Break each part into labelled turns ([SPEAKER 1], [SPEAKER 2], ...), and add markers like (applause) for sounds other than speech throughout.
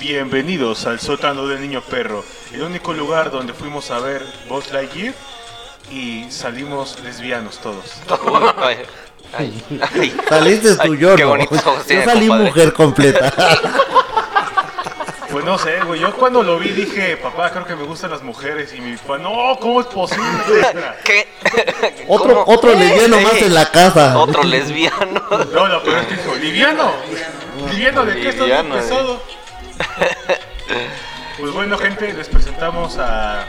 [SPEAKER 1] Bienvenidos al sótano del niño perro, el único lugar donde fuimos a ver Buzz Lightyear y salimos lesbianos todos.
[SPEAKER 2] Ay, ay, ay.
[SPEAKER 3] Saliste tú,
[SPEAKER 2] Ay,
[SPEAKER 3] yo
[SPEAKER 2] qué
[SPEAKER 3] no.
[SPEAKER 2] bonitos ojos
[SPEAKER 3] Yo
[SPEAKER 2] tiene,
[SPEAKER 3] salí
[SPEAKER 2] compadre.
[SPEAKER 3] mujer
[SPEAKER 2] (laughs)
[SPEAKER 3] completa.
[SPEAKER 1] Pues no sé, güey, yo cuando lo vi dije, papá, creo que me gustan las mujeres y mi papá, no, ¿cómo es posible?
[SPEAKER 2] ¿Qué?
[SPEAKER 3] otro
[SPEAKER 2] ¿Cómo?
[SPEAKER 3] otro lesbiano
[SPEAKER 2] Sí.
[SPEAKER 3] más en la casa.
[SPEAKER 2] Otro lesbiano.
[SPEAKER 1] No, lo peor es que dijo, liviano, liviano, ¿de qué estás tan
[SPEAKER 2] Liviano, eh.
[SPEAKER 1] pesado? Pues bueno, gente, les presentamos a,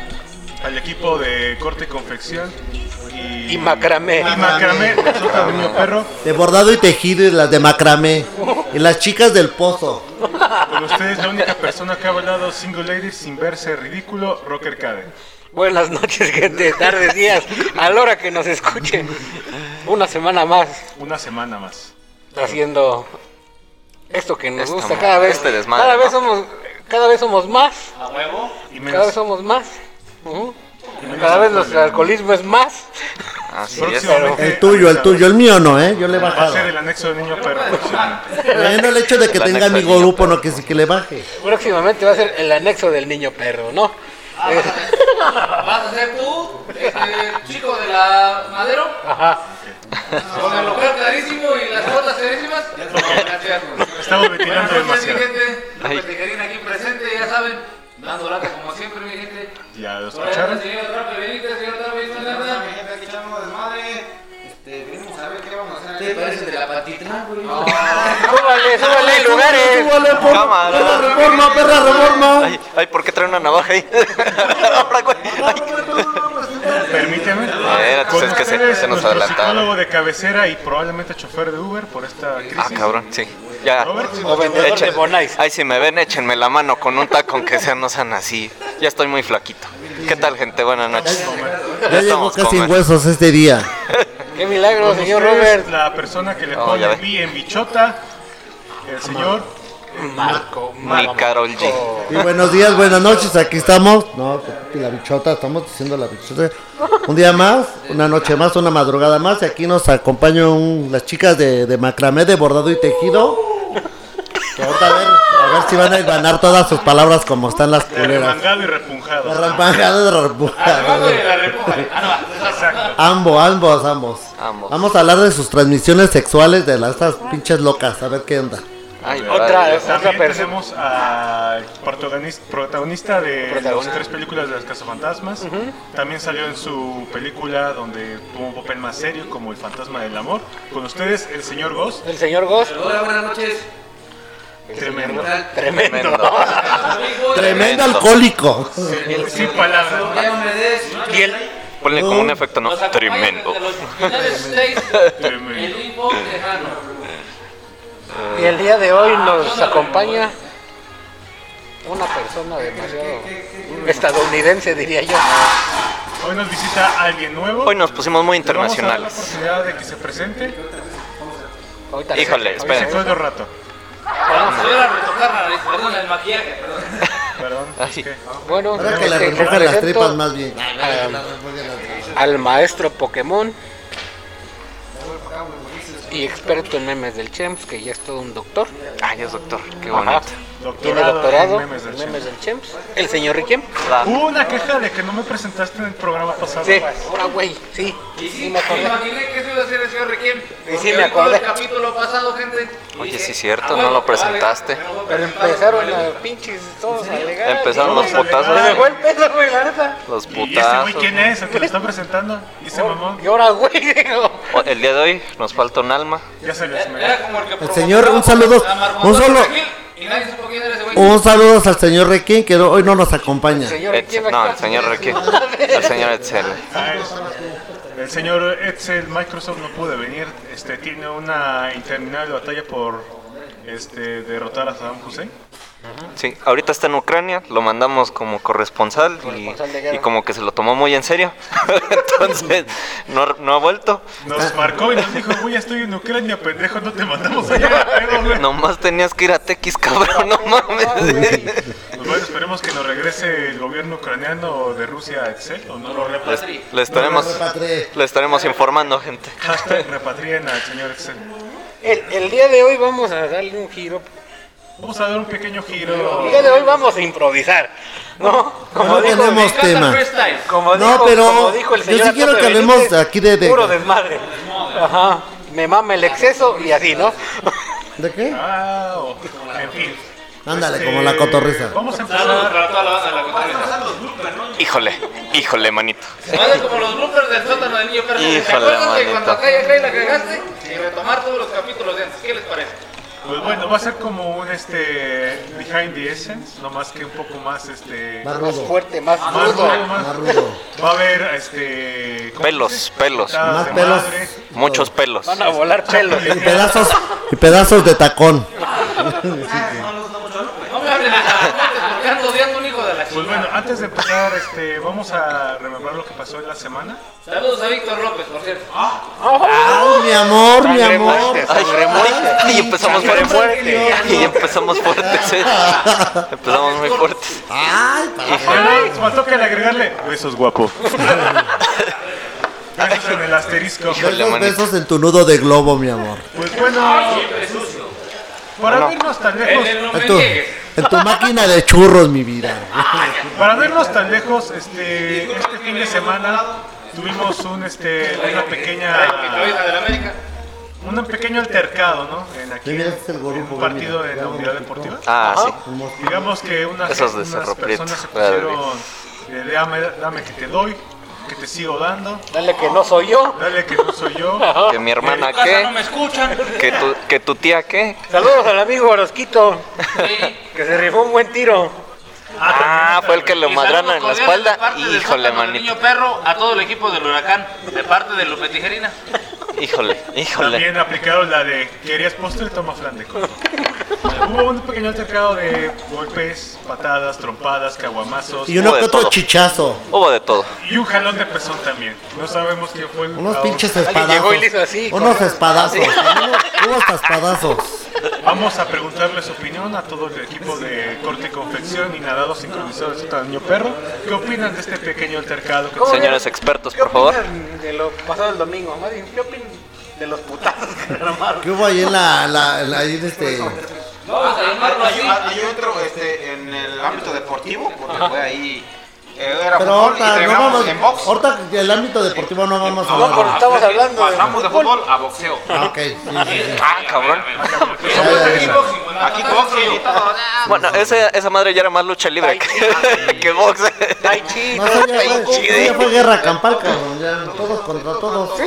[SPEAKER 1] al equipo de corte y confección y,
[SPEAKER 4] Y macramé.
[SPEAKER 1] Y macramé, del sótano del niño perro.
[SPEAKER 3] De bordado y tejido y las de macramé. Y las chicas del pozo.
[SPEAKER 1] Con ustedes, la única persona que ha hablado Single Ladies sin verse ridículo, Rocker Caden.
[SPEAKER 4] Buenas noches, gente. Tardes, días. A la hora que nos escuchen. Una semana más
[SPEAKER 1] Una semana más.
[SPEAKER 4] haciendo esto que nos
[SPEAKER 2] Esta
[SPEAKER 4] gusta
[SPEAKER 2] ma-
[SPEAKER 4] cada vez.
[SPEAKER 2] este desmadre,
[SPEAKER 4] cada vez
[SPEAKER 2] ¿no?
[SPEAKER 4] somos, cada vez somos más.
[SPEAKER 1] Y
[SPEAKER 4] Cada vez
[SPEAKER 1] menos.
[SPEAKER 4] somos más. Ujú.
[SPEAKER 1] menos
[SPEAKER 4] Cada vez nuestro
[SPEAKER 1] alcohol.
[SPEAKER 4] alcoholismo es más.
[SPEAKER 2] Así es.
[SPEAKER 1] Próximamente.
[SPEAKER 3] El tuyo, el tuyo, el mío no, ¿eh? Yo le he
[SPEAKER 1] Va a
[SPEAKER 3] bajado.
[SPEAKER 1] ser el anexo del niño perro.
[SPEAKER 3] Bueno, el hecho de que
[SPEAKER 2] La
[SPEAKER 3] tenga mi
[SPEAKER 2] anexo del niño,
[SPEAKER 3] grupo no que sí que le baje.
[SPEAKER 4] Próximamente va a ser el anexo del niño perro, ¿no? Eh,
[SPEAKER 5] Vas a ser tú, este chico de la madero,
[SPEAKER 4] Ajá.
[SPEAKER 5] con el local clarísimo y las botas clarísimas. No, gracias.
[SPEAKER 1] Estamos ventilando
[SPEAKER 5] Buenas noches,
[SPEAKER 1] demasiado.
[SPEAKER 5] mi gente.
[SPEAKER 2] Ay.
[SPEAKER 5] López Tejerín aquí presente, ya saben. Dando lata como siempre, mi gente.
[SPEAKER 1] Ya lo
[SPEAKER 5] Por allá
[SPEAKER 1] escucharon.
[SPEAKER 5] el señor Trape Benítez, señor Trape Benítez, ¿verdad?
[SPEAKER 6] Aquí echando desmadre. Este, venimos a ver qué vamos a hacer.
[SPEAKER 5] ¿Te parece de la patita?
[SPEAKER 4] Súbale, súbale lugares.
[SPEAKER 3] Súbale, por-
[SPEAKER 2] Cámara.
[SPEAKER 3] perra reforma, perra reforma.
[SPEAKER 2] Ay, ay, ¿por qué trae una navaja ahí? (laughs) Ahora, güey. Ay.
[SPEAKER 1] Permíteme.
[SPEAKER 2] pues
[SPEAKER 1] Con
[SPEAKER 2] es que se-
[SPEAKER 1] ustedes,
[SPEAKER 2] se nos
[SPEAKER 1] nuestro
[SPEAKER 2] adelantaron.
[SPEAKER 1] psicólogo de cabecera y probablemente chofer de Uber por esta crisis.
[SPEAKER 2] Ah, cabrón, sí. Ya.
[SPEAKER 1] Robert, si
[SPEAKER 4] O
[SPEAKER 1] nos-
[SPEAKER 4] vendedor de
[SPEAKER 2] Echen-
[SPEAKER 4] Bonais.
[SPEAKER 2] Ay, si me ven, échenme la mano con un taco, aunque sea no sean así. Ya estoy muy flaquito. ¿Qué tal, gente? Buenas noches.
[SPEAKER 3] Ya llegó casi
[SPEAKER 2] comer.
[SPEAKER 3] en huesos este día.
[SPEAKER 4] Qué milagro,
[SPEAKER 1] con
[SPEAKER 4] señor
[SPEAKER 1] ustedes,
[SPEAKER 4] Robert.
[SPEAKER 1] La persona que le
[SPEAKER 2] Oh,
[SPEAKER 1] pone
[SPEAKER 2] ya ve.
[SPEAKER 1] B en bichota, el señor.
[SPEAKER 4] Marco,
[SPEAKER 2] Ni Carol G.
[SPEAKER 3] Y buenos días, buenas noches, aquí estamos. No, la bichota, estamos diciendo la bichota. Un día más, una noche más, una madrugada más. Y aquí nos acompañan un- las chicas de, de macramé, de bordado y tejido. Que ahorita a ver, a ver si van a ganar todas sus palabras como están las culeras.
[SPEAKER 1] Remangado y repunjado.
[SPEAKER 3] La rampanjada de
[SPEAKER 5] Armando de
[SPEAKER 3] repuja.
[SPEAKER 5] la República. Ah, no,
[SPEAKER 1] Exacto.
[SPEAKER 3] Ambos, ambos, ambos.
[SPEAKER 2] Ambos.
[SPEAKER 3] Vamos a hablar de sus transmisiones sexuales de las, estas pinches locas, a ver qué onda.
[SPEAKER 2] Ay,
[SPEAKER 4] Otra
[SPEAKER 2] vale.
[SPEAKER 4] vez.
[SPEAKER 1] También
[SPEAKER 4] persona.
[SPEAKER 1] tenemos al protagonis- protagonista de las
[SPEAKER 4] Protagonista.
[SPEAKER 1] tres películas de las Cazafantasmas. También salió en su película donde tuvo un papel más serio como El Fantasma del Amor. Con ustedes, el señor Ghost.
[SPEAKER 4] El señor Goss.
[SPEAKER 5] Hola, buenas noches.
[SPEAKER 1] Tremendo.
[SPEAKER 5] ¿Qué tal?
[SPEAKER 4] Tremendo.
[SPEAKER 2] Tremendo.
[SPEAKER 3] Tremendo alcohólico.
[SPEAKER 1] Sin palabras.
[SPEAKER 5] Ya me des.
[SPEAKER 4] Y el,
[SPEAKER 2] (laughs) Ponle como un efecto, ¿no?
[SPEAKER 5] Nos acompaña
[SPEAKER 2] Tremendo.
[SPEAKER 5] desde los finales (laughs) seis,
[SPEAKER 1] Tremendo.
[SPEAKER 5] el info lejano.
[SPEAKER 4] y el día de hoy nos acompaña una persona demasiado estadounidense, diría yo.
[SPEAKER 1] Hoy nos visita alguien nuevo.
[SPEAKER 2] Hoy nos pusimos muy
[SPEAKER 1] Le vamos a dar la
[SPEAKER 2] internacionales.
[SPEAKER 1] oportunidad de que se presente.
[SPEAKER 4] Ahorita le-
[SPEAKER 2] Híjole,
[SPEAKER 4] ahorita
[SPEAKER 2] esperen.
[SPEAKER 1] Se fue de rato.
[SPEAKER 5] Vamos a ver a retocar la nariz, perdón, el maquillaje, perdón.
[SPEAKER 1] Perdón.
[SPEAKER 4] Ah,
[SPEAKER 2] Ay.
[SPEAKER 1] es que-
[SPEAKER 4] Bueno,
[SPEAKER 3] Ahora que le
[SPEAKER 4] este,
[SPEAKER 3] recojan las
[SPEAKER 4] represento
[SPEAKER 3] tripas más Ah, bien.
[SPEAKER 4] al maestro Pokémon y experto en memes del Chems, que ya es todo un doctor.
[SPEAKER 2] Ay, es doctor. Qué
[SPEAKER 4] Ajá.
[SPEAKER 2] bonito.
[SPEAKER 4] Tiene
[SPEAKER 1] Doctorado en
[SPEAKER 4] doctorado en
[SPEAKER 1] memes del
[SPEAKER 4] memes
[SPEAKER 1] Chema.
[SPEAKER 4] del Chems. El señor Riquem.
[SPEAKER 2] La-
[SPEAKER 1] Hubo una queja de que no me presentaste en el programa pasado.
[SPEAKER 4] Sí, ahora güey, sí.
[SPEAKER 5] Y sí,
[SPEAKER 4] sí me acordé.
[SPEAKER 5] imaginé que eso iba a ser el señor Requiem.
[SPEAKER 4] Y sí,
[SPEAKER 5] porque
[SPEAKER 4] me
[SPEAKER 5] vi todo
[SPEAKER 4] acordé.
[SPEAKER 5] el capítulo pasado, gente. y
[SPEAKER 2] Oye,
[SPEAKER 5] dije,
[SPEAKER 2] sí, cierto,
[SPEAKER 5] "Ah,
[SPEAKER 2] no lo
[SPEAKER 5] vale,
[SPEAKER 2] presentaste".
[SPEAKER 5] me lo voy a
[SPEAKER 4] Pero
[SPEAKER 5] presentar,
[SPEAKER 4] empezaron
[SPEAKER 5] vale.
[SPEAKER 4] a pinches todos a alegar.
[SPEAKER 2] Empezaron
[SPEAKER 4] y,
[SPEAKER 2] los
[SPEAKER 4] güey,
[SPEAKER 2] putazos.
[SPEAKER 4] Me dejó el peso, güey, la neta.
[SPEAKER 2] Los
[SPEAKER 1] ¿Y ese güey
[SPEAKER 2] putazos.
[SPEAKER 1] quién es? ¿El que lo está presentando? ¿Y ese Este mamón?
[SPEAKER 4] Y ahora, güey, digo,
[SPEAKER 2] O- El día de hoy nos falta un alma.
[SPEAKER 1] Ya se les
[SPEAKER 5] Era
[SPEAKER 1] me...
[SPEAKER 5] como el que
[SPEAKER 3] El señor, un
[SPEAKER 5] promocionaba
[SPEAKER 3] saludo,
[SPEAKER 5] a Marco
[SPEAKER 3] un
[SPEAKER 5] Antonio
[SPEAKER 3] solo-
[SPEAKER 5] Regil, Y nadie supo quién era ese güey.
[SPEAKER 3] Un saludo al señor Requín que hoy no nos acompaña.
[SPEAKER 4] señor,
[SPEAKER 2] Edsel-
[SPEAKER 4] ¿quién va a
[SPEAKER 2] Eh, no, el
[SPEAKER 4] estar?
[SPEAKER 2] señor Requi. El señor Etzel.
[SPEAKER 1] Ah, es- El señor Edsel, Microsoft no pudo venir. Este, tiene una interminable batalla por este, derrotar a Saddam Hussein.
[SPEAKER 2] Sí, ahorita está en Ucrania, lo mandamos como corresponsal y,
[SPEAKER 4] Corresponsal de guerra.
[SPEAKER 2] y como que se lo tomó muy en serio. (laughs) Entonces, no, no ha vuelto.
[SPEAKER 1] Nos marcó y nos dijo, güey, ya estoy en Ucrania, pendejo, no te mandamos allá. Pero, güey.
[SPEAKER 2] Nomás tenías que ir a Tequis, cabrón, no mames.
[SPEAKER 1] Pues bueno, esperemos que nos regrese el gobierno ucraniano de Rusia a Edsel o no lo repatrien.
[SPEAKER 2] Le estaremos, le estaremos informando, gente.
[SPEAKER 1] Hashtag repatrien al señor Edsel.
[SPEAKER 4] El, el día de hoy vamos a darle un giro
[SPEAKER 1] Vamos a dar un pequeño giro.
[SPEAKER 4] El día de hoy vamos a improvisar, ¿no? Como
[SPEAKER 3] No
[SPEAKER 4] dijo,
[SPEAKER 3] tenemos
[SPEAKER 5] encanta el
[SPEAKER 3] tema.
[SPEAKER 5] freestyle.
[SPEAKER 4] como
[SPEAKER 3] No,
[SPEAKER 4] dijo-
[SPEAKER 3] pero
[SPEAKER 4] como dijo el
[SPEAKER 3] yo
[SPEAKER 4] señor
[SPEAKER 3] sí quiero
[SPEAKER 4] Antonio
[SPEAKER 3] que hablemos
[SPEAKER 4] Benítez,
[SPEAKER 3] aquí de- de-
[SPEAKER 4] Puro desmadre. Ajá. Me mama el exceso y así, ¿no? (laughs)
[SPEAKER 3] ¿De qué?
[SPEAKER 1] Ah, o- en fin.
[SPEAKER 3] Ándale,
[SPEAKER 1] Este,
[SPEAKER 3] como la cotorriza.
[SPEAKER 1] Vamos a
[SPEAKER 5] Saludos
[SPEAKER 1] empezar.
[SPEAKER 5] para toda la banda de la cotorriza.
[SPEAKER 2] Híjole, híjole, manito.
[SPEAKER 5] Vale, como los bloopers del sótano del niño Carlos. ¿Se
[SPEAKER 2] Híjole,
[SPEAKER 5] acuerdan de
[SPEAKER 2] manito.
[SPEAKER 5] cuando acá y acá y la cagaste? Y retomar todos los capítulos de antes. ¿Qué les parece?
[SPEAKER 1] Pues bueno, va a ser como un este behind the essence, no más que un poco más este
[SPEAKER 3] Más
[SPEAKER 4] Más
[SPEAKER 3] rudo,
[SPEAKER 4] fuerte, más
[SPEAKER 1] más
[SPEAKER 4] rudo.
[SPEAKER 1] rudo, más-
[SPEAKER 3] más rudo.
[SPEAKER 1] Va a haber este ¿cómo
[SPEAKER 2] Pelos,
[SPEAKER 1] se dice?
[SPEAKER 2] pelos.
[SPEAKER 1] Patadas
[SPEAKER 3] Más
[SPEAKER 1] de
[SPEAKER 3] pelos.
[SPEAKER 1] madre.
[SPEAKER 2] Muchos pelos.
[SPEAKER 4] Van a volar pelos.
[SPEAKER 3] Y pedazos, y pedazos de tacón.
[SPEAKER 5] No me hablen de Salamontes porque ando odiando un hijo de la
[SPEAKER 1] Pues
[SPEAKER 5] chica.
[SPEAKER 1] bueno, antes de empezar, este, vamos a remembrar lo que pasó en la semana.
[SPEAKER 5] Saludos a Víctor López, por cierto.
[SPEAKER 1] Ah,
[SPEAKER 3] Ay, mi amor, mi
[SPEAKER 4] Sangre
[SPEAKER 3] amor.
[SPEAKER 4] muerte,
[SPEAKER 2] Ay,
[SPEAKER 4] sangre muerte.
[SPEAKER 2] ay, y empezamos
[SPEAKER 4] Sangre
[SPEAKER 2] fuerte.
[SPEAKER 4] muerte.
[SPEAKER 2] Y empezamos fuertes, eh. Empezamos muy fuertes.
[SPEAKER 3] Ay, pa-
[SPEAKER 1] Nos Ah, pues faltó que le agregarle besos guapo. Besos en el asterisco.
[SPEAKER 2] Híjole, Ah,
[SPEAKER 3] esos
[SPEAKER 2] manito.
[SPEAKER 3] besos en tu nudo de globo, mi amor.
[SPEAKER 1] Pues bueno, para no irnos tan
[SPEAKER 5] En
[SPEAKER 2] Eh,
[SPEAKER 1] lejos,
[SPEAKER 5] el no me
[SPEAKER 3] En tu,
[SPEAKER 5] niegues.
[SPEAKER 3] en tu máquina de churros, mi vida.
[SPEAKER 1] para no irnos tan lejos, este, este fin de semana tuvimos un, este, una
[SPEAKER 5] Mi
[SPEAKER 1] pequeña,
[SPEAKER 5] cabeza de la América.
[SPEAKER 1] un pequeño altercado, ¿no? En aquí,
[SPEAKER 3] Sí, mira, este es el
[SPEAKER 1] en
[SPEAKER 3] gorufo,
[SPEAKER 1] un
[SPEAKER 3] mira,
[SPEAKER 1] partido de la
[SPEAKER 3] ya
[SPEAKER 1] unidad
[SPEAKER 3] lo
[SPEAKER 1] deportiva.
[SPEAKER 2] Ah, sí.
[SPEAKER 1] Digamos que una,
[SPEAKER 2] Esos de
[SPEAKER 1] unas
[SPEAKER 2] Cerro Prieto,
[SPEAKER 1] personas se
[SPEAKER 2] claro.
[SPEAKER 1] pusieron eh, dame, dame que te doy, que te sigo dando,
[SPEAKER 4] Dale que no soy yo.
[SPEAKER 1] dale que no soy
[SPEAKER 2] (laughs)
[SPEAKER 1] yo.
[SPEAKER 2] Que mi hermana
[SPEAKER 5] Casa no
[SPEAKER 2] qué, (laughs)
[SPEAKER 5] me escuchan.
[SPEAKER 2] que tu, que tu tía qué.
[SPEAKER 4] Saludos al amigo Orozquito,
[SPEAKER 5] Sí.
[SPEAKER 4] que se rifó un buen tiro.
[SPEAKER 2] Ah, fue el que le
[SPEAKER 5] Y
[SPEAKER 2] madraron
[SPEAKER 5] saludos
[SPEAKER 2] en la
[SPEAKER 5] cordiales de
[SPEAKER 2] espalda.
[SPEAKER 5] parte del
[SPEAKER 2] Híjole,
[SPEAKER 5] sótano del
[SPEAKER 2] manito.
[SPEAKER 5] Niño perro a todo el equipo del huracán de parte de Lupe Tijerina.
[SPEAKER 2] Híjole, híjole.
[SPEAKER 1] También aplicaron la de querías postre, toma flan de
[SPEAKER 2] (laughs)
[SPEAKER 1] coco. Hubo un pequeño altercado de golpes, patadas, trompadas, caguamazos
[SPEAKER 3] Y uno
[SPEAKER 2] Hubo de
[SPEAKER 3] que otro
[SPEAKER 2] todo.
[SPEAKER 3] chichazo.
[SPEAKER 2] Hubo de todo.
[SPEAKER 1] y un jalón de pezón también. No sabemos quién fue el
[SPEAKER 3] Unos
[SPEAKER 1] jugador.
[SPEAKER 3] pinches
[SPEAKER 4] Alguien llegó y le hizo
[SPEAKER 3] espadazos.
[SPEAKER 4] así, Ah,
[SPEAKER 3] Unos
[SPEAKER 4] con-
[SPEAKER 3] espadazos. Hubo hasta espadazos.
[SPEAKER 1] Vamos a preguntarle su opinión a todo el equipo de corte y confección y nadado sincronizado de su tamaño perro. ¿Qué opinan de este pequeño altercado? que
[SPEAKER 4] ¿Cómo
[SPEAKER 1] tuvieron?
[SPEAKER 2] Señores expertos, por favor.
[SPEAKER 4] ¿Qué opinan de lo pasado el domingo? Más bien, ¿qué opinan de los putazos que armaron?
[SPEAKER 3] ¿Qué hubo ahí en la, la- la- ahí en este?
[SPEAKER 5] Vamos a llamarlo
[SPEAKER 6] Hay,
[SPEAKER 5] así.
[SPEAKER 6] hay otro este, en el ámbito deportivo, porque fue ahí. eh, era
[SPEAKER 3] Pero
[SPEAKER 6] fútbol y
[SPEAKER 3] ahorita no
[SPEAKER 6] terminamos
[SPEAKER 3] vamos,
[SPEAKER 6] en box.
[SPEAKER 3] ahorita el ámbito deportivo no vamos a
[SPEAKER 4] No, pero
[SPEAKER 3] hablar.
[SPEAKER 4] estamos hablando de
[SPEAKER 6] Pasamos de fútbol a boxeo.
[SPEAKER 3] Ah, ok, sí, sí, sí.
[SPEAKER 2] Ah, cabrón.
[SPEAKER 1] Somos de equipo.
[SPEAKER 6] A kickboxing y todo.
[SPEAKER 2] Bueno, esa, esa madre ya era más lucha libre que, que boxe.
[SPEAKER 4] Tai Chi,
[SPEAKER 3] No, eso ya
[SPEAKER 4] Tai
[SPEAKER 3] fue,
[SPEAKER 4] Chi.
[SPEAKER 3] eso ya fue guerra campal, cabrón. Ya todos contra todos.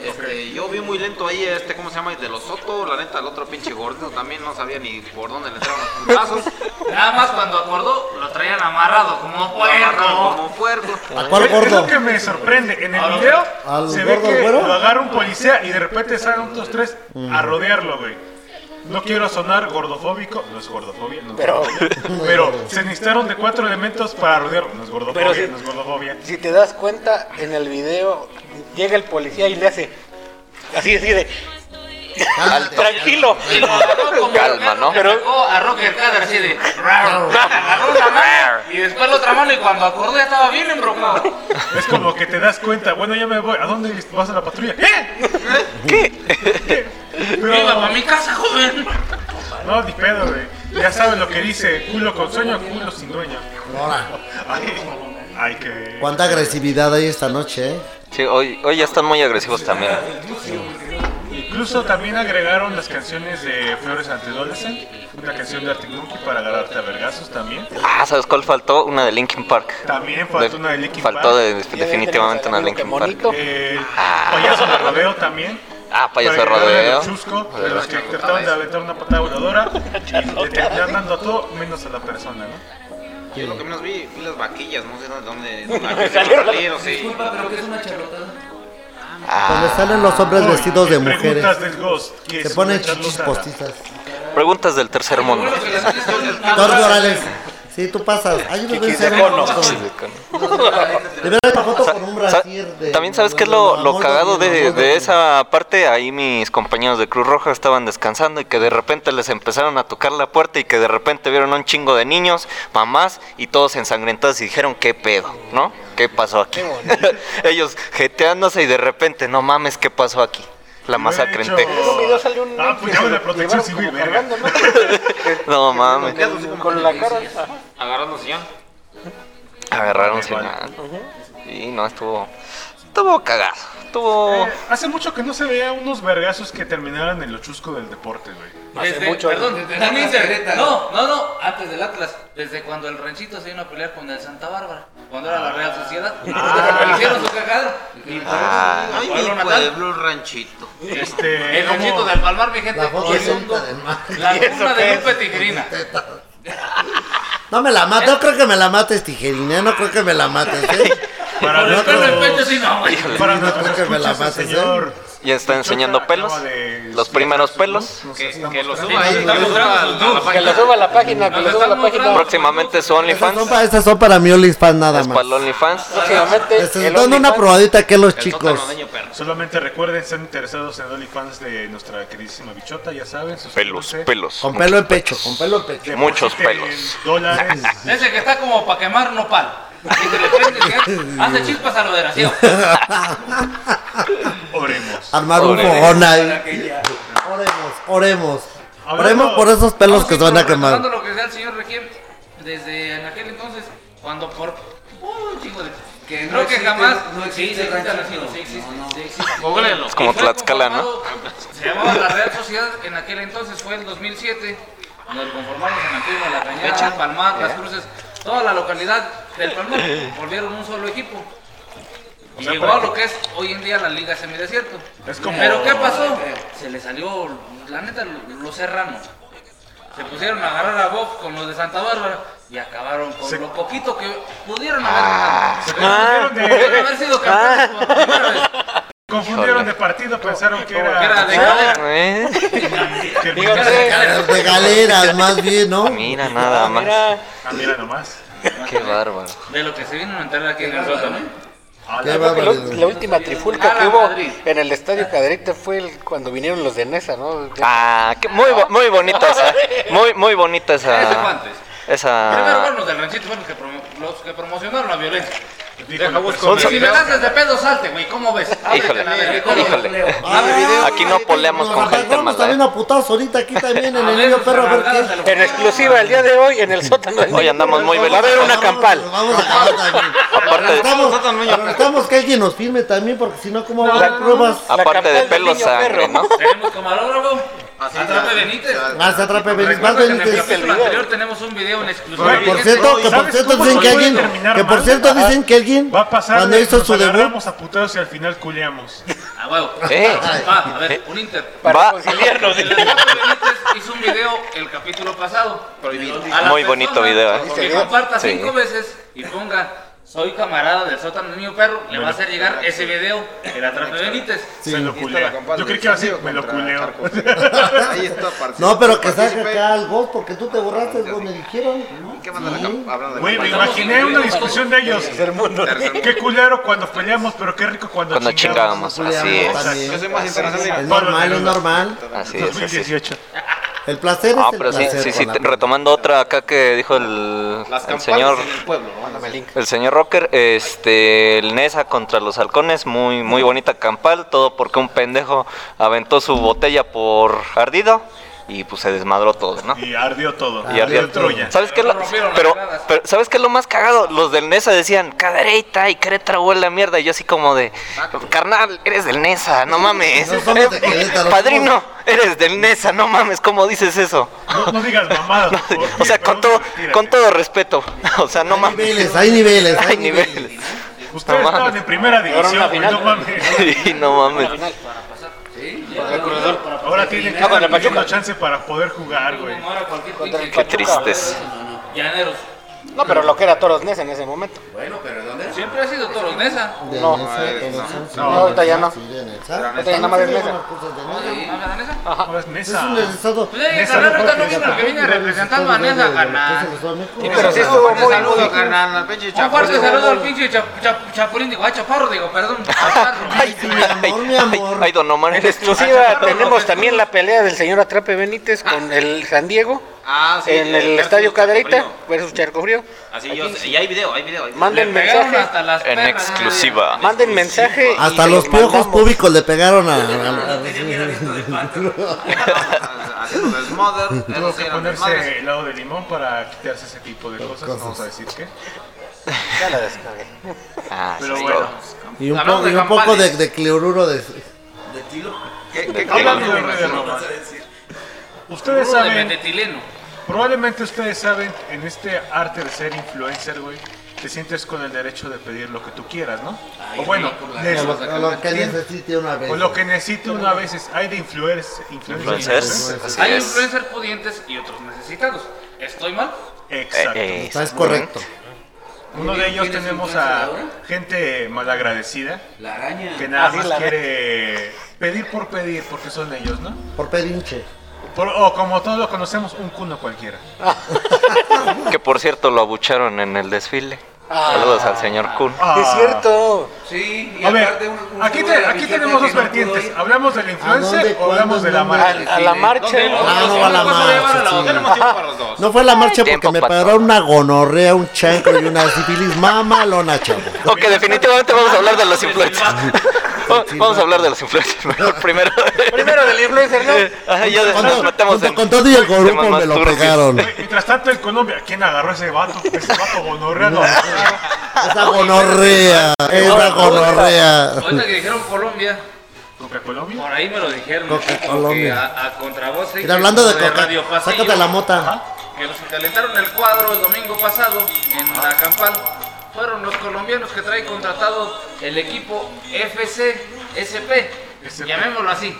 [SPEAKER 6] Este, yo vi muy lento ahí este, ¿cómo se llama? El de los Soto, la neta, el otro pinche gordito también no sabía ni por dónde le entraban los (laughs) puntazos.
[SPEAKER 5] Nada más cuando acordó, lo traían amarrado como puerco.
[SPEAKER 6] Como puerco.
[SPEAKER 3] ¿A cuál
[SPEAKER 1] Es- Es lo
[SPEAKER 3] gordo?
[SPEAKER 1] que me sorprende. En el video
[SPEAKER 3] ¿Al
[SPEAKER 1] se ve
[SPEAKER 3] gordo
[SPEAKER 1] que
[SPEAKER 3] güero? Mm.
[SPEAKER 1] lo agarra un policía y de repente salen otros tres a rodearlo, güey. No quiero sonar gordofóbico, no es gordofobia, no es
[SPEAKER 4] Pero-
[SPEAKER 1] gordofobia. pero se necesitaron de cuatro elementos para rodearlo, no es gordofobia,
[SPEAKER 4] Pero sí.
[SPEAKER 1] no es gordofobia.
[SPEAKER 4] Si te das cuenta, en el video llega el policía y le hace así, así de
[SPEAKER 3] Cálmate.
[SPEAKER 4] tranquilo.
[SPEAKER 5] Y lo agarró como
[SPEAKER 2] Calma,
[SPEAKER 5] perro
[SPEAKER 2] ¿no?
[SPEAKER 5] que sacó a Rocker Cader así de.
[SPEAKER 2] (laughs)
[SPEAKER 5] Agarró una mano y después la otra mano. Y cuando acordó, ya estaba
[SPEAKER 2] (laughs)
[SPEAKER 5] bien embromado.
[SPEAKER 1] Es como que te das cuenta, bueno, ya me voy, ¿a dónde vas a la patrulla? ¿Eh? ¿Qué?
[SPEAKER 5] Venga
[SPEAKER 1] Pero,
[SPEAKER 5] para mi casa, joven.
[SPEAKER 1] no, ni pedo, güey. Ya sabes lo que dice, culo con sueño, culo sin dueño.
[SPEAKER 3] Ahora,
[SPEAKER 1] Ay, ay, que...
[SPEAKER 3] cuánta agresividad hay esta noche, eh.
[SPEAKER 2] Sí, hoy, hoy ya están muy agresivos también.
[SPEAKER 1] Incluso también agregaron las canciones de Flores Antidolescent, una canción de Arctic Monkey para agarrarte a vergazos también.
[SPEAKER 2] Ah, ¿sabes cuál faltó? Una de Linkin Park.
[SPEAKER 1] También faltó una de Linkin
[SPEAKER 2] faltó
[SPEAKER 1] Park.
[SPEAKER 2] de- definitivamente una de Linkin Park.
[SPEAKER 4] (laughs) Monito.
[SPEAKER 1] Eh, payaso de rodeo también.
[SPEAKER 2] Ah, payaso de
[SPEAKER 1] Para agregarle a los
[SPEAKER 2] rodeo.
[SPEAKER 1] Chusco, de los que trataban de aventar una patada voladora y le terminaban dando a todo menos a la persona, ¿no?
[SPEAKER 6] Yo lo que menos vi, vi las vaquillas, no sé dónde, dónde
[SPEAKER 4] Salieron.
[SPEAKER 6] salieron, sí.
[SPEAKER 3] Cuando
[SPEAKER 2] Ah,
[SPEAKER 3] salen los hombres vestidos de mujeres,
[SPEAKER 1] Preguntas del Ghost. que
[SPEAKER 3] se
[SPEAKER 1] es
[SPEAKER 3] ponen
[SPEAKER 1] una charlotte
[SPEAKER 3] chichis
[SPEAKER 1] rara.
[SPEAKER 3] postizas.
[SPEAKER 2] preguntas del tercer mundo.
[SPEAKER 3] Jorge Orales, sí, tú pasas. Ay, yo me voy a
[SPEAKER 4] Chiquis de
[SPEAKER 3] hacer
[SPEAKER 2] (laughs)
[SPEAKER 4] cono.
[SPEAKER 3] una foto. De verdad, la foto con un
[SPEAKER 2] Sa-
[SPEAKER 3] brasier de-
[SPEAKER 2] También sabes qué es lo,
[SPEAKER 3] de-
[SPEAKER 2] lo
[SPEAKER 3] amor
[SPEAKER 2] cagado de,
[SPEAKER 3] divino,
[SPEAKER 2] de
[SPEAKER 3] amor
[SPEAKER 2] esa parte. Ahí mis compañeros de Cruz Roja estaban descansando y que de repente les empezaron a tocar la puerta y que de repente vieron a un chingo de niños, mamás y todos ensangrentados y dijeron qué pedo, ¿no? (laughs) ¿Qué pasó aquí? Ellos jeteándose y de repente, no mames, ¿qué pasó aquí? la masacre en
[SPEAKER 1] hecho-
[SPEAKER 2] Texas.
[SPEAKER 4] En un video salió un.
[SPEAKER 1] Ah, pues llame a la protección
[SPEAKER 4] Llevaron como
[SPEAKER 1] civil, verga. (laughs)
[SPEAKER 4] cargando, ¿no?
[SPEAKER 2] No mames.
[SPEAKER 4] Con- Con la cara.
[SPEAKER 6] Agarrando sillón.
[SPEAKER 2] Agarraron sin
[SPEAKER 1] Igual.
[SPEAKER 2] nada. Y no, estuvo. Estuvo cagado. Estuvo.
[SPEAKER 1] Eh, hace mucho que no se veía unos vergazos que terminaran en lo chusco del deporte, güey.
[SPEAKER 4] Hace
[SPEAKER 5] Desde-
[SPEAKER 4] mucho,
[SPEAKER 5] Perdón,
[SPEAKER 4] ¿no?
[SPEAKER 5] desde también se- No, no, no, antes del Atlas. Desde cuando el Ranchito se vino a pelear con el Santa Bárbara. Cuando era la Real Sociedad. Le hicieron su cagada. Y por eso,
[SPEAKER 6] Ay,
[SPEAKER 5] pueblo
[SPEAKER 6] mi
[SPEAKER 5] natal.
[SPEAKER 6] pueblo ranchito.
[SPEAKER 1] Este,
[SPEAKER 5] El Ranchito
[SPEAKER 1] ¿cómo-
[SPEAKER 5] del Palmar, mi gente.
[SPEAKER 3] La foto
[SPEAKER 5] es
[SPEAKER 3] de
[SPEAKER 5] un-
[SPEAKER 3] Lupe de Mar.
[SPEAKER 5] La
[SPEAKER 3] ¿Y eso
[SPEAKER 5] cuna
[SPEAKER 3] qué
[SPEAKER 5] de
[SPEAKER 3] es?
[SPEAKER 5] Lupe Tigrina.
[SPEAKER 3] No me la mates, no creo que me la mates, tijerina, no creo que me la mates, ¿eh?
[SPEAKER 1] Para
[SPEAKER 3] No
[SPEAKER 5] Pero
[SPEAKER 1] nuestros-
[SPEAKER 5] el pecho sí no, güey.
[SPEAKER 1] para
[SPEAKER 3] No
[SPEAKER 1] nuestros
[SPEAKER 3] creo que me la
[SPEAKER 1] escuchas, el
[SPEAKER 3] mates, ¿eh?
[SPEAKER 1] señor.
[SPEAKER 2] Ya está
[SPEAKER 1] Chota
[SPEAKER 2] enseñando
[SPEAKER 1] acaba
[SPEAKER 2] pelos.
[SPEAKER 1] de-
[SPEAKER 2] Los primeros pelos.
[SPEAKER 1] Nos
[SPEAKER 6] Que,
[SPEAKER 1] está
[SPEAKER 6] que lo
[SPEAKER 1] mostrando.
[SPEAKER 6] suba ahí.
[SPEAKER 5] Está
[SPEAKER 6] que lo suba
[SPEAKER 5] mostrando sus
[SPEAKER 6] a la
[SPEAKER 5] nudes.
[SPEAKER 4] Que
[SPEAKER 6] página.
[SPEAKER 4] lo suba a la página, que lo suba a la página.
[SPEAKER 2] Próximamente su
[SPEAKER 3] Esas son,
[SPEAKER 2] OnlyFans.
[SPEAKER 3] pa- esas son para mi OnlyFans nada
[SPEAKER 2] Es
[SPEAKER 3] más.
[SPEAKER 2] para el OnlyFans.
[SPEAKER 4] Próximamente.
[SPEAKER 3] Les estoy
[SPEAKER 4] el
[SPEAKER 3] dando Este, una
[SPEAKER 4] OnlyFans.
[SPEAKER 3] probadita aquí a los
[SPEAKER 6] El
[SPEAKER 3] chicos.
[SPEAKER 6] sótano daño perro.
[SPEAKER 1] Solamente recuerden, están interesados en OnlyFans de nuestra queridísima bichota, ya saben.
[SPEAKER 2] Pelos,
[SPEAKER 1] suscríbanse.
[SPEAKER 2] pelos.
[SPEAKER 3] Con pelo en pecho, con pelo en
[SPEAKER 2] (laughs)
[SPEAKER 3] pecho.
[SPEAKER 1] Depositen
[SPEAKER 2] Muchos pelos.
[SPEAKER 1] Dólares.
[SPEAKER 5] Ese que está como para quemar nopal. Y de repente que ¿eh? hace chispas a lo de Araceo.
[SPEAKER 1] Oremos.
[SPEAKER 2] (laughs)
[SPEAKER 3] Armar un
[SPEAKER 2] Oremos.
[SPEAKER 3] fogón ahí. Oremos, oremos.
[SPEAKER 1] Hablando-
[SPEAKER 3] Oremos por esos pelos que se van a
[SPEAKER 5] Retomando
[SPEAKER 3] quemar.
[SPEAKER 5] lo que decía el señor Regil, desde en aquel entonces, cuando por. Oh, un chingo de-
[SPEAKER 7] Que no
[SPEAKER 5] Creo que
[SPEAKER 7] existe-
[SPEAKER 5] jamás.
[SPEAKER 7] no existe
[SPEAKER 5] Sí, sí existe
[SPEAKER 7] ranchito.
[SPEAKER 5] ranchito,
[SPEAKER 7] No,
[SPEAKER 5] sí existe,
[SPEAKER 7] no.
[SPEAKER 5] sí existe.
[SPEAKER 6] Googleenlo.
[SPEAKER 2] Es como
[SPEAKER 5] Y fue
[SPEAKER 2] Tlaxcala, ¿no?
[SPEAKER 5] conformado- Se llamaba la Real Sociedad, en aquel entonces fue el 2007. Nos conformamos en Antigua, La Cañada, Palmar, Las Cruces, toda la localidad del Palmar. Volvieron un solo equipo.
[SPEAKER 1] O
[SPEAKER 5] Y
[SPEAKER 1] sea,
[SPEAKER 5] llegó
[SPEAKER 1] para-
[SPEAKER 5] a lo que es hoy en día la Liga Semidesierto.
[SPEAKER 1] Es como-
[SPEAKER 5] Pero ¿qué pasó? Se le salió, la neta, lo- los serranos. Se pusieron a agarrar a Bob con los de Santa Bárbara y acabaron con
[SPEAKER 1] Se-
[SPEAKER 5] lo poquito que pudieron haber ganado.
[SPEAKER 1] Se
[SPEAKER 5] Pero
[SPEAKER 1] confundieron
[SPEAKER 5] pudieron
[SPEAKER 1] de,
[SPEAKER 5] haber sido campeones por primera vez.
[SPEAKER 1] confundieron de partido, pensaron que
[SPEAKER 4] Ah,
[SPEAKER 1] era,
[SPEAKER 5] Que era de cadena.
[SPEAKER 2] Eh,
[SPEAKER 1] que el
[SPEAKER 4] Dígame.
[SPEAKER 1] Mundial-
[SPEAKER 3] De galeras, más bien, ¿no?
[SPEAKER 2] Mira nada más.
[SPEAKER 4] Mira,
[SPEAKER 1] Ah, mira nomás.
[SPEAKER 2] Qué bárbaro.
[SPEAKER 5] De lo que se vino a enterar aquí en el sótano.
[SPEAKER 1] Ah,
[SPEAKER 3] Qué
[SPEAKER 1] la-
[SPEAKER 3] bárbaro.
[SPEAKER 4] la- la última trifulca
[SPEAKER 5] Ah,
[SPEAKER 4] que hubo
[SPEAKER 5] Madrid.
[SPEAKER 4] en el estadio Cadereyta fue el- cuando vinieron los de Nesa, ¿no?
[SPEAKER 2] Ah, qué- muy, bo- muy bonita esa. Muy, muy bonita
[SPEAKER 5] Ese fue
[SPEAKER 2] esa.
[SPEAKER 5] antes. Este Primero
[SPEAKER 2] Esa.
[SPEAKER 5] fueron los del ranchito, fueron los que, promo- los que promocionaron la violencia.
[SPEAKER 1] dijo
[SPEAKER 5] Deja
[SPEAKER 1] la
[SPEAKER 5] busco.
[SPEAKER 1] persona.
[SPEAKER 5] Si me lanzas de pedo, salte, güey. ¿Cómo ves?
[SPEAKER 2] Híjole,
[SPEAKER 5] Ábrete la verga, ¿cómo ves?
[SPEAKER 2] híjole.
[SPEAKER 3] Ah, video.
[SPEAKER 2] Aquí no poleamos con
[SPEAKER 3] Nos
[SPEAKER 2] gente
[SPEAKER 3] agarramos
[SPEAKER 2] mala.
[SPEAKER 3] también
[SPEAKER 2] ¿eh?
[SPEAKER 3] a putazos ahorita aquí también en
[SPEAKER 5] A
[SPEAKER 3] el
[SPEAKER 5] ver,
[SPEAKER 3] niño
[SPEAKER 5] sus
[SPEAKER 3] perro. a ver
[SPEAKER 5] amargadas
[SPEAKER 3] qué-
[SPEAKER 5] a lo-
[SPEAKER 4] En exclusiva el día de hoy en el sótano. del
[SPEAKER 2] ¿eh? Hoy
[SPEAKER 4] niño.
[SPEAKER 2] andamos muy
[SPEAKER 4] Va a haber
[SPEAKER 2] veloz.
[SPEAKER 4] una
[SPEAKER 3] Nos
[SPEAKER 4] campal.
[SPEAKER 3] Vamos a acabar también.
[SPEAKER 2] Aparte de-
[SPEAKER 3] Necesitamos, necesitamos que alguien nos firme también, porque si no, ¿cómo van las pruebas?
[SPEAKER 2] Aparte de pelos sangre, ¿no?
[SPEAKER 5] Tenemos camarógrafo.
[SPEAKER 6] Así
[SPEAKER 5] Atrape
[SPEAKER 6] es.
[SPEAKER 5] Benítez.
[SPEAKER 3] Ah, se atrape Benítez. Más
[SPEAKER 5] Recuerda que en el
[SPEAKER 3] Benítez.
[SPEAKER 5] capítulo anterior tenemos un video en exclusiva.
[SPEAKER 1] Bueno,
[SPEAKER 3] Por
[SPEAKER 5] Fíjense,
[SPEAKER 3] cierto, que por
[SPEAKER 1] ¿Sabes
[SPEAKER 3] cierto
[SPEAKER 1] cómo
[SPEAKER 3] dicen
[SPEAKER 1] se
[SPEAKER 3] que
[SPEAKER 1] puede
[SPEAKER 3] alguien,
[SPEAKER 1] terminar
[SPEAKER 3] que por
[SPEAKER 1] mal?
[SPEAKER 3] cierto dicen que alguien
[SPEAKER 1] Va a pasar
[SPEAKER 3] cuando
[SPEAKER 1] de-
[SPEAKER 3] hizo
[SPEAKER 1] nos
[SPEAKER 3] su debut,
[SPEAKER 1] agarramos a putados y al final culeamos.
[SPEAKER 5] A huevo.
[SPEAKER 2] Eh.
[SPEAKER 5] Va, a ver, un inter.
[SPEAKER 2] Va.
[SPEAKER 4] Para reconciliarnos.
[SPEAKER 5] El Atrape Benítez hizo un video el capítulo pasado.
[SPEAKER 6] Prohibido.
[SPEAKER 5] A la
[SPEAKER 2] Muy bonito video, ¿eh?
[SPEAKER 5] Que comparta
[SPEAKER 2] Sí.
[SPEAKER 5] cinco veces y ponga soy camarada del sótano del niño perro, le va a hacer llegar ese video el atrape Benítez.
[SPEAKER 1] Se lo
[SPEAKER 6] Está
[SPEAKER 1] culea.
[SPEAKER 6] la campal
[SPEAKER 1] Yo
[SPEAKER 6] del
[SPEAKER 1] creí que iba a decir,
[SPEAKER 6] Santiago
[SPEAKER 1] me lo
[SPEAKER 6] contra
[SPEAKER 1] culeo.
[SPEAKER 6] Charcos.
[SPEAKER 3] (laughs)
[SPEAKER 6] Ahí está, participé.
[SPEAKER 3] no, pero que saque
[SPEAKER 6] Participé.
[SPEAKER 3] acá el gol, porque tú te borraste, gol, me dijeron. ¿no?
[SPEAKER 6] ¿Qué manda la
[SPEAKER 3] Sí.
[SPEAKER 6] camp- hablando
[SPEAKER 1] (laughs)
[SPEAKER 6] de
[SPEAKER 1] Güey, me
[SPEAKER 6] campal?
[SPEAKER 1] imaginé una discusión de ellos.
[SPEAKER 6] Tercer mundo.
[SPEAKER 1] Qué culero cuando peleamos, pero qué rico cuando,
[SPEAKER 2] Cuando chingábamos. Así es.
[SPEAKER 3] También.
[SPEAKER 6] Yo soy más
[SPEAKER 3] Es
[SPEAKER 6] internacional.
[SPEAKER 3] normal, es normal.
[SPEAKER 2] Así es, así es.
[SPEAKER 1] 2018.
[SPEAKER 3] El placer
[SPEAKER 2] Ah,
[SPEAKER 3] es el
[SPEAKER 2] pero sí,
[SPEAKER 3] placer
[SPEAKER 2] sí, sí,
[SPEAKER 3] con la-
[SPEAKER 2] te- retomando otra acá que dijo el,
[SPEAKER 6] Las
[SPEAKER 2] el
[SPEAKER 6] campanas
[SPEAKER 2] señor
[SPEAKER 6] en el pueblo. ¿no? Mándame el link.
[SPEAKER 2] el señor Rocker, este, el Nesa contra los halcones, muy, muy bonita campal, todo porque un pendejo aventó su botella por ardido y pues se desmadró todo, ¿no?
[SPEAKER 1] Y ardió todo.
[SPEAKER 3] Ah,
[SPEAKER 2] Y ardió
[SPEAKER 1] todo. Troya.
[SPEAKER 2] ¿Sabes qué, es lo,
[SPEAKER 5] Rompieron las
[SPEAKER 2] pero,
[SPEAKER 5] gradas.
[SPEAKER 2] pero ¿sabes qué es lo más cagado? Los del NESA decían, cadereita y Querétaro huele a mierda. Y yo así como de, carnal, eres del NESA, no mames.
[SPEAKER 3] No somos de Querétaro,
[SPEAKER 2] (laughs) Padrino, eres del NESA, no mames, ¿cómo dices eso? (laughs)
[SPEAKER 1] No, no digas mamadas. por favor.
[SPEAKER 2] O sea,
[SPEAKER 1] Perdón,
[SPEAKER 2] con todo,
[SPEAKER 1] retírate.
[SPEAKER 2] con todo respeto. (laughs) O sea, no
[SPEAKER 3] Hay
[SPEAKER 2] mames.
[SPEAKER 3] niveles, hay niveles,
[SPEAKER 2] Hay niveles.
[SPEAKER 1] Ustedes
[SPEAKER 2] No mames.
[SPEAKER 1] estaban en primera división, güey, no mames.
[SPEAKER 2] (laughs) Y no mames.
[SPEAKER 1] Ahora tienen que
[SPEAKER 4] No, con el
[SPEAKER 1] tener
[SPEAKER 4] Pachuca.
[SPEAKER 1] una chance para poder jugar, güey.
[SPEAKER 5] Como ahora cualquier
[SPEAKER 4] Contra el
[SPEAKER 5] pinche-
[SPEAKER 4] Pachuca.
[SPEAKER 2] Tristes.
[SPEAKER 5] Llaneros.
[SPEAKER 4] No, pero lo que era Toros Nesa en ese momento.
[SPEAKER 5] Siempre ha sido Toros Nesa.
[SPEAKER 3] No,
[SPEAKER 4] No, no, ahorita ya no.
[SPEAKER 3] Ahorita
[SPEAKER 4] Ahorita ya nada más es mesa.
[SPEAKER 5] ¿Habla Nesa?
[SPEAKER 1] Ahora es
[SPEAKER 3] Es
[SPEAKER 1] Nesa.
[SPEAKER 3] un desestado.
[SPEAKER 5] Pues, eh,
[SPEAKER 1] Nesa,
[SPEAKER 5] carnal,
[SPEAKER 1] no,
[SPEAKER 5] ahorita no
[SPEAKER 1] porque
[SPEAKER 5] vino el que viene representando a Nesa, carnal.
[SPEAKER 4] Sí, pero
[SPEAKER 2] pues
[SPEAKER 4] sí estuvo muy-
[SPEAKER 6] Saludos, carnal. al pinche
[SPEAKER 5] Un fuerte
[SPEAKER 6] chapo.
[SPEAKER 5] saludo al pinche chap- chap- chapulín, digo, ah, chaparro, digo,
[SPEAKER 2] (laughs)
[SPEAKER 5] perdón, chaparro.
[SPEAKER 2] Ay,
[SPEAKER 3] mi amor, mi
[SPEAKER 2] ay,
[SPEAKER 3] amor.
[SPEAKER 2] ay, don Omar,
[SPEAKER 4] En
[SPEAKER 2] eres tú.
[SPEAKER 5] Ah,
[SPEAKER 4] exclusiva
[SPEAKER 5] chaparro,
[SPEAKER 4] tenemos
[SPEAKER 5] porque-
[SPEAKER 4] también la pelea del señor Atrape Benítez con el San Diego.
[SPEAKER 6] Ah, sí,
[SPEAKER 4] en
[SPEAKER 6] el
[SPEAKER 4] el
[SPEAKER 6] versus
[SPEAKER 4] estadio
[SPEAKER 6] Charco
[SPEAKER 4] Caderita
[SPEAKER 6] Frío.
[SPEAKER 4] versus Charco Frío.
[SPEAKER 6] Así yo sé. Y hay video, hay video. Hay video.
[SPEAKER 4] Manden
[SPEAKER 5] Le pegaron
[SPEAKER 4] mensaje.
[SPEAKER 5] hasta las
[SPEAKER 2] En
[SPEAKER 5] perras.
[SPEAKER 2] exclusiva.
[SPEAKER 4] Manden mensaje. y
[SPEAKER 3] Hasta
[SPEAKER 4] se
[SPEAKER 3] los piojos
[SPEAKER 4] mandamos.
[SPEAKER 3] públicos le pegaron
[SPEAKER 2] (laughs)
[SPEAKER 3] a. a- a-
[SPEAKER 6] Haciendo desmoder.
[SPEAKER 1] Tuvo
[SPEAKER 6] eso sí,
[SPEAKER 1] que
[SPEAKER 6] eran
[SPEAKER 1] ponerse
[SPEAKER 6] desmadres.
[SPEAKER 1] helado de limón para quitarse ese tipo de cosas, vamos a decir que.
[SPEAKER 4] Ya la descargué.
[SPEAKER 2] Ah, eso
[SPEAKER 1] Pero
[SPEAKER 2] es
[SPEAKER 1] bueno.
[SPEAKER 2] todo.
[SPEAKER 3] y un,
[SPEAKER 5] Hablando
[SPEAKER 3] po- y
[SPEAKER 5] de
[SPEAKER 3] un poco de,
[SPEAKER 5] campanes.
[SPEAKER 3] de cloruro de.
[SPEAKER 6] ¿Qué, qué
[SPEAKER 1] Hablando
[SPEAKER 6] cabrón,
[SPEAKER 1] de
[SPEAKER 6] güey?
[SPEAKER 1] Rey de Roma. Ustedes
[SPEAKER 5] Puro de
[SPEAKER 1] saben,
[SPEAKER 5] metetileno.
[SPEAKER 1] probablemente ustedes saben, en este arte de ser influencer, güey, te sientes con el derecho de pedir lo que tú quieras, ¿no? o bueno, les-
[SPEAKER 3] Lo, lo que necesite una vez.
[SPEAKER 1] o lo que necesite uno a veces. Hay de influencers. influencers.
[SPEAKER 2] Influencers. Así
[SPEAKER 5] Hay
[SPEAKER 2] es.
[SPEAKER 5] influencers pudientes y otros necesitados. ¿Estoy mal?
[SPEAKER 1] Exacto.
[SPEAKER 2] Eh, eh,
[SPEAKER 3] Está es correcto.
[SPEAKER 1] Uno de ellos tenemos a gente malagradecida. Que nada
[SPEAKER 4] Ah, sí,
[SPEAKER 1] más
[SPEAKER 4] la
[SPEAKER 1] quiere pedir por pedir, porque son ellos, ¿no?
[SPEAKER 3] Por pedinche.
[SPEAKER 1] Por- o como todos lo conocemos, un cuno cualquiera.
[SPEAKER 2] Que por cierto lo abucharon en el desfile.
[SPEAKER 4] Ah.
[SPEAKER 2] Saludos al señor Kun.
[SPEAKER 1] Ah.
[SPEAKER 4] Es cierto.
[SPEAKER 7] Sí, y
[SPEAKER 1] A
[SPEAKER 7] aparte
[SPEAKER 1] ver,
[SPEAKER 7] un- un
[SPEAKER 1] aquí,
[SPEAKER 7] seguro
[SPEAKER 1] te-
[SPEAKER 7] de
[SPEAKER 1] aquí
[SPEAKER 7] billete
[SPEAKER 1] tenemos dos
[SPEAKER 7] que no pudo
[SPEAKER 1] vertientes.
[SPEAKER 7] ir.
[SPEAKER 1] ¿Hablamos del
[SPEAKER 3] ¿A
[SPEAKER 1] influencer
[SPEAKER 3] dónde,
[SPEAKER 1] o hablamos
[SPEAKER 3] cuándo,
[SPEAKER 1] de la
[SPEAKER 3] dónde?
[SPEAKER 4] A,
[SPEAKER 1] marca?
[SPEAKER 4] a la marcha.
[SPEAKER 3] Ah, no, a la marcha, sí.
[SPEAKER 6] Tenemos tiempo para los dos.
[SPEAKER 3] No fue la marcha porque
[SPEAKER 2] Tiempo
[SPEAKER 3] me
[SPEAKER 2] para
[SPEAKER 3] paró
[SPEAKER 2] todo.
[SPEAKER 3] una gonorrea, un chancro y una sífilis mamalona,
[SPEAKER 2] (laughs)
[SPEAKER 3] chavo.
[SPEAKER 2] Ok, definitivamente vamos a hablar de los
[SPEAKER 4] (laughs)
[SPEAKER 2] influencers. Va- vamos a hablar de los influencers mejor primero.
[SPEAKER 4] Primero del influencer, ¿no?
[SPEAKER 2] (laughs) Ajá, ya después
[SPEAKER 3] Junto-
[SPEAKER 2] nos metemos
[SPEAKER 3] junto
[SPEAKER 2] en
[SPEAKER 3] con todo y el
[SPEAKER 2] temas
[SPEAKER 3] gorupo
[SPEAKER 2] más
[SPEAKER 3] me lo
[SPEAKER 2] turbios. (laughs)
[SPEAKER 3] pegaron.
[SPEAKER 1] Güey, Mientras tanto, en Colombia, ¿quién agarró ese vato? Ese vato gonorrea lo agarraron.
[SPEAKER 3] Esa gonorrea, esa gonorrea.
[SPEAKER 5] Ahorita que dijeron Colombia,
[SPEAKER 1] ¿Coca Colombia?
[SPEAKER 5] por ahí me lo dijeron.
[SPEAKER 3] Coca-
[SPEAKER 5] como que
[SPEAKER 3] Colombia.
[SPEAKER 5] A, a contravoz. ¿eh?
[SPEAKER 3] Mira, hablando de coca,
[SPEAKER 5] Radio Pasillo,
[SPEAKER 3] sácate la mota.
[SPEAKER 1] Ajá.
[SPEAKER 5] Que los que calentaron el cuadro el domingo pasado en la campal fueron los colombianos que trae contratado el equipo FCSP. Llamémoslo así.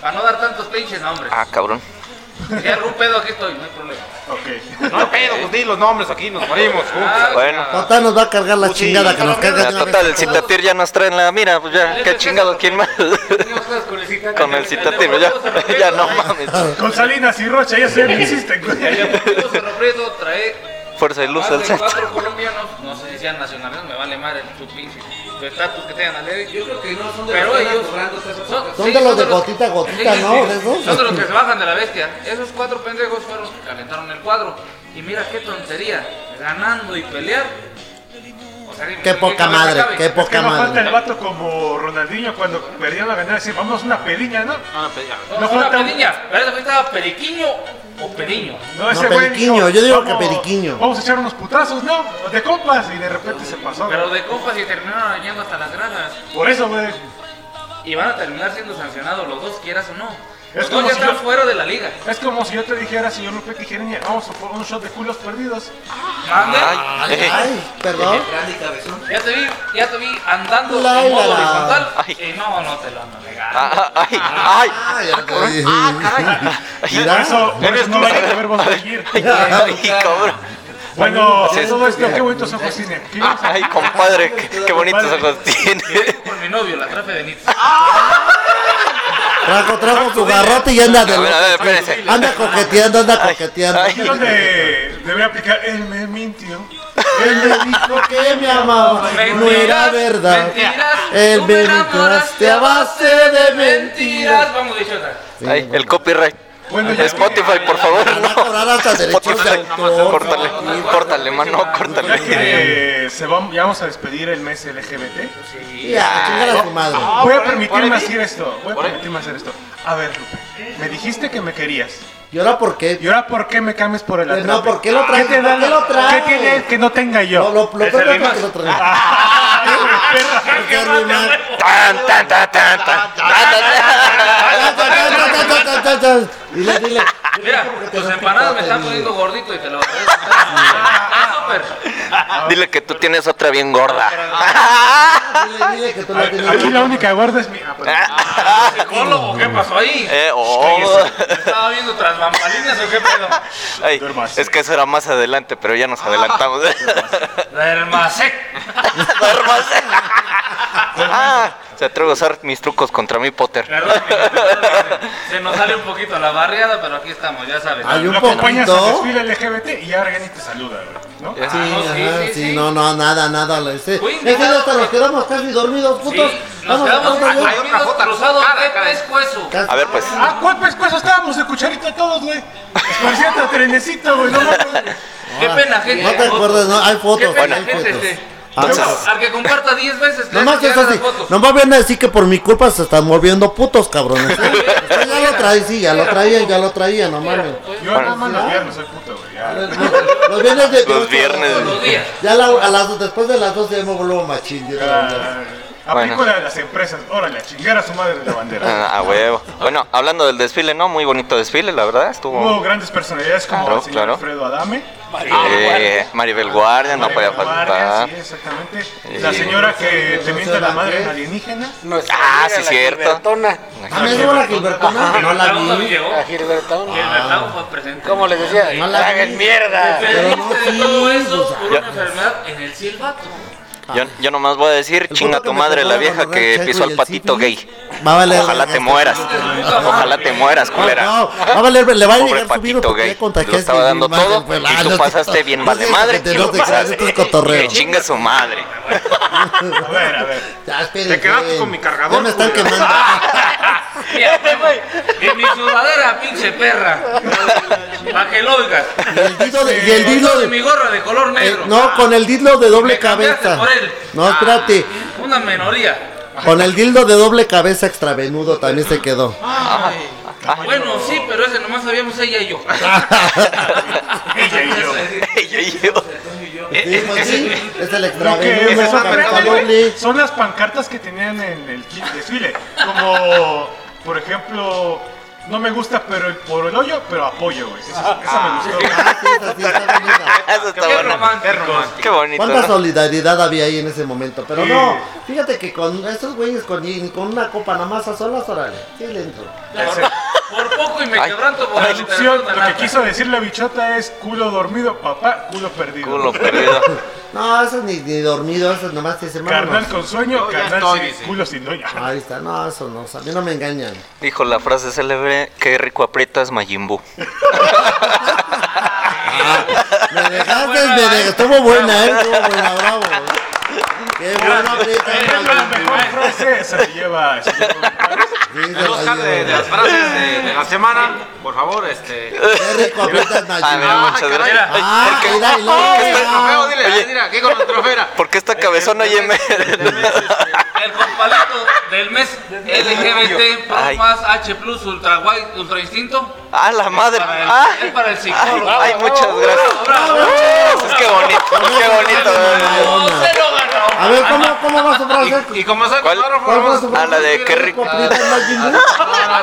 [SPEAKER 5] Para no dar tantos pinches nombres.
[SPEAKER 2] Ah, cabrón.
[SPEAKER 5] Si hay algún pedo aquí estoy, no hay problema.
[SPEAKER 1] Ok.
[SPEAKER 6] No, pedo, pues di los nombres aquí, nos morimos.
[SPEAKER 5] Ah,
[SPEAKER 2] Bueno.
[SPEAKER 3] Total nos va a cargar la chingada que nos carga
[SPEAKER 2] Ya,
[SPEAKER 3] de una
[SPEAKER 2] total,
[SPEAKER 3] vez.
[SPEAKER 2] el citatir ya nos traen la mira, pues ya, qué chingado, ¿quién más? (laughs)
[SPEAKER 5] pues,
[SPEAKER 2] Con el citatir, ya, ya no mames.
[SPEAKER 3] Ah.
[SPEAKER 1] Con Salinas y Rocha, ya sé lo que hiciste, güey.
[SPEAKER 5] Cerro Prieto trae
[SPEAKER 2] Fuerza y luz
[SPEAKER 5] más
[SPEAKER 2] del
[SPEAKER 5] de
[SPEAKER 2] centro.
[SPEAKER 5] cuatro colombianos, no sé si sean nacionales, me vale madre su pinche, su estatus que tengan al
[SPEAKER 7] Yo creo que no son de
[SPEAKER 5] Pero
[SPEAKER 7] los que andan
[SPEAKER 5] ellos
[SPEAKER 7] cobrando esas cosas.
[SPEAKER 5] son,
[SPEAKER 3] Son
[SPEAKER 5] sí,
[SPEAKER 3] de los de
[SPEAKER 5] los-
[SPEAKER 3] gotita a gotita,
[SPEAKER 5] sí, sí,
[SPEAKER 3] ¿no?
[SPEAKER 5] sí.
[SPEAKER 3] De esos.
[SPEAKER 5] Son de los que se bajan de la bestia. Esos cuatro pendejos fueron los que calentaron el cuadro. Y mira qué tontería, ganando y pelear. O sea, dime,
[SPEAKER 3] Qué
[SPEAKER 5] ¿en
[SPEAKER 3] poca
[SPEAKER 5] cabeza
[SPEAKER 3] madre,
[SPEAKER 5] cabe?
[SPEAKER 3] qué
[SPEAKER 1] Es que
[SPEAKER 3] poca
[SPEAKER 1] no falta el
[SPEAKER 3] madre.
[SPEAKER 1] vato como Ronaldinho cuando perdían la ganada, decir, vamos una pediña, ¿no?
[SPEAKER 5] No,
[SPEAKER 1] no
[SPEAKER 5] una
[SPEAKER 1] falta-
[SPEAKER 5] pediña, pero esa fue estaba periquiño o pediño.
[SPEAKER 1] No,
[SPEAKER 3] No, periquiño,
[SPEAKER 1] dijo,
[SPEAKER 3] yo digo que
[SPEAKER 1] "Vamos-
[SPEAKER 3] periquiño".
[SPEAKER 1] Vamos a echar unos putazos, ¿no? De compas, y de repente se pasó.
[SPEAKER 5] Pero de compas y terminaron dañando hasta las gradas.
[SPEAKER 1] Por eso, güey.
[SPEAKER 5] Y van a terminar siendo sancionados los dos, quieras o no.
[SPEAKER 1] Es
[SPEAKER 5] Los
[SPEAKER 1] como
[SPEAKER 5] dos ya
[SPEAKER 1] si
[SPEAKER 5] están
[SPEAKER 1] yo-
[SPEAKER 5] fuera de la liga.
[SPEAKER 1] Es como si yo te dijera, señor Lupe, que quieren ya, vamos a por un shot de culos perdidos.
[SPEAKER 5] Mande.
[SPEAKER 3] Ah.
[SPEAKER 2] Ay, eh,
[SPEAKER 3] Ay, perdón.
[SPEAKER 5] Ya te vi, ya te vi andando
[SPEAKER 3] La,
[SPEAKER 5] en
[SPEAKER 3] la,
[SPEAKER 5] modo
[SPEAKER 3] la.
[SPEAKER 5] horizontal.
[SPEAKER 2] Ay.
[SPEAKER 5] Y no, no te lo ando negando.
[SPEAKER 2] ah, ah, ay, ay,
[SPEAKER 3] Ay, ay,
[SPEAKER 1] Por
[SPEAKER 3] Mira.
[SPEAKER 1] eso, por eso no vayan a ver vos seguir.
[SPEAKER 2] (laughs) ay, cabrón.
[SPEAKER 1] Bueno,
[SPEAKER 2] Sí,
[SPEAKER 1] todo esto,
[SPEAKER 2] sí.
[SPEAKER 1] qué bonitos ojos tiene. ¿Qué ibas a-
[SPEAKER 2] Ay, compadre, qué, qué bonitos ojos
[SPEAKER 3] (laughs)
[SPEAKER 2] tiene.
[SPEAKER 5] Por mi novio, la trafe de Nitz.
[SPEAKER 2] Ah,
[SPEAKER 3] Trajo, trajo su garrote y anda de
[SPEAKER 2] A ver, a ver, espérense.
[SPEAKER 3] lo- Anda coqueteando, anda
[SPEAKER 2] Ay,
[SPEAKER 3] coqueteando.
[SPEAKER 2] ay.
[SPEAKER 1] Aquí es donde debería aplicar, él me mintió. Él me dijo
[SPEAKER 3] Lo que me amaba no era verdad.
[SPEAKER 5] Mentiras.
[SPEAKER 3] El
[SPEAKER 5] tú me
[SPEAKER 3] te
[SPEAKER 5] enamoraste
[SPEAKER 3] a base de mentiras.
[SPEAKER 5] Vamos, dicho otra.
[SPEAKER 2] Ay, el copyright.
[SPEAKER 1] Bueno, ya-
[SPEAKER 2] Spotify, por favor,
[SPEAKER 3] Van a
[SPEAKER 2] no.
[SPEAKER 3] cobrar hasta derechos de
[SPEAKER 2] Spotify,
[SPEAKER 3] autor.
[SPEAKER 2] córtale, córtale, mano,
[SPEAKER 1] Ya
[SPEAKER 2] córtale.
[SPEAKER 1] que se va- ya vamos a despedir el mes LGBT,
[SPEAKER 3] Ya, chingar a tu madre.
[SPEAKER 2] Ah,
[SPEAKER 1] voy a permitirme hacer esto. Voy a permitirme hacer esto. A ver, Lupe, me dijiste que me querías.
[SPEAKER 3] ¿Y ahora por qué?
[SPEAKER 1] ¿Y ahora por qué me cambias por el
[SPEAKER 3] Pues
[SPEAKER 1] atrape?
[SPEAKER 3] no, ¿por qué lo traes?
[SPEAKER 1] ¿Qué te da
[SPEAKER 3] ¿Por qué lo traes?
[SPEAKER 1] ¿Qué tiene él que no tenga yo?
[SPEAKER 3] Lo, lo, lo primero que
[SPEAKER 1] (laughs)
[SPEAKER 3] lo traes. ¿Por qué rimas?
[SPEAKER 2] Tan, tan, tan, tan, tan, tan, tan,
[SPEAKER 3] Tan, tan, tan, tan, tan, tan, tan, tan. Dile, dile.
[SPEAKER 5] Mira, tus empanadas me están poniendo gordito y te lo voy a Ah, súper.
[SPEAKER 2] tan. Dile que tú tienes otra bien
[SPEAKER 3] (laughs)
[SPEAKER 2] gorda.
[SPEAKER 3] Dile, dile que tú la tienes.
[SPEAKER 1] Aquí la única guarda es mi. Ah, perdón.
[SPEAKER 5] ¿Psicólogo? ¿Qué pasó ahí?
[SPEAKER 2] Eh, oh.
[SPEAKER 5] ¿Estaba viendo tras bambalinas o qué pedo?
[SPEAKER 2] Ay,
[SPEAKER 1] Duermas.
[SPEAKER 2] es que eso era más adelante, pero ya nos
[SPEAKER 3] (laughs)
[SPEAKER 2] adelantamos.
[SPEAKER 5] La hermacé.
[SPEAKER 2] Duermas. Ah, se atreve a usar mis trucos contra mí, Potter.
[SPEAKER 5] Perdón, mi computadora se- se nos sale un poquito la barriada, pero aquí estamos, ya sabes.
[SPEAKER 3] Hay un
[SPEAKER 1] Lo acompañas al
[SPEAKER 3] poquito.
[SPEAKER 1] desfile LGBT y ya Argani te saluda, güey. ¿no?
[SPEAKER 3] Sí,
[SPEAKER 5] Ah, no, sí,
[SPEAKER 3] ajá,
[SPEAKER 5] sí,
[SPEAKER 3] sí,
[SPEAKER 5] sí.
[SPEAKER 3] no, no, nada, nada. la- Ese,
[SPEAKER 5] Fue
[SPEAKER 3] es que
[SPEAKER 5] invitado,
[SPEAKER 3] hasta nos
[SPEAKER 5] eh.
[SPEAKER 3] quedamos casi dormidos, putos.
[SPEAKER 5] nos
[SPEAKER 3] Vamos,
[SPEAKER 5] quedamos
[SPEAKER 3] vamos,
[SPEAKER 6] hay
[SPEAKER 3] vamos.
[SPEAKER 6] otra
[SPEAKER 5] dormidos
[SPEAKER 6] jota,
[SPEAKER 5] cruzados
[SPEAKER 6] cara,
[SPEAKER 5] de
[SPEAKER 6] cara.
[SPEAKER 5] pescuezo.
[SPEAKER 3] Casi-
[SPEAKER 2] A ver, pues.
[SPEAKER 1] Ah, ¿cuál pescuezo estábamos de cucharita todos, güey? Esparciendo trenecito, güey, no mames.
[SPEAKER 5] Qué pena, gente.
[SPEAKER 3] No te
[SPEAKER 5] Fotos.
[SPEAKER 3] acuerdas, no, hay
[SPEAKER 5] Qué
[SPEAKER 3] fotos,
[SPEAKER 5] pena,
[SPEAKER 3] hay
[SPEAKER 5] gente.
[SPEAKER 3] fotos.
[SPEAKER 5] este.
[SPEAKER 3] Ah,
[SPEAKER 5] Yo,
[SPEAKER 2] entonces-
[SPEAKER 5] al que comparta 10 veces, le
[SPEAKER 3] Nomás
[SPEAKER 5] hace
[SPEAKER 3] es
[SPEAKER 5] llegar
[SPEAKER 3] así.
[SPEAKER 5] las fotos.
[SPEAKER 3] Nomás vienen a decir que por mi culpa se están volviendo putos, cabrones. Usted ya lo traía, sí, ya lo traían, ya lo traían, no mames.
[SPEAKER 1] Yo nada más los viernes soy puto, güey. ya.
[SPEAKER 3] Los- Los viernes de
[SPEAKER 2] Los viernes.
[SPEAKER 5] Todos los días.
[SPEAKER 3] Ya la- a las, después de las 12 ya me vuelvo machín. yo
[SPEAKER 1] Ah,
[SPEAKER 3] también.
[SPEAKER 1] Aplico la de las empresas. Órale, a chingar a su madre de la bandera.
[SPEAKER 2] Ah, a huevo. Bueno, hablando del desfile, ¿no? Muy bonito desfile, la verdad. Estuvo.
[SPEAKER 1] Hubo grandes personalidades como
[SPEAKER 2] Claro,
[SPEAKER 1] el señor
[SPEAKER 2] claro.
[SPEAKER 1] Alfredo Adame.
[SPEAKER 2] Eh, Maribel Guardia, no podía
[SPEAKER 1] Maribel Guardia,
[SPEAKER 2] faltar.
[SPEAKER 1] sí, exactamente. La
[SPEAKER 2] Sí.
[SPEAKER 1] señora que te
[SPEAKER 3] No
[SPEAKER 1] mienta
[SPEAKER 3] sé
[SPEAKER 1] la
[SPEAKER 3] la
[SPEAKER 1] madre
[SPEAKER 3] qué.
[SPEAKER 1] en alienígena.
[SPEAKER 4] Nuestra
[SPEAKER 2] Ah,
[SPEAKER 4] amiga,
[SPEAKER 2] sí,
[SPEAKER 4] la
[SPEAKER 2] cierto.
[SPEAKER 4] Gilbertona.
[SPEAKER 3] Ah, me llegó la Gilbertona. No la
[SPEAKER 5] Gilbertano
[SPEAKER 3] vi. Ah.
[SPEAKER 5] llegó.
[SPEAKER 4] La Gilbertona.
[SPEAKER 5] Gilbertano fue presente.
[SPEAKER 4] ¿Cómo les decía?
[SPEAKER 3] No la vi.
[SPEAKER 4] ¡Hagan mierda!
[SPEAKER 3] Pero
[SPEAKER 5] Pero
[SPEAKER 3] no,
[SPEAKER 5] de
[SPEAKER 3] sí,
[SPEAKER 5] todo eso
[SPEAKER 3] pues,
[SPEAKER 5] por
[SPEAKER 2] ya.
[SPEAKER 5] una enfermedad en el silbato.
[SPEAKER 2] Yo, yo nomás voy a decir,
[SPEAKER 3] El
[SPEAKER 2] chinga
[SPEAKER 3] puto
[SPEAKER 2] tu
[SPEAKER 3] que
[SPEAKER 2] madre
[SPEAKER 3] me
[SPEAKER 2] la
[SPEAKER 3] tocaba
[SPEAKER 2] vieja
[SPEAKER 3] con
[SPEAKER 2] que
[SPEAKER 3] Rancheco y
[SPEAKER 2] pisó al
[SPEAKER 3] el
[SPEAKER 2] patito
[SPEAKER 3] sífilis.
[SPEAKER 2] gay.
[SPEAKER 3] Va a valer. este-
[SPEAKER 2] Ojalá te mueras. Ojalá te mueras,
[SPEAKER 3] No,
[SPEAKER 2] culera.
[SPEAKER 3] va a valer, le va a
[SPEAKER 2] Pobre
[SPEAKER 3] llegar su virus
[SPEAKER 2] patito
[SPEAKER 3] porque
[SPEAKER 2] gay.
[SPEAKER 3] ya
[SPEAKER 2] Lo
[SPEAKER 3] contagiaste.
[SPEAKER 2] estaba
[SPEAKER 3] bien
[SPEAKER 2] dando
[SPEAKER 3] mal,
[SPEAKER 2] todo
[SPEAKER 3] pues,
[SPEAKER 2] y
[SPEAKER 3] ah,
[SPEAKER 2] tú
[SPEAKER 3] no,
[SPEAKER 2] pasaste
[SPEAKER 3] (laughs)
[SPEAKER 2] bien
[SPEAKER 3] no
[SPEAKER 2] vale
[SPEAKER 3] sé,
[SPEAKER 2] madre.
[SPEAKER 3] te-
[SPEAKER 2] y (laughs)
[SPEAKER 3] No
[SPEAKER 2] lo
[SPEAKER 3] te creas,
[SPEAKER 2] pasaste.
[SPEAKER 3] esto es cotorreo.
[SPEAKER 2] Que chinga su
[SPEAKER 3] (laughs)
[SPEAKER 2] madre.
[SPEAKER 1] A ver, a ver.
[SPEAKER 3] Ya, espérense.
[SPEAKER 6] Te quedaste con mi cargador,
[SPEAKER 3] Ya me están
[SPEAKER 6] culero.
[SPEAKER 3] quemando.
[SPEAKER 5] Mira,
[SPEAKER 1] (laughs)
[SPEAKER 5] en mi sudadera, pinche perra. Pa' que lo oigas.
[SPEAKER 3] (laughs) Y el dilo de- y el
[SPEAKER 5] Con
[SPEAKER 3] dilo
[SPEAKER 5] todo
[SPEAKER 3] de-
[SPEAKER 5] y mi gorra de color
[SPEAKER 3] Eh,
[SPEAKER 5] negro.
[SPEAKER 3] no, con el dildo de doble
[SPEAKER 5] Me cambiaste
[SPEAKER 3] cabeza.
[SPEAKER 5] por Ah. él.
[SPEAKER 3] No, espérate.
[SPEAKER 5] Una menoría.
[SPEAKER 3] Con el dildo de doble cabeza extravenudo también se quedó.
[SPEAKER 1] Ah,
[SPEAKER 5] Bueno, sí, pero ese nomás sabíamos ella
[SPEAKER 3] (laughs)
[SPEAKER 5] y yo.
[SPEAKER 1] Ella y yo.
[SPEAKER 2] (laughs) Yo- yo-
[SPEAKER 3] Sí, pues sí, es
[SPEAKER 1] Lo
[SPEAKER 3] el
[SPEAKER 1] que
[SPEAKER 3] extravenudo,
[SPEAKER 1] me
[SPEAKER 3] cabeza
[SPEAKER 1] sorprende, güey,
[SPEAKER 3] doble.
[SPEAKER 1] son las pancartas que tenían en el kit desfile. Como, por ejemplo, no me gusta pero el- por el hoyo, pero apoyo, güey. Esa, esa me gustó. güey.
[SPEAKER 3] Ah, sí, esa sí está venuda.
[SPEAKER 2] Ah, Eso está
[SPEAKER 5] Qué
[SPEAKER 2] bueno.
[SPEAKER 5] romántico.
[SPEAKER 2] Qué bonito.
[SPEAKER 3] ¿Cuánta
[SPEAKER 2] ¿no?
[SPEAKER 3] solidaridad había ahí en ese momento? Pero
[SPEAKER 1] Sí.
[SPEAKER 3] no, fíjate que con estos güeyes con, y con una copa nada más a solas, órale, sí le entro.
[SPEAKER 1] Ese-
[SPEAKER 5] Por poco y me
[SPEAKER 2] Ay,
[SPEAKER 5] quebranto por la
[SPEAKER 1] Traducción, lo
[SPEAKER 5] literatura
[SPEAKER 1] que
[SPEAKER 5] nata.
[SPEAKER 1] quiso decir la bichota es culo dormido, papá, culo perdido.
[SPEAKER 2] Culo perdido.
[SPEAKER 3] No, esos ni, ni dormido, esos nada más te dicen,
[SPEAKER 1] Carnal
[SPEAKER 3] vámonos.
[SPEAKER 1] con sueño,
[SPEAKER 6] Yo ya
[SPEAKER 1] carnal
[SPEAKER 6] estoy,
[SPEAKER 1] sin
[SPEAKER 6] dice.
[SPEAKER 1] culo sin doña.
[SPEAKER 3] Ahí está, no, eso no, o sea, a mí no me engañan.
[SPEAKER 2] Dijo la frase célebre, qué rico aprietas Majimbu. Ah.
[SPEAKER 3] Ah, Me dejaste,
[SPEAKER 5] buena,
[SPEAKER 3] me
[SPEAKER 5] ¿eh?
[SPEAKER 3] dejaste, estuvo buena, eh, estuvo buena, bravo. ¿eh? Qué buena aprieta,
[SPEAKER 1] La
[SPEAKER 3] bravo.
[SPEAKER 1] mejor frase se la lleva. se la lleva Juárez.
[SPEAKER 3] Sí, se
[SPEAKER 6] El
[SPEAKER 3] la
[SPEAKER 6] Oscar de, de
[SPEAKER 3] llevo.
[SPEAKER 6] las frases de, de la semana, por favor, este.
[SPEAKER 3] Qué rico aprietas,
[SPEAKER 2] Ah, mira,
[SPEAKER 3] Nacho.
[SPEAKER 2] muchas
[SPEAKER 6] caray.
[SPEAKER 2] gracias. Ay,
[SPEAKER 3] Ah,
[SPEAKER 2] ¿por qué-
[SPEAKER 3] mira, y luego,
[SPEAKER 2] por qué
[SPEAKER 6] El
[SPEAKER 2] está-
[SPEAKER 6] trofeo, dile, ah,
[SPEAKER 2] Oye.
[SPEAKER 6] mira, aquí con el trofeo.
[SPEAKER 2] ¿Por qué esta cabezona
[SPEAKER 5] este
[SPEAKER 2] oye
[SPEAKER 5] El compalito del mes LGBT
[SPEAKER 2] Ay.
[SPEAKER 5] más H plus ultra white ultra instinto
[SPEAKER 2] (laughs) ¡Ah, la madre! Ah.
[SPEAKER 5] para el,
[SPEAKER 2] ¡Ay!
[SPEAKER 5] es para el
[SPEAKER 2] Ay,
[SPEAKER 5] psicólogo.
[SPEAKER 2] ay, muchas gracias. Ah,
[SPEAKER 5] bravo, bravo.
[SPEAKER 2] Es que bonito, qué bonito. eh.
[SPEAKER 5] No se lo ganó.
[SPEAKER 3] A ver, ¿cómo, cómo va su frase?
[SPEAKER 6] Y, y como soy
[SPEAKER 2] ¿Cuál?
[SPEAKER 6] fotógrafo,
[SPEAKER 3] ¿Cuál fue su
[SPEAKER 6] vamos-
[SPEAKER 3] frase?
[SPEAKER 2] Ah, la de qué rico.
[SPEAKER 3] aprietas, Nacho.
[SPEAKER 6] Ah, la
[SPEAKER 2] (laughs)
[SPEAKER 6] página,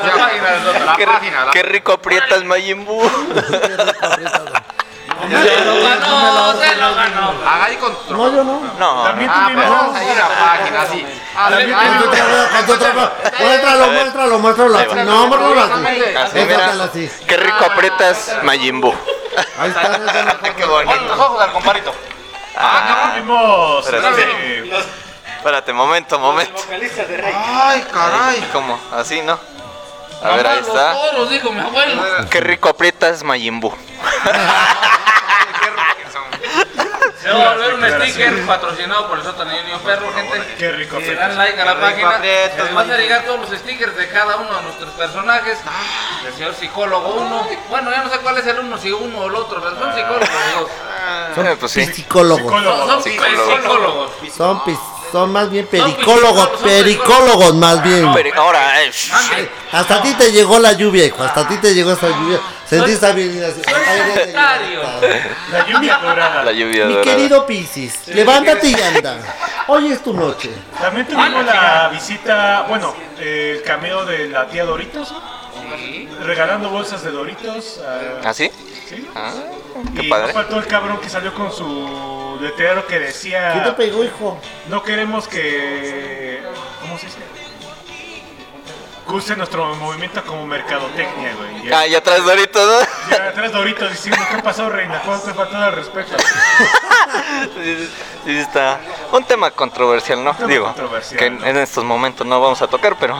[SPEAKER 6] la
[SPEAKER 2] Qué,
[SPEAKER 6] página, la-
[SPEAKER 2] qué rico aprietas Majin Buu. (laughs)
[SPEAKER 5] Se lo ganó, se lo ganó.
[SPEAKER 6] Haga ahí con
[SPEAKER 3] No, yo no.
[SPEAKER 2] No,
[SPEAKER 1] También
[SPEAKER 2] no.
[SPEAKER 6] Ah,
[SPEAKER 1] tuvimos.
[SPEAKER 6] pero ahí la página, así. Ah,
[SPEAKER 1] La
[SPEAKER 6] sí,
[SPEAKER 1] vi-
[SPEAKER 6] ah,
[SPEAKER 3] Con tu
[SPEAKER 6] no,
[SPEAKER 3] trabajo, con tu trabajo. Muéstralo, muéstralo, muéstralo así. No, muéstralo así.
[SPEAKER 2] así
[SPEAKER 3] Muéstralo
[SPEAKER 2] mira.
[SPEAKER 3] así.
[SPEAKER 2] Qué rico aprietas Majin Buu.
[SPEAKER 3] Ahí está. ahí está la foto.
[SPEAKER 2] (laughs) Qué bonito.
[SPEAKER 6] ojos al comparito.
[SPEAKER 2] Ah,
[SPEAKER 1] Tuvimos,
[SPEAKER 2] Pero
[SPEAKER 1] este,
[SPEAKER 2] espérate, momento, momento.
[SPEAKER 6] Ay, caray.
[SPEAKER 2] ¿Cómo? Así, ¿no? A ver, ahí
[SPEAKER 5] Mamá,
[SPEAKER 2] está.
[SPEAKER 5] Los toros, dijo mi abuelo.
[SPEAKER 2] Qué rico aprietas Majin Buu.
[SPEAKER 5] Se va a volver un sticker patrocinado por el sótano y Niño perro, gente.
[SPEAKER 1] Qué rico
[SPEAKER 5] Le
[SPEAKER 1] aprietas.
[SPEAKER 5] dan like a la
[SPEAKER 6] Qué rico
[SPEAKER 5] página.
[SPEAKER 6] aprietas,
[SPEAKER 5] Les van a
[SPEAKER 6] manito.
[SPEAKER 5] llegar todos los stickers de cada uno de nuestros personajes. El señor psicólogo uno. Bueno, ya no sé cuál es el uno, si uno o el otro, pero son psicólogos los dos.
[SPEAKER 2] Eh, pues sí.
[SPEAKER 3] Psicólogos.
[SPEAKER 5] Son,
[SPEAKER 1] psicólogo.
[SPEAKER 5] son
[SPEAKER 2] Psicólogos.
[SPEAKER 5] psicólogos.
[SPEAKER 3] Son, pis- son más bien
[SPEAKER 5] psicólogos,
[SPEAKER 3] pericólogos.
[SPEAKER 5] son
[SPEAKER 3] Pericólogos, más bien.
[SPEAKER 2] Pero ahora, eh, shh,
[SPEAKER 5] Ándale.
[SPEAKER 3] Hasta a ti te llegó la lluvia, hijo. Hasta a ti te llegó esa lluvia. Sentiste bien. así.
[SPEAKER 5] Soy
[SPEAKER 3] Ay, de- de-
[SPEAKER 5] secretario.
[SPEAKER 1] La lluvia dorada.
[SPEAKER 2] la lluvia
[SPEAKER 3] Mi
[SPEAKER 2] dorada.
[SPEAKER 3] querido Piscis, levántate y anda. Hoy es tu noche.
[SPEAKER 1] También
[SPEAKER 2] Ah,
[SPEAKER 1] tuvimos la visita, bueno, eh, el cameo de la tía Doritos, ¿no?
[SPEAKER 5] Sí.
[SPEAKER 1] regalando bolsas de Doritos. a-
[SPEAKER 2] ¿Así?
[SPEAKER 1] ¿sí?
[SPEAKER 2] Ah, qué
[SPEAKER 1] Y no
[SPEAKER 2] padre.
[SPEAKER 1] faltó el cabrón que salió con su letrero que
[SPEAKER 3] ¿Qué te
[SPEAKER 1] decía,
[SPEAKER 3] pegó, hijo?
[SPEAKER 1] no queremos que... ¿Cómo se dice? Use nuestro movimiento como mercadotecnia, güey.
[SPEAKER 2] Ah,
[SPEAKER 1] Ya,
[SPEAKER 2] y atrás Doritos, ¿no? (laughs)
[SPEAKER 1] ya atrás Doritos diciendo, ¿qué pasó, reina? ¿Cuánto te faltó al respeto?
[SPEAKER 2] Sí, sí, sí está. Un tema controversial, ¿no?
[SPEAKER 1] tema
[SPEAKER 2] Digo,
[SPEAKER 1] controversial,
[SPEAKER 2] que
[SPEAKER 1] ¿no?
[SPEAKER 2] en estos momentos no vamos a tocar, pero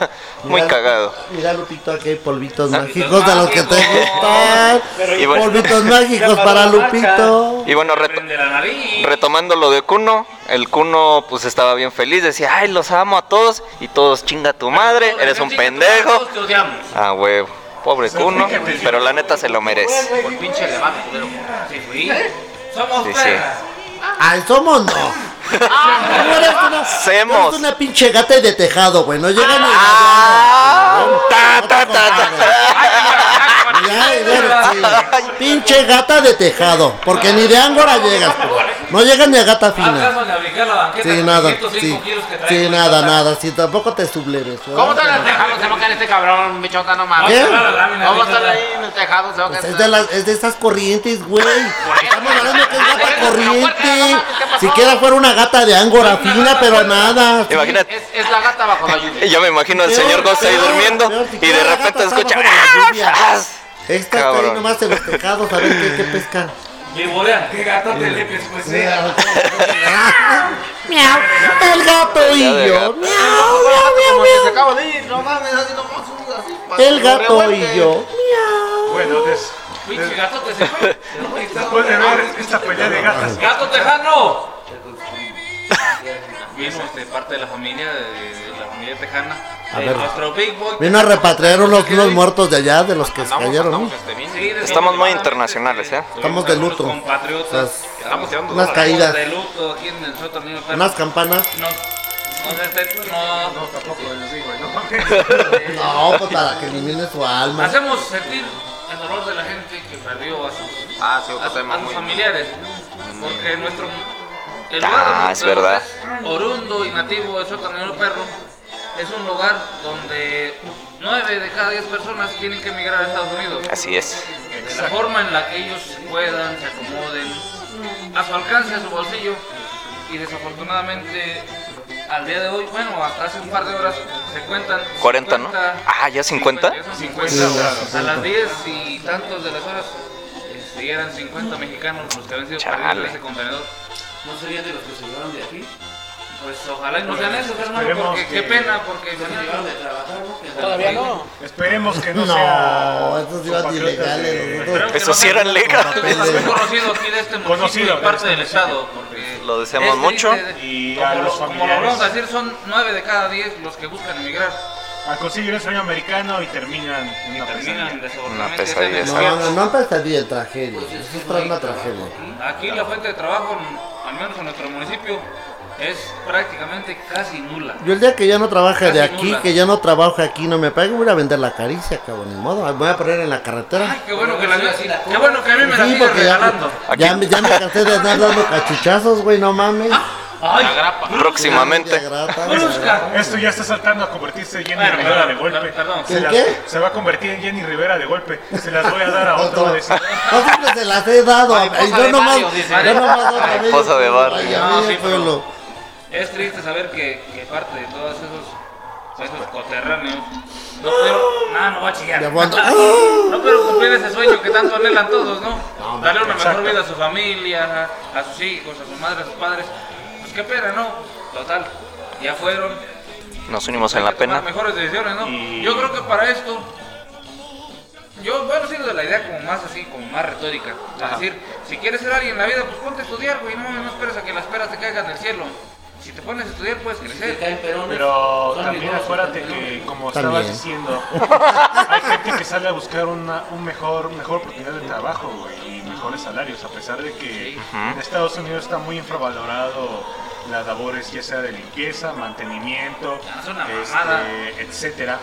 [SPEAKER 2] (laughs) muy
[SPEAKER 3] Mira,
[SPEAKER 2] cagado.
[SPEAKER 3] Mira, Lupito, aquí hay polvitos mágicos de los que te gustan.
[SPEAKER 2] Y bueno.
[SPEAKER 3] Polvitos mágicos para Lupito.
[SPEAKER 2] Y bueno, reto-
[SPEAKER 5] Prende la nariz.
[SPEAKER 2] retomando lo de Cuno, el Cuno pues estaba bien feliz, decía, ay, los amo a todos y todos chinga tu madre,
[SPEAKER 5] Todos,
[SPEAKER 2] eres un
[SPEAKER 5] chinga tu madre,
[SPEAKER 2] pendejo.
[SPEAKER 5] todos Te odiamos.
[SPEAKER 2] Ah, huevo. Pobre Cuno,
[SPEAKER 1] fíjate,
[SPEAKER 2] pero la neta se lo merece.
[SPEAKER 5] Por pinche levante, culero. Sí, fui. ¿Eh? Somos
[SPEAKER 2] Sí, sí.
[SPEAKER 5] perras.
[SPEAKER 3] Ay, somos no. Tú eres una,
[SPEAKER 2] Semos.
[SPEAKER 3] eres una pinche gata de tejado, güey. No llegan ni
[SPEAKER 2] Ah. Ta,
[SPEAKER 3] no te
[SPEAKER 2] ta, ta, ta,
[SPEAKER 3] comparo.
[SPEAKER 5] Ah,
[SPEAKER 3] Ay, ay, ay, ay, sí. Pinche gata de tejado. Porque ni de Ángora llegas, pues. No llegas ni a gata fina.
[SPEAKER 5] ¿Acaso le aplicar la banqueta
[SPEAKER 3] Sí,
[SPEAKER 5] con
[SPEAKER 3] nada.
[SPEAKER 5] 105
[SPEAKER 3] Sí,
[SPEAKER 5] kilos que traigo?
[SPEAKER 3] sí nada, nada. Sí, tampoco te subleves. ¿verdad?
[SPEAKER 6] ¿Cómo está en el tejado? Se va a caer este cabrón, bichota, no mames.
[SPEAKER 3] ¿Qué?
[SPEAKER 5] Agarra la lámina,
[SPEAKER 6] ¿Cómo
[SPEAKER 5] bichota.
[SPEAKER 6] está ahí en el tejado? Se va a
[SPEAKER 3] Pues
[SPEAKER 6] caer
[SPEAKER 3] es de, las- es de esas corrientes, güey. Estamos hablando que es gata corriente. Siquiera fuera una gata de ángora fina, pero nada.
[SPEAKER 2] Imagínate,
[SPEAKER 6] Es, es la gata bajo
[SPEAKER 3] (laughs)
[SPEAKER 6] la lluvia.
[SPEAKER 2] y yo me imagino al señor Gosta ahí durmiendo y de repente escucha.
[SPEAKER 3] Esta está ahí
[SPEAKER 2] Cabrón.
[SPEAKER 3] nomás en los tejados a ver qué, qué (laughs) pesca.
[SPEAKER 5] Vivorean, qué gato te le pues eh.
[SPEAKER 3] Miau, el gato y
[SPEAKER 2] de
[SPEAKER 3] yo. Miau,
[SPEAKER 2] gato.
[SPEAKER 3] miau, miau,
[SPEAKER 6] Como que se
[SPEAKER 3] miau.
[SPEAKER 6] acaba de ir, no mames, así nomás, así, pa-
[SPEAKER 3] El gato
[SPEAKER 6] revuelve.
[SPEAKER 3] y yo. Miau.
[SPEAKER 1] Bueno, des-
[SPEAKER 5] Pinche gato te se fue. No, está
[SPEAKER 1] después de ver esta pelea de gatas,
[SPEAKER 5] ¡Gato tejano! Vino este, parte de la familia, de, de la familia tejana.
[SPEAKER 3] A
[SPEAKER 5] de
[SPEAKER 3] ver.
[SPEAKER 5] Nuestro Big Boy.
[SPEAKER 3] Vino a repatriar unos, unos muertos de allá, de los que se
[SPEAKER 6] Andamos-
[SPEAKER 3] cayeron. ¿no?
[SPEAKER 6] andamos, este, bien,
[SPEAKER 5] Sí, de-
[SPEAKER 2] Estamos muy internacionales, ¿eh?
[SPEAKER 3] Estamos de luto.
[SPEAKER 5] Nuestros compatriotas.
[SPEAKER 3] Las-
[SPEAKER 6] Andamos tirando
[SPEAKER 3] unas
[SPEAKER 6] dólares.
[SPEAKER 3] caídas.
[SPEAKER 5] De luto aquí en el sótano. pero
[SPEAKER 3] Unas campanas.
[SPEAKER 5] No, no, este, no, no, tampoco.
[SPEAKER 3] eh. No, pues para que elimine su alma.
[SPEAKER 5] Hacemos sentir el dolor de la gente que perdió a sus,
[SPEAKER 6] Ah, sí,
[SPEAKER 5] a
[SPEAKER 6] otro
[SPEAKER 5] sus-
[SPEAKER 6] tema
[SPEAKER 5] a sus
[SPEAKER 6] muy...
[SPEAKER 5] familiares. Porque nuestro. El
[SPEAKER 2] Mm. Ah,
[SPEAKER 5] donde
[SPEAKER 2] es verdad.
[SPEAKER 5] es Oriundo y nativo de Sotanero Perro es un lugar donde 9 de cada 10 personas tienen que emigrar a Estados Unidos.
[SPEAKER 2] Así es.
[SPEAKER 5] De la forma en la que ellos puedan, se acomoden, a su alcance, a su bolsillo. Y desafortunadamente, al día de hoy, bueno, hasta hace un par de horas, se cuentan.
[SPEAKER 2] 40, ¿no? Ah, ¿ya 50?
[SPEAKER 5] ya son
[SPEAKER 1] 50,
[SPEAKER 5] 50.
[SPEAKER 1] ya
[SPEAKER 5] A las 10 y tantos de las horas, este, ya eran 50 mexicanos los que habían sido
[SPEAKER 2] Chale.
[SPEAKER 5] perdidos en ese contenedor. ¿No serían de los que se llevaron de aquí? Pues ojalá y no sean esos, hermano,
[SPEAKER 1] Esperemos
[SPEAKER 5] porque qué
[SPEAKER 1] que-
[SPEAKER 5] pena, porque imagínate.
[SPEAKER 4] Todavía no.
[SPEAKER 1] esperemos que no,
[SPEAKER 3] No,
[SPEAKER 1] sea.
[SPEAKER 3] estos iban
[SPEAKER 1] compatriotas
[SPEAKER 3] ilegales,
[SPEAKER 1] de-
[SPEAKER 3] los dos.
[SPEAKER 2] Eso sí era legal.
[SPEAKER 5] Es conocido aquí de este municipio
[SPEAKER 1] Conocido,
[SPEAKER 5] y parte
[SPEAKER 1] de
[SPEAKER 5] del
[SPEAKER 1] este
[SPEAKER 5] estado. porque
[SPEAKER 2] Lo deseamos
[SPEAKER 5] es triste
[SPEAKER 2] mucho.
[SPEAKER 5] de-
[SPEAKER 1] Y a
[SPEAKER 5] como,
[SPEAKER 1] los
[SPEAKER 5] lo, como lo vamos a
[SPEAKER 1] familiares.
[SPEAKER 5] decir, son 9 de cada 10 los que buscan emigrar.
[SPEAKER 1] Al conseguir el sueño americano y terminan en una
[SPEAKER 5] Terminan
[SPEAKER 1] pesadilla.
[SPEAKER 5] desafortunadamente.
[SPEAKER 2] pesadilla,
[SPEAKER 5] esa
[SPEAKER 3] No, no, no empezaría el tragedia. Eso es una tragedia.
[SPEAKER 5] Aquí la fuente de trabajo, al menos en nuestro municipio, es prácticamente casi nula.
[SPEAKER 3] Yo el día que ya no trabaje de
[SPEAKER 5] Casi
[SPEAKER 3] aquí,
[SPEAKER 5] nula.
[SPEAKER 3] que ya no trabaje aquí, no me pague, voy a ir a vender la caricia, cabrón, ni modo. Me voy a poner en la carretera.
[SPEAKER 5] Qué bueno que, la, qué bueno que a mí me la
[SPEAKER 3] Sí,
[SPEAKER 5] siguen
[SPEAKER 3] porque ya,
[SPEAKER 5] regalando.
[SPEAKER 3] ya, me- ya me cansé de andar dando cachuchazos, güey, no mames.
[SPEAKER 5] Ay,
[SPEAKER 3] Ya,
[SPEAKER 2] Próximamente.
[SPEAKER 3] ya grata,
[SPEAKER 5] brusca.
[SPEAKER 1] Esto ya está saltando a convertirse en Jenny
[SPEAKER 5] Bueno,
[SPEAKER 1] Rivera de
[SPEAKER 5] perdón,
[SPEAKER 1] golpe.
[SPEAKER 5] perdón.
[SPEAKER 1] Se,
[SPEAKER 3] ¿En
[SPEAKER 1] las-
[SPEAKER 3] qué?
[SPEAKER 1] se va a convertir en Jenny Rivera de golpe. Se las voy a dar a otro. de-
[SPEAKER 3] No siempre se las he dado.
[SPEAKER 6] Ay,
[SPEAKER 3] ay,
[SPEAKER 6] esposa
[SPEAKER 3] yo
[SPEAKER 6] de
[SPEAKER 3] nomás.
[SPEAKER 6] barrio, dice.
[SPEAKER 3] yo nomás otra vez.
[SPEAKER 2] esposa de barrio.
[SPEAKER 3] Ay, a
[SPEAKER 5] No,
[SPEAKER 3] mí,
[SPEAKER 5] sí, pero-
[SPEAKER 3] pueblo.
[SPEAKER 5] Es triste saber que, que parte de todos esos, esos coterráneos no pudieron. Nah, no voy a chillar.
[SPEAKER 3] Ya voy a-
[SPEAKER 5] (laughs) No pudieron cumplir ese sueño que tanto anhelan todos, ¿no? Darle una mejor
[SPEAKER 1] exacto.
[SPEAKER 5] vida a su familia, a, a sus hijos, a su madre, a sus padres. Pues qué pena, ¿no? Total, ya fueron.
[SPEAKER 2] Nos unimos Pues en
[SPEAKER 5] hay
[SPEAKER 2] la
[SPEAKER 5] que tomar
[SPEAKER 2] pena.
[SPEAKER 5] Mejores decisiones, ¿no?
[SPEAKER 1] Y-
[SPEAKER 5] Yo creo que para esto. Yo, bueno, sigo de la idea como más así, como más retórica. Es decir, si quieres ser alguien en la vida, pues ponte a estudiar, güey. No, mames, no esperes a que las peras te caigan del cielo. Si te pones a estudiar, puedes crecer.
[SPEAKER 1] Pero también acuérdate que, como estabas
[SPEAKER 3] También.
[SPEAKER 1] diciendo, hay gente que sale a buscar una un mejor, mejor oportunidad de trabajo güey, y mejores salarios, a pesar de que en Estados Unidos está muy infravalorado las labores, ya sea de limpieza, mantenimiento,
[SPEAKER 5] Es una
[SPEAKER 1] este,
[SPEAKER 5] mamada.
[SPEAKER 1] etcétera,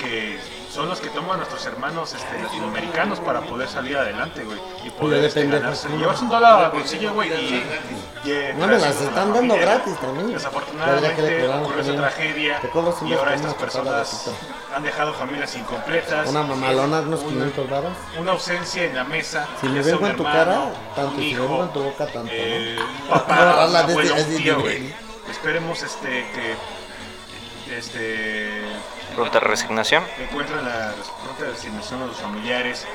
[SPEAKER 1] que son los que toman nuestros hermanos este, latinoamericanos para poder salir adelante, güey, y poder
[SPEAKER 3] de pues,
[SPEAKER 1] este,
[SPEAKER 3] pendejos,
[SPEAKER 1] ganarse.
[SPEAKER 3] ¿no?
[SPEAKER 1] Llevarse un dólar al bolsillo, güey, y, y, eh,
[SPEAKER 3] No me las
[SPEAKER 1] traerse a la
[SPEAKER 3] están dando
[SPEAKER 1] familia.
[SPEAKER 3] gratis también. Debería que
[SPEAKER 1] Desafortunadamente
[SPEAKER 3] declararlo
[SPEAKER 1] ocurrió esa
[SPEAKER 3] también.
[SPEAKER 1] tragedia
[SPEAKER 3] Te cobras un
[SPEAKER 1] y ahora
[SPEAKER 3] descuento
[SPEAKER 1] estas
[SPEAKER 3] por
[SPEAKER 1] personas
[SPEAKER 3] cada
[SPEAKER 1] han dejado familias incompletas. eh,
[SPEAKER 3] Una mamalona, unos
[SPEAKER 1] Una-
[SPEAKER 3] 500 baros.
[SPEAKER 1] Una ausencia en la mesa.
[SPEAKER 3] Si me
[SPEAKER 1] ya sea
[SPEAKER 3] vengo
[SPEAKER 1] un
[SPEAKER 3] en tu
[SPEAKER 1] hermano,
[SPEAKER 3] cara, tanto,
[SPEAKER 1] un
[SPEAKER 3] si me
[SPEAKER 1] hijo,
[SPEAKER 3] vengo en tu boca, tanto,
[SPEAKER 1] eh,
[SPEAKER 3] ¿no?
[SPEAKER 1] un
[SPEAKER 3] (laughs) Agarrar
[SPEAKER 1] papá, un
[SPEAKER 3] la de
[SPEAKER 1] abuelo,
[SPEAKER 3] este-
[SPEAKER 1] un
[SPEAKER 3] es
[SPEAKER 1] tío, güey.
[SPEAKER 3] diferente.
[SPEAKER 1] Esperemos este, que este,
[SPEAKER 2] Pronta resignación.
[SPEAKER 1] encuentran la pronta designación de los familiares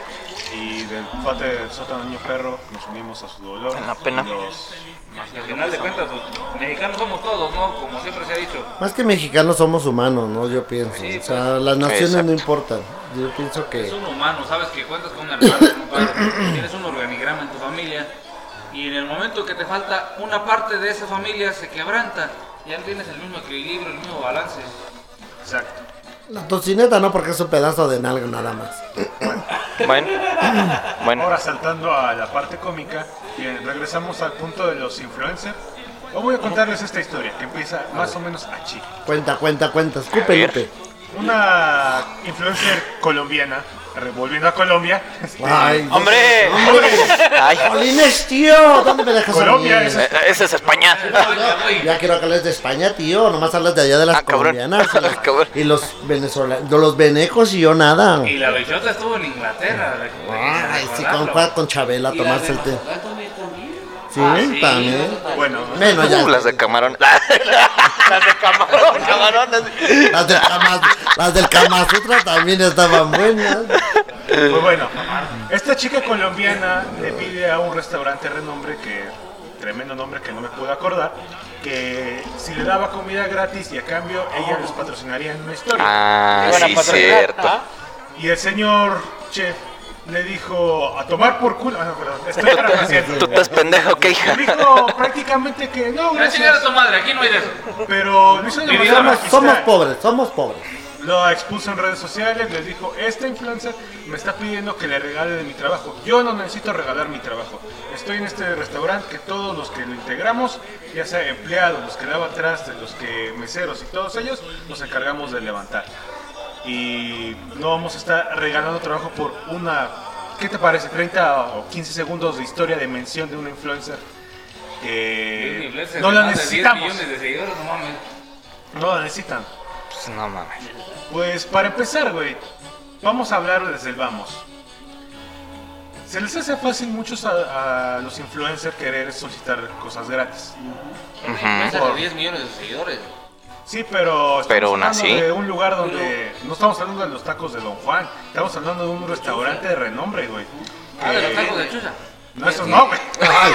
[SPEAKER 1] y del falta del sótano niño perro nos unimos a su dolor.
[SPEAKER 2] En la pena.
[SPEAKER 1] y los-
[SPEAKER 5] Y al final de cuentas, los mexicanos somos todos, ¿no? Como siempre se ha dicho.
[SPEAKER 3] Más que mexicanos somos humanos, ¿no? Yo pienso. o sea, las naciones
[SPEAKER 2] pues, Exacto.
[SPEAKER 3] no importan. Yo pienso
[SPEAKER 5] Es
[SPEAKER 3] que...
[SPEAKER 5] un humano, sabes que cuentas con un hermano, con un padre, tienes un organigrama en tu familia y en el momento que te falta una parte de esa familia se quebranta, ya no tienes el mismo equilibrio, el mismo balance.
[SPEAKER 1] Exacto.
[SPEAKER 3] La tocineta no, porque es un pedazo de nalga nada más.
[SPEAKER 2] Bueno, bueno,
[SPEAKER 1] Ahora saltando a la parte cómica, bien, regresamos al punto de los influencers. Os Voy a contarles esta historia que empieza más o menos aquí.
[SPEAKER 3] Cuenta, cuenta, cuenta.
[SPEAKER 2] A ver.
[SPEAKER 3] Escúpelite.
[SPEAKER 1] Una influencer colombiana, revolviendo a Colombia. este,
[SPEAKER 3] Ay,
[SPEAKER 2] ¡Hombre! Ay,
[SPEAKER 3] Jolines, tío, ¿dónde me dejas
[SPEAKER 1] Colombia,
[SPEAKER 3] a mí?
[SPEAKER 1] ese-
[SPEAKER 2] eh, ese es España.
[SPEAKER 3] Ya quiero que hables de España, tío. Nomás hablas de allá de las
[SPEAKER 2] Ah, cabrón.
[SPEAKER 3] colombianas y las-
[SPEAKER 2] Cabrón.
[SPEAKER 3] y los venezolanos, los venecos y yo nada.
[SPEAKER 5] Y la bellota estuvo en Inglaterra. recuerda,
[SPEAKER 3] Ah, Ay, sí, con,
[SPEAKER 5] recordarlo.
[SPEAKER 3] con Chabela tomarse el té. Sí, también.
[SPEAKER 1] Bueno,
[SPEAKER 3] Menos ya.
[SPEAKER 2] Uh, las de camarón. (laughs) Las de camarón, camarones.
[SPEAKER 3] Las del Kama, las del Kama Sutra también estaban buenas.
[SPEAKER 1] pues bueno, esta chica colombiana le pide a un restaurante renombre que tremendo nombre que no me puedo acordar, que si le daba comida gratis y a cambio ella los patrocinaría en una historia.
[SPEAKER 2] Ah,
[SPEAKER 4] Iban a
[SPEAKER 2] sí,
[SPEAKER 4] patrocinar,
[SPEAKER 2] cierto.
[SPEAKER 4] ¿ah?
[SPEAKER 1] Y el señor chef le dijo a tomar por culo. Ah, no, perdón, estoy parafraseando.
[SPEAKER 2] Tú estás pendejo, ¿qué hija?
[SPEAKER 1] Le dijo prácticamente que no,
[SPEAKER 5] Ya chingar a
[SPEAKER 1] gracias.
[SPEAKER 5] tu madre, aquí no hay de eso.
[SPEAKER 1] Pero lo hizo de manera
[SPEAKER 3] Somos,
[SPEAKER 1] magistral.
[SPEAKER 3] somos pobres, somos pobres.
[SPEAKER 1] Lo expuso en redes sociales, les dijo, esta influencer me está pidiendo que le regale de mi trabajo. Yo no necesito regalar mi trabajo. Estoy en este restaurante que todos los que lo integramos, ya sea empleados, los que lavan trastes, los que meseros y todos ellos, nos encargamos de levantar. Y no vamos a estar regalando trabajo por una, ¿qué te parece? 30 o 15 segundos de historia de mención de una influencer
[SPEAKER 5] Disney
[SPEAKER 1] que
[SPEAKER 5] Blessed,
[SPEAKER 1] no la
[SPEAKER 5] más de 10
[SPEAKER 1] necesitamos.
[SPEAKER 5] millones de seguidores, no mames.
[SPEAKER 1] No la necesitan.
[SPEAKER 2] Pues no mames.
[SPEAKER 1] Pues para empezar, güey, vamos a hablar desde el vamos. Se les hace fácil muchos a, a los influencers querer solicitar cosas gratis.
[SPEAKER 3] Ah.
[SPEAKER 5] Más de 10 millones de seguidores.
[SPEAKER 1] Sí, pero estamos
[SPEAKER 2] Pero aún
[SPEAKER 1] hablando
[SPEAKER 2] así.
[SPEAKER 1] de un lugar donde no estamos hablando de los tacos de Don Juan, estamos hablando de un restaurante de renombre, güey.
[SPEAKER 5] Ah, de los
[SPEAKER 1] Eh,
[SPEAKER 5] tacos de chucha.
[SPEAKER 1] No, eso no, güey.
[SPEAKER 3] Ay,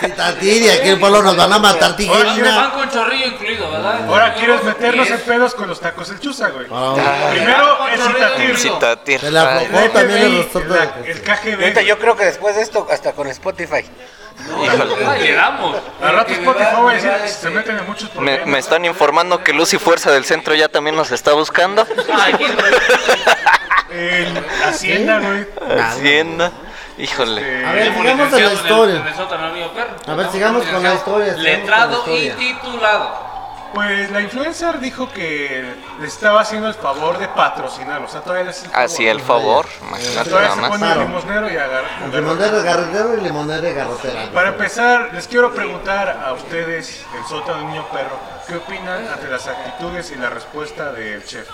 [SPEAKER 3] si Tati, de aquí en pueblo nos van a matar
[SPEAKER 5] Van
[SPEAKER 3] tijerina.
[SPEAKER 5] con chorrillo incluido, ¿verdad?
[SPEAKER 1] Ahora quieres meternos en
[SPEAKER 5] Diez.
[SPEAKER 1] pedos con los tacos del Chuza, güey.
[SPEAKER 3] Ah,
[SPEAKER 1] Primero, el citatir.
[SPEAKER 2] Sí, tatir.
[SPEAKER 3] Se la
[SPEAKER 2] Ay,
[SPEAKER 3] aflojó. No, también el
[SPEAKER 1] FBI,
[SPEAKER 3] restaurante.
[SPEAKER 1] la- el KGB.
[SPEAKER 4] Neta, yo creo que después de esto, hasta con Spotify.
[SPEAKER 5] Ah, Llegamos.
[SPEAKER 1] Al rato
[SPEAKER 5] Porque me
[SPEAKER 1] Spotify va
[SPEAKER 5] va-
[SPEAKER 1] a
[SPEAKER 5] me
[SPEAKER 1] decir
[SPEAKER 5] va
[SPEAKER 1] que se
[SPEAKER 5] este-
[SPEAKER 1] meten en muchos
[SPEAKER 2] Me,
[SPEAKER 1] problemas.
[SPEAKER 2] me están informando que Luz y Fuerza del Centro ya también nos está buscando.
[SPEAKER 5] Ay,
[SPEAKER 1] En Hacienda, güey.
[SPEAKER 2] Hacienda. Híjole.
[SPEAKER 3] A
[SPEAKER 1] Eh,
[SPEAKER 3] ver, sigamos en la historia. A ver, sigamos con la historia, sigamos
[SPEAKER 5] Letrado
[SPEAKER 3] con la historia.
[SPEAKER 5] y titulado.
[SPEAKER 1] Pues la influencer dijo que le estaba haciendo el favor de patrocinar, o sea, todavía le hace el favor.
[SPEAKER 2] Así Ah, el favor, imagínate
[SPEAKER 1] Todavía
[SPEAKER 2] nada
[SPEAKER 1] se pone
[SPEAKER 2] más.
[SPEAKER 1] el limosnero y agarra.
[SPEAKER 3] Limonero garrotero y limonero garrotera.
[SPEAKER 1] Para empezar, les quiero preguntar a ustedes, el sótano del niño perro, ¿qué opinan ante las actitudes y la respuesta del chef?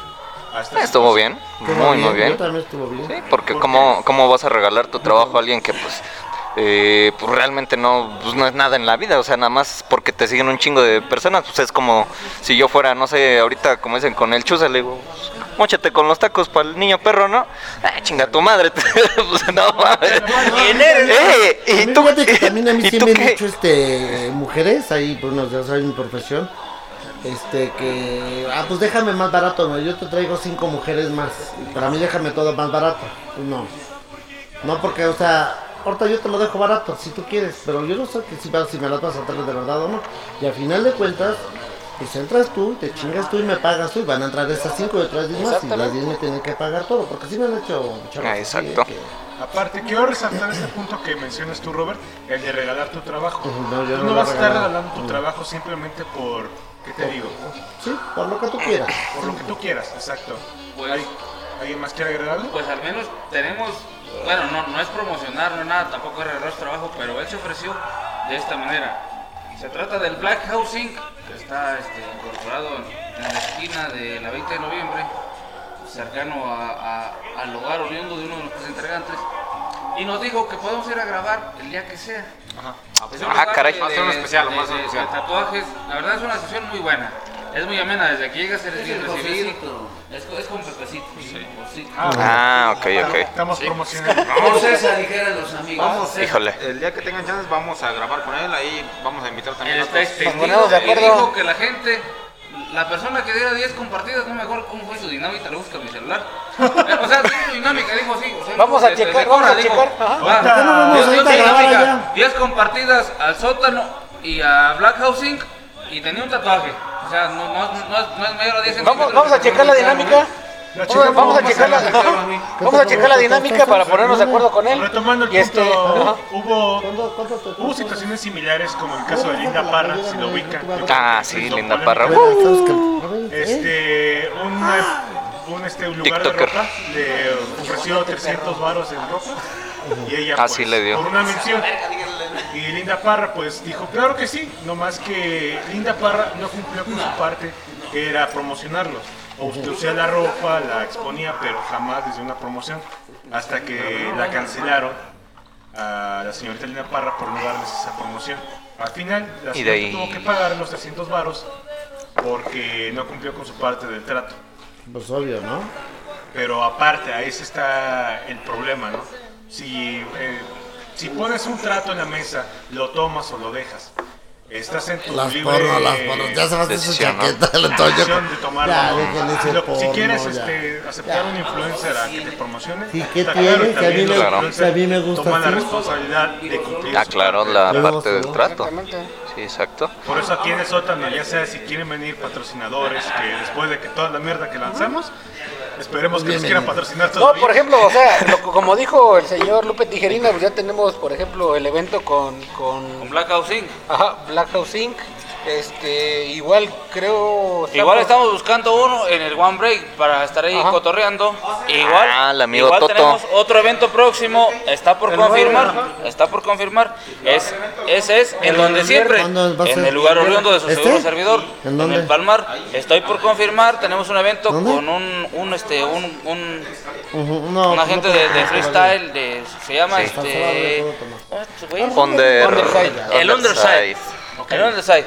[SPEAKER 1] Hasta
[SPEAKER 2] Estuvo bien, muy, muy
[SPEAKER 3] Yo
[SPEAKER 2] bien.
[SPEAKER 3] también estuvo bien.
[SPEAKER 2] Sí, porque ¿cómo, cómo vas a regalar tu trabajo a alguien que pues, eh, pues, realmente no, pues, no es nada en la vida? O sea, nada más porque te siguen un chingo de personas, pues es como si yo fuera, no sé, ahorita como dicen con el chuza, le digo, pues, móchate con los tacos para el niño perro, ¿no? Ah, chinga tu madre. (laughs) pues, no, mames.
[SPEAKER 3] ¿Quién eres?
[SPEAKER 2] Eh,
[SPEAKER 3] A
[SPEAKER 2] ¿Y
[SPEAKER 3] mí,
[SPEAKER 2] tú,
[SPEAKER 3] fíjate que también a mí
[SPEAKER 2] ¿y
[SPEAKER 3] sí
[SPEAKER 2] tú
[SPEAKER 3] me han
[SPEAKER 2] qué?
[SPEAKER 3] dicho este, eh, mujeres, ahí pues no, ya saben mi profesión, este que, ah, pues déjame más barato, no, yo te traigo cinco mujeres más, y para mí déjame todo más barato, Pues, no, no porque, o sea, ahorita yo te lo dejo barato, si tú quieres, pero yo no sé que si, vas- si me las vas a traer de verdad o no, y al final de cuentas, pues entras tú, te chingas tú y me pagas tú, y van a entrar esas cinco y otras diez más, y las diez me tienen que pagar todo, porque si me han hecho chavos
[SPEAKER 2] Ah,
[SPEAKER 3] así,
[SPEAKER 2] exacto.
[SPEAKER 3] eh, que-
[SPEAKER 1] Aparte, quiero resaltar este punto que mencionas tú, Robert, el de regalar tu trabajo.
[SPEAKER 3] Ujú, no, yo
[SPEAKER 1] Tú
[SPEAKER 3] no
[SPEAKER 1] no
[SPEAKER 3] lo
[SPEAKER 1] vas a estar
[SPEAKER 3] regalaba.
[SPEAKER 1] regalando tu trabajo simplemente por, ¿qué te digo?
[SPEAKER 3] Sí, por lo que tú quieras.
[SPEAKER 1] Por lo que tú quieras, exacto.
[SPEAKER 5] Pues-
[SPEAKER 1] ¿Hay- ¿Alguien más quiere agregar algo?
[SPEAKER 5] Pues al menos tenemos, bueno, no, no es promocionar, no es nada, tampoco es regalar su trabajo, pero él se ofreció de esta manera. Se trata del Black Housing, que está este, incorporado en, en la esquina de la 20 de noviembre, cercano a- a- al hogar oriundo de uno de nuestros entregantes, y nos dijo que podemos ir a grabar el día que sea.
[SPEAKER 6] Ajá. Ah,
[SPEAKER 5] Es un
[SPEAKER 2] Ajá,
[SPEAKER 5] lugar
[SPEAKER 2] caray.
[SPEAKER 5] de-
[SPEAKER 6] Va a ser un
[SPEAKER 5] de-
[SPEAKER 6] especial,
[SPEAKER 5] de-
[SPEAKER 6] va a ser un
[SPEAKER 5] de-
[SPEAKER 6] especial.
[SPEAKER 5] de tatuajes, la verdad es una sesión muy buena. Es muy amena, desde que llegas eres bien recibido.
[SPEAKER 7] Es, es con pepecito. Sí.
[SPEAKER 2] Ah, ok, ok.
[SPEAKER 1] Estamos promocionando.
[SPEAKER 7] Entonces, a dijeran los amigos.
[SPEAKER 6] Vamos, eh,
[SPEAKER 2] Híjole.
[SPEAKER 6] el día que tengan chances vamos a grabar con él, ahí vamos a invitar también
[SPEAKER 5] Él
[SPEAKER 6] a
[SPEAKER 5] está
[SPEAKER 6] otros.
[SPEAKER 5] extendido
[SPEAKER 4] Ponemos de
[SPEAKER 5] y
[SPEAKER 4] acuerdo.
[SPEAKER 5] dijo que la gente, la persona que diera 10 compartidas, no me acuerdo cómo fue su dinámica, lo busco en mi celular. Eh, o sea, su dinámica dijo así. o sea,
[SPEAKER 4] Vamos a
[SPEAKER 5] desde
[SPEAKER 4] checar,
[SPEAKER 5] Cora
[SPEAKER 4] vamos a
[SPEAKER 5] dijo,
[SPEAKER 4] checar, ajá.
[SPEAKER 5] va,
[SPEAKER 1] Ahorita nos
[SPEAKER 3] vamos
[SPEAKER 5] diez
[SPEAKER 3] ahorita a
[SPEAKER 5] dinámicas,
[SPEAKER 3] grabar allá.
[SPEAKER 5] 10 compartidas al sótano y a Black House Inc. y tenía un tatuaje. O sea, no, no, no, no es mayor a
[SPEAKER 4] Vamos,
[SPEAKER 5] 10 centímetros.
[SPEAKER 4] vamos a checar la dinámica.
[SPEAKER 1] La
[SPEAKER 4] Vamos,
[SPEAKER 1] checamos,
[SPEAKER 4] (laughs) vamos a
[SPEAKER 1] vamos a
[SPEAKER 4] checar la,
[SPEAKER 1] checarla,
[SPEAKER 4] ajá. Vamos a checar la dinámica para ponernos de acuerdo con él.
[SPEAKER 1] Retomando el
[SPEAKER 4] Y este, ajá.
[SPEAKER 1] punto, hubo,
[SPEAKER 3] ¿Cuánto- cuánto te-
[SPEAKER 1] hubo situaciones similares como el caso de Linda Parra, si lo ubican.
[SPEAKER 2] Ah, sí, Linda Parra.
[SPEAKER 3] Bueno, ¿sabes qué? A ver, ¿eh?
[SPEAKER 1] Este, un, eh, un este, un lugar
[SPEAKER 2] TikToker.
[SPEAKER 1] de ropa le ofreció 300 varos en ropa y ella
[SPEAKER 2] Ah,
[SPEAKER 1] pues,
[SPEAKER 2] sí le dio.
[SPEAKER 1] por una mención. Y Linda Parra pues dijo, claro que sí, nomás que Linda Parra no cumplió con su parte, que era promocionarlos. O usted usaba la ropa, la exponía, pero jamás desde una promoción, hasta que la cancelaron a la señorita Linda Parra por no darles esa promoción. Al final, la
[SPEAKER 2] Y
[SPEAKER 1] señorita
[SPEAKER 2] de ahí-
[SPEAKER 1] tuvo que pagar los 300 varos porque no cumplió con su parte del trato.
[SPEAKER 3] Pues obvio, ¿no?
[SPEAKER 1] Pero aparte, ahí se está el problema, ¿no? Si, eh, si pones un trato en la mesa, lo tomas o lo dejas. Estás en tu
[SPEAKER 3] Las
[SPEAKER 1] libre
[SPEAKER 3] porno, las porno. Ya se va a hacer su
[SPEAKER 2] decisión, ¿no?
[SPEAKER 3] chaqueta, (laughs) el Antonio.
[SPEAKER 1] acción de tomarlo.
[SPEAKER 3] Ya,
[SPEAKER 1] ¿no?
[SPEAKER 3] dejen ese
[SPEAKER 1] Lo- si
[SPEAKER 3] porno,
[SPEAKER 1] quieres
[SPEAKER 3] ya.
[SPEAKER 1] este, aceptar un influencer a que te promocione,
[SPEAKER 3] Sí, ¿qué
[SPEAKER 1] está
[SPEAKER 3] tiene?
[SPEAKER 1] claro,
[SPEAKER 3] Si a
[SPEAKER 1] también
[SPEAKER 3] mí me-
[SPEAKER 1] los
[SPEAKER 2] Claro.
[SPEAKER 1] influencers
[SPEAKER 3] si a mí me gusta
[SPEAKER 1] toman la
[SPEAKER 3] así.
[SPEAKER 1] responsabilidad de cumplir.
[SPEAKER 2] Ah,
[SPEAKER 1] su
[SPEAKER 2] claro,
[SPEAKER 1] parte.
[SPEAKER 2] la
[SPEAKER 3] Luego
[SPEAKER 2] parte
[SPEAKER 3] se
[SPEAKER 2] del
[SPEAKER 3] va.
[SPEAKER 2] trato. Sí, exacto.
[SPEAKER 1] Por eso aquí en el sótano, ya sea si quieren venir patrocinadores, que después de que toda la mierda que lanzamos, esperemos que nos quieran patrocinar
[SPEAKER 4] No,
[SPEAKER 1] todos.
[SPEAKER 4] por ejemplo, o sea, lo- como dijo el señor Lupe Tijerina, pues ya tenemos, por ejemplo, el evento con,
[SPEAKER 5] Con
[SPEAKER 4] con
[SPEAKER 5] Black House Inc.
[SPEAKER 4] ajá, Black House Inc. Este, igual creo.
[SPEAKER 5] Igual estamos buscando uno en el One Break para estar ahí
[SPEAKER 4] Ajá.
[SPEAKER 5] cotorreando. Igual,
[SPEAKER 2] Ah, el amigo
[SPEAKER 5] igual
[SPEAKER 2] Toto.
[SPEAKER 5] tenemos otro evento próximo, está por confirmar, está por confirmar. Es, ese es en donde siempre,
[SPEAKER 3] ¿Cuándo va a
[SPEAKER 5] en
[SPEAKER 3] ser?
[SPEAKER 5] el lugar oriundo de su
[SPEAKER 3] ¿Este?
[SPEAKER 5] seguro servidor,
[SPEAKER 3] ¿En
[SPEAKER 5] en,
[SPEAKER 3] dónde?
[SPEAKER 5] el Palmar. Estoy por confirmar, tenemos un evento
[SPEAKER 3] ¿Dónde?
[SPEAKER 5] con un, un, este, un, un,
[SPEAKER 3] Ujú, no,
[SPEAKER 5] un
[SPEAKER 3] no
[SPEAKER 5] agente
[SPEAKER 3] creo
[SPEAKER 5] de,
[SPEAKER 3] que
[SPEAKER 5] de
[SPEAKER 3] se
[SPEAKER 5] freestyle, este, de, se llama
[SPEAKER 2] Sí.
[SPEAKER 5] este... Ah, este güey.
[SPEAKER 2] Under,
[SPEAKER 4] Underside.
[SPEAKER 5] El Underside. El Underside.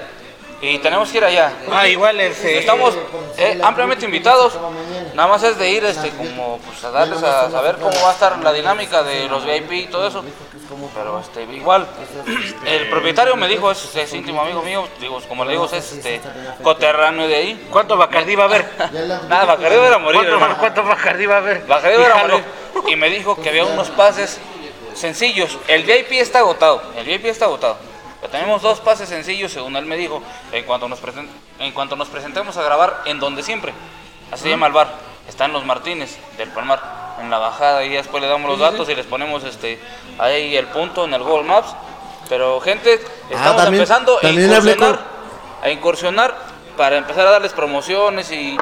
[SPEAKER 5] Y tenemos que ir allá.
[SPEAKER 4] Ah, igual el
[SPEAKER 5] Estamos eh, ampliamente invitados. Nada más es de ir este como pues a darles a saber cómo va a estar la dinámica de los VIP y todo eso. Pero este igual el propietario me dijo, es, es íntimo amigo mío, digo, como le digo, es este coterráneo de ahí.
[SPEAKER 4] ¿Cuánto Bacardí va a haber?
[SPEAKER 5] Nada, Bacardí era morir. hermano.
[SPEAKER 4] Bacardí va a haber?
[SPEAKER 5] Bacardí era morir. Y me dijo que había unos pases sencillos. El VIP está agotado. El VIP está agotado. Pero tenemos dos pases sencillos, según él me dijo, en cuanto nos, presen- en cuanto nos presentemos a grabar en donde siempre. Así se llama el bar. Están los Martínez del Palmar. En la bajada y después le damos los datos y les ponemos este ahí el punto en el Google Maps. Pero gente, estamos
[SPEAKER 3] Ah, también-
[SPEAKER 5] empezando a
[SPEAKER 3] también hablé con-
[SPEAKER 5] incursionar, a incursionar para empezar a darles promociones y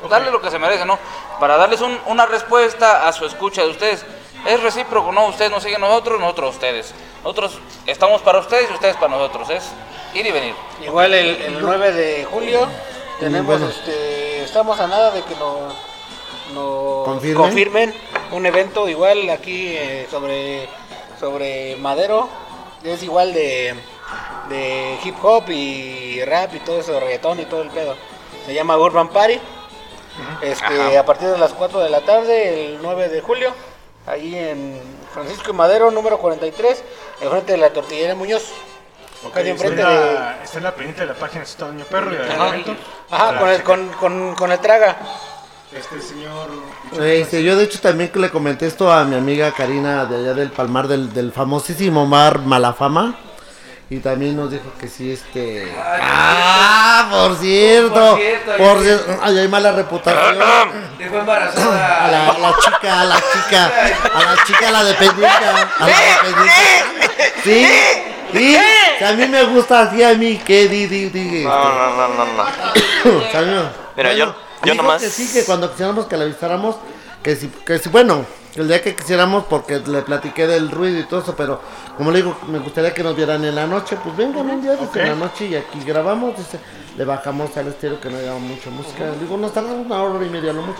[SPEAKER 5] pues, darle lo que se merece, ¿no? Para darles un- una respuesta a su escucha de ustedes. Es recíproco, ¿no? Ustedes nos siguen a nosotros, nosotros a ustedes. Nosotros estamos para ustedes y ustedes para nosotros. Es ir y venir.
[SPEAKER 4] Igual el, el 9 de julio tenemos,
[SPEAKER 3] Mm, bueno.
[SPEAKER 4] este, estamos a nada de que nos, nos
[SPEAKER 3] Confirmen.
[SPEAKER 4] confirmen un evento igual aquí eh, sobre, sobre Madero. Es igual de, de hip hop y rap y todo eso, reggaetón y todo el pedo. Se llama Urban Party. Este, a partir de las 4 de la tarde, el 9 de julio, ahí en Francisco y Madero, número 43, enfrente de la tortillería Muñoz.
[SPEAKER 1] Ok,
[SPEAKER 4] Casi
[SPEAKER 1] está, en
[SPEAKER 4] enfrente de,
[SPEAKER 1] la, está en la pendiente de la página de Sotano Perro y del evento.
[SPEAKER 4] Ajá,
[SPEAKER 1] Para
[SPEAKER 4] con el,
[SPEAKER 1] checar.
[SPEAKER 4] con, con, con el traga.
[SPEAKER 1] Este señor.
[SPEAKER 3] Este, yo de hecho también que le comenté esto a mi amiga Karina de allá del Palmar del, del famosísimo Mar Malafama y también nos dijo que sí este ah por cierto
[SPEAKER 7] Por cierto,
[SPEAKER 3] por
[SPEAKER 7] ahí-
[SPEAKER 3] cierto ay hay mala reputación
[SPEAKER 7] Dejó embarazada.
[SPEAKER 3] a la, a la chica a la chica a la chica a la dependiente a la dependiente sí sí si a mí me gusta así a mí que di di este, di
[SPEAKER 2] No, no, no, no, no.
[SPEAKER 3] Mira,
[SPEAKER 2] Mira, yo- yo nomás-
[SPEAKER 3] Que sí, que cuando quisiéramos que la visitáramos, que si, que si, bueno, el día que quisiéramos, porque le platiqué del ruido y todo eso, pero como le digo, me gustaría que nos vieran en la noche, pues vengan un día, dice, en la noche y aquí grabamos, dice, le bajamos al estéreo que no llevamos mucha música. Le Digo, nos tardamos una hora y media, lo mucho.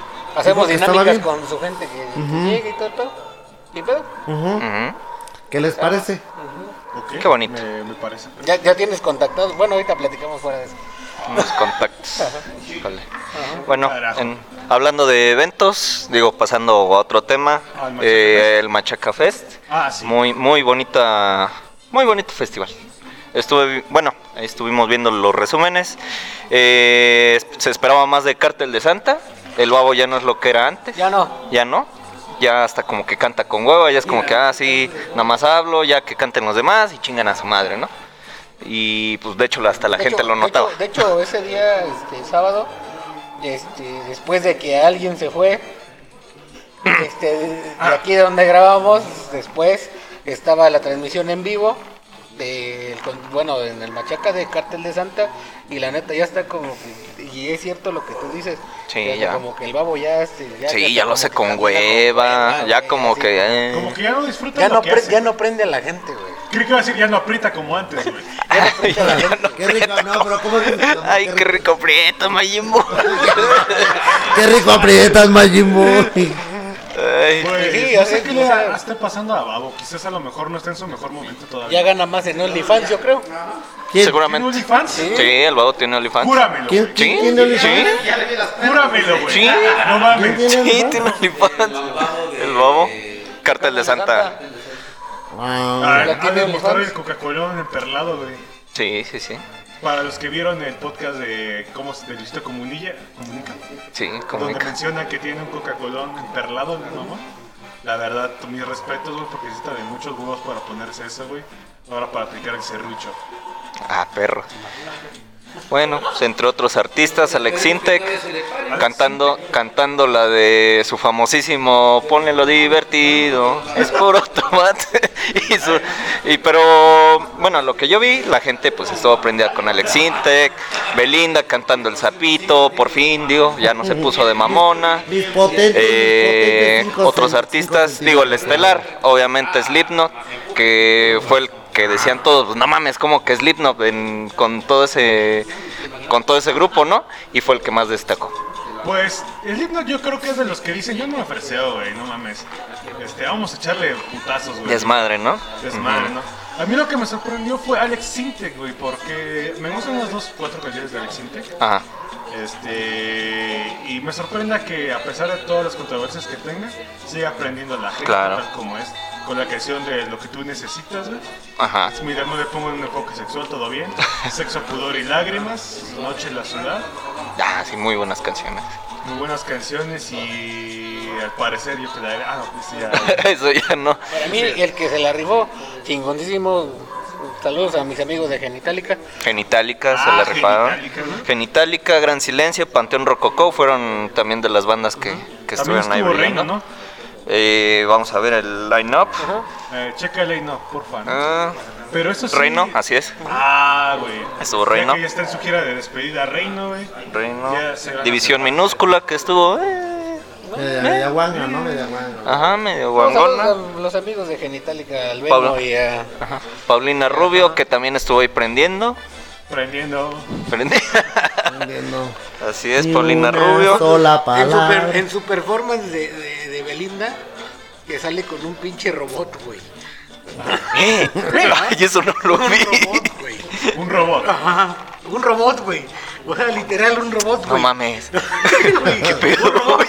[SPEAKER 3] Dijo
[SPEAKER 4] Hacemos
[SPEAKER 3] que estaba
[SPEAKER 4] dinámicas
[SPEAKER 3] bien.
[SPEAKER 4] con su gente que, que llega y todo el pedo. ¿Y pedo?
[SPEAKER 3] Ujú.
[SPEAKER 2] Ujú.
[SPEAKER 3] ¿Qué les parece?
[SPEAKER 1] ok,
[SPEAKER 2] Qué bonito.
[SPEAKER 1] Me, me parece.
[SPEAKER 4] Ya, ya tienes contactados. Bueno, ahorita platicamos fuera de eso.
[SPEAKER 2] unos contactos. Híjole. Bueno,
[SPEAKER 1] Carajo.
[SPEAKER 2] en- hablando de eventos, digo, pasando a otro tema,
[SPEAKER 1] Al Machaca
[SPEAKER 2] eh, el Machaca Fest.
[SPEAKER 1] Ah, sí.
[SPEAKER 2] Muy, muy bonita, muy bonito festival. Estuve, vi- bueno, ahí estuvimos viendo los resúmenes. Eh, es- se esperaba más de Cártel de Santa. El babo ya no es lo que era antes.
[SPEAKER 4] Ya no.
[SPEAKER 2] Ya no. Ya hasta como que canta con hueva, ya es como que, ah, sí, nada más hablo, ya que canten los demás y chingan a su madre, ¿no? Y pues de hecho hasta la
[SPEAKER 4] De
[SPEAKER 2] gente
[SPEAKER 4] hecho-
[SPEAKER 2] lo
[SPEAKER 4] de
[SPEAKER 2] notaba.
[SPEAKER 4] hecho- De hecho, ese día, este, sábado, este, después de que alguien se fue, este, de aquí de donde grabamos, después estaba la transmisión en vivo. del con- bueno, en el Machaca de Cártel de Santa, y la neta ya está como que. Y es cierto lo que tú dices.
[SPEAKER 2] Sí,
[SPEAKER 4] que hasta
[SPEAKER 2] ya.
[SPEAKER 4] Como que el babo ya. este,
[SPEAKER 2] sí, ya lo
[SPEAKER 4] como
[SPEAKER 2] hace
[SPEAKER 4] que
[SPEAKER 2] con
[SPEAKER 4] camina
[SPEAKER 2] hueva, ya
[SPEAKER 4] güey,
[SPEAKER 2] como
[SPEAKER 4] así.
[SPEAKER 2] que... eh.
[SPEAKER 1] Como
[SPEAKER 2] (laughs)
[SPEAKER 1] que ya no disfrutan
[SPEAKER 4] Ya
[SPEAKER 1] lo
[SPEAKER 4] no,
[SPEAKER 1] que
[SPEAKER 4] pre-
[SPEAKER 1] hacen.
[SPEAKER 4] ya no prende a la gente, güey.
[SPEAKER 1] Creo que iba a decir ya no aprieta como antes,
[SPEAKER 2] (laughs)
[SPEAKER 1] güey.
[SPEAKER 4] Ya (laughs) no prende a la gente.
[SPEAKER 3] Qué rico, no, pero ¿cómo que-
[SPEAKER 2] Ay, qué rico prieto, Majin
[SPEAKER 4] (laughs)
[SPEAKER 2] Buu.
[SPEAKER 3] Qué rico aprietas, Majin Buu.
[SPEAKER 4] (laughs)
[SPEAKER 2] Ay,
[SPEAKER 1] Pues,
[SPEAKER 4] Sí,
[SPEAKER 1] no
[SPEAKER 4] así
[SPEAKER 1] sé
[SPEAKER 4] que
[SPEAKER 1] qué le
[SPEAKER 4] no sabe.
[SPEAKER 1] esté pasando a Babo. Quizás a lo mejor no está en su mejor momento
[SPEAKER 4] Ya
[SPEAKER 1] todavía.
[SPEAKER 4] gana más en OnlyFans, yo creo.
[SPEAKER 3] ¿Quién-
[SPEAKER 1] ¿Tiene
[SPEAKER 2] Seguramente.
[SPEAKER 1] OnlyFans?
[SPEAKER 2] Sí, el vago tiene OnlyFans.
[SPEAKER 1] Júramelo.
[SPEAKER 3] ¿Quién,
[SPEAKER 1] güey.
[SPEAKER 2] Sí,
[SPEAKER 3] quién tiene OnlyFans?
[SPEAKER 2] sí.
[SPEAKER 1] Júramelo, güey.
[SPEAKER 2] Sí.
[SPEAKER 1] No
[SPEAKER 3] ¿Quién
[SPEAKER 1] mames.
[SPEAKER 2] (laughs)
[SPEAKER 3] tiene
[SPEAKER 2] Sí,
[SPEAKER 3] OnlyFans?
[SPEAKER 2] tiene OnlyFans. El babo. Cartel de Santa.
[SPEAKER 3] Ah,
[SPEAKER 1] Ah,
[SPEAKER 4] ¿La
[SPEAKER 1] ha
[SPEAKER 4] tiene
[SPEAKER 1] de mostrar
[SPEAKER 4] OnlyFans?
[SPEAKER 1] el Coca-Colón emperlado, güey.
[SPEAKER 2] Sí, sí, sí.
[SPEAKER 1] Para los que vieron el podcast de cómo se de Luisito Comunilla, comunica,
[SPEAKER 2] Sí,
[SPEAKER 1] donde
[SPEAKER 2] comunica.
[SPEAKER 1] menciona que tiene un Coca-Colón emperlado, mi mamá. La verdad, mis respetos, güey, porque necesita de muchos huevos para ponerse eso, güey. Ahora para aplicar el serrucho.
[SPEAKER 2] Ah, perro. Bueno, pues, entre otros artistas, Alex Intec. Cantando, cantando la de su famosísimo Ponle lo divertido, es puro tomate. (laughs) Y, su- y pero bueno, lo que yo vi, la gente pues estuvo prendida con Alex Intec, Belinda cantando el sapito, por fin, digo, ya no se puso de mamona.
[SPEAKER 3] mis potentes,
[SPEAKER 2] Eh,
[SPEAKER 3] mis potentes cinco
[SPEAKER 2] otros
[SPEAKER 3] cen-
[SPEAKER 2] artistas,
[SPEAKER 3] cinco
[SPEAKER 2] digo el
[SPEAKER 3] centímetros.
[SPEAKER 2] estelar, obviamente Slipknot, que fue el que decían todos, "Pues, no mames, como que Slipknot en- con todo ese con todo ese grupo, ¿no? Y fue el que más destacó.
[SPEAKER 1] Pues el himno yo creo que es de los que dicen, yo no me ofreceo, güey, no mames. Este, vamos a echarle putazos, güey.
[SPEAKER 2] Desmadre, ¿no?
[SPEAKER 1] Desmadre, ¿no? A mí lo que me sorprendió fue Alex Sintek, güey, porque me gustan las dos, cuatro canciones de Alex Sintek.
[SPEAKER 2] Ajá.
[SPEAKER 1] Este, y me sorprende que a pesar de todas las controversias que tenga, siga aprendiendo la gente
[SPEAKER 2] Claro.
[SPEAKER 1] tal como es. Con la canción de lo que tú necesitas, güey.
[SPEAKER 2] Ajá.
[SPEAKER 1] Mira, no le pongo un enfoque sexual, todo
[SPEAKER 2] (laughs)
[SPEAKER 1] bien. Sexo, pudor y lágrimas. Noche en la ciudad.
[SPEAKER 2] Ah, sí, muy buenas canciones. (laughs)
[SPEAKER 1] Muy buenas canciones y al parecer yo te la Ah, no, pues ya.
[SPEAKER 2] Eso ya no.
[SPEAKER 4] Para mí, el que se la rifó, chingoncísimo. Saludos a mis amigos de Genitalica.
[SPEAKER 2] Genitalica se
[SPEAKER 1] Ah,
[SPEAKER 2] la rifaron.
[SPEAKER 1] Genitalica, ¿no?
[SPEAKER 2] Genitalica, Gran Silencio, Panteón Rococó fueron también de las bandas que, (laughs) que
[SPEAKER 1] También
[SPEAKER 2] estuvieron ahí
[SPEAKER 1] estuvo
[SPEAKER 2] brillando.
[SPEAKER 1] Reino, ¿no?
[SPEAKER 2] Eh, vamos a ver el line-up.
[SPEAKER 1] Eh, chécale y no, porfa. ¿no?
[SPEAKER 2] Ah,
[SPEAKER 1] Pero eso sí.
[SPEAKER 2] Reino, así es.
[SPEAKER 1] Ah, güey.
[SPEAKER 2] Estuvo
[SPEAKER 1] Ya
[SPEAKER 2] Reino.
[SPEAKER 1] que Ya está en su gira de despedida Reino, güey.
[SPEAKER 2] Reino.
[SPEAKER 1] Ya se van a
[SPEAKER 2] División minúscula que estuvo. eh,
[SPEAKER 3] Media- media guanga, ¿no? Media guanga.
[SPEAKER 2] ajá, medio
[SPEAKER 4] Saludos
[SPEAKER 2] guangona.
[SPEAKER 4] a los amigos de Genitalica, al
[SPEAKER 2] Pablo.
[SPEAKER 4] Beno y a.
[SPEAKER 2] Ajá. Paulina Rubio, que también estuvo ahí prendiendo. (laughs)
[SPEAKER 1] Prendiendo.
[SPEAKER 2] Prendi-
[SPEAKER 3] Entiendo.
[SPEAKER 2] (laughs) Así es,
[SPEAKER 3] Ni
[SPEAKER 2] Paulina
[SPEAKER 3] una
[SPEAKER 2] Rubio.
[SPEAKER 3] Sola
[SPEAKER 4] En su, per-
[SPEAKER 3] palabra.
[SPEAKER 4] en su performance de, de- de Belinda, que sale con un pinche robot, güey.
[SPEAKER 2] Eh, (laughs) Ay, eso no lo
[SPEAKER 4] Un
[SPEAKER 2] vi.
[SPEAKER 4] robot, güey.
[SPEAKER 1] Un robot.
[SPEAKER 4] Ajá, Un robot, güey. O sea, literal, un robot,
[SPEAKER 2] No
[SPEAKER 4] güey.
[SPEAKER 2] mames.
[SPEAKER 4] (laughs) Güey,
[SPEAKER 2] ¿Qué pedo,
[SPEAKER 4] un robot,
[SPEAKER 2] güey?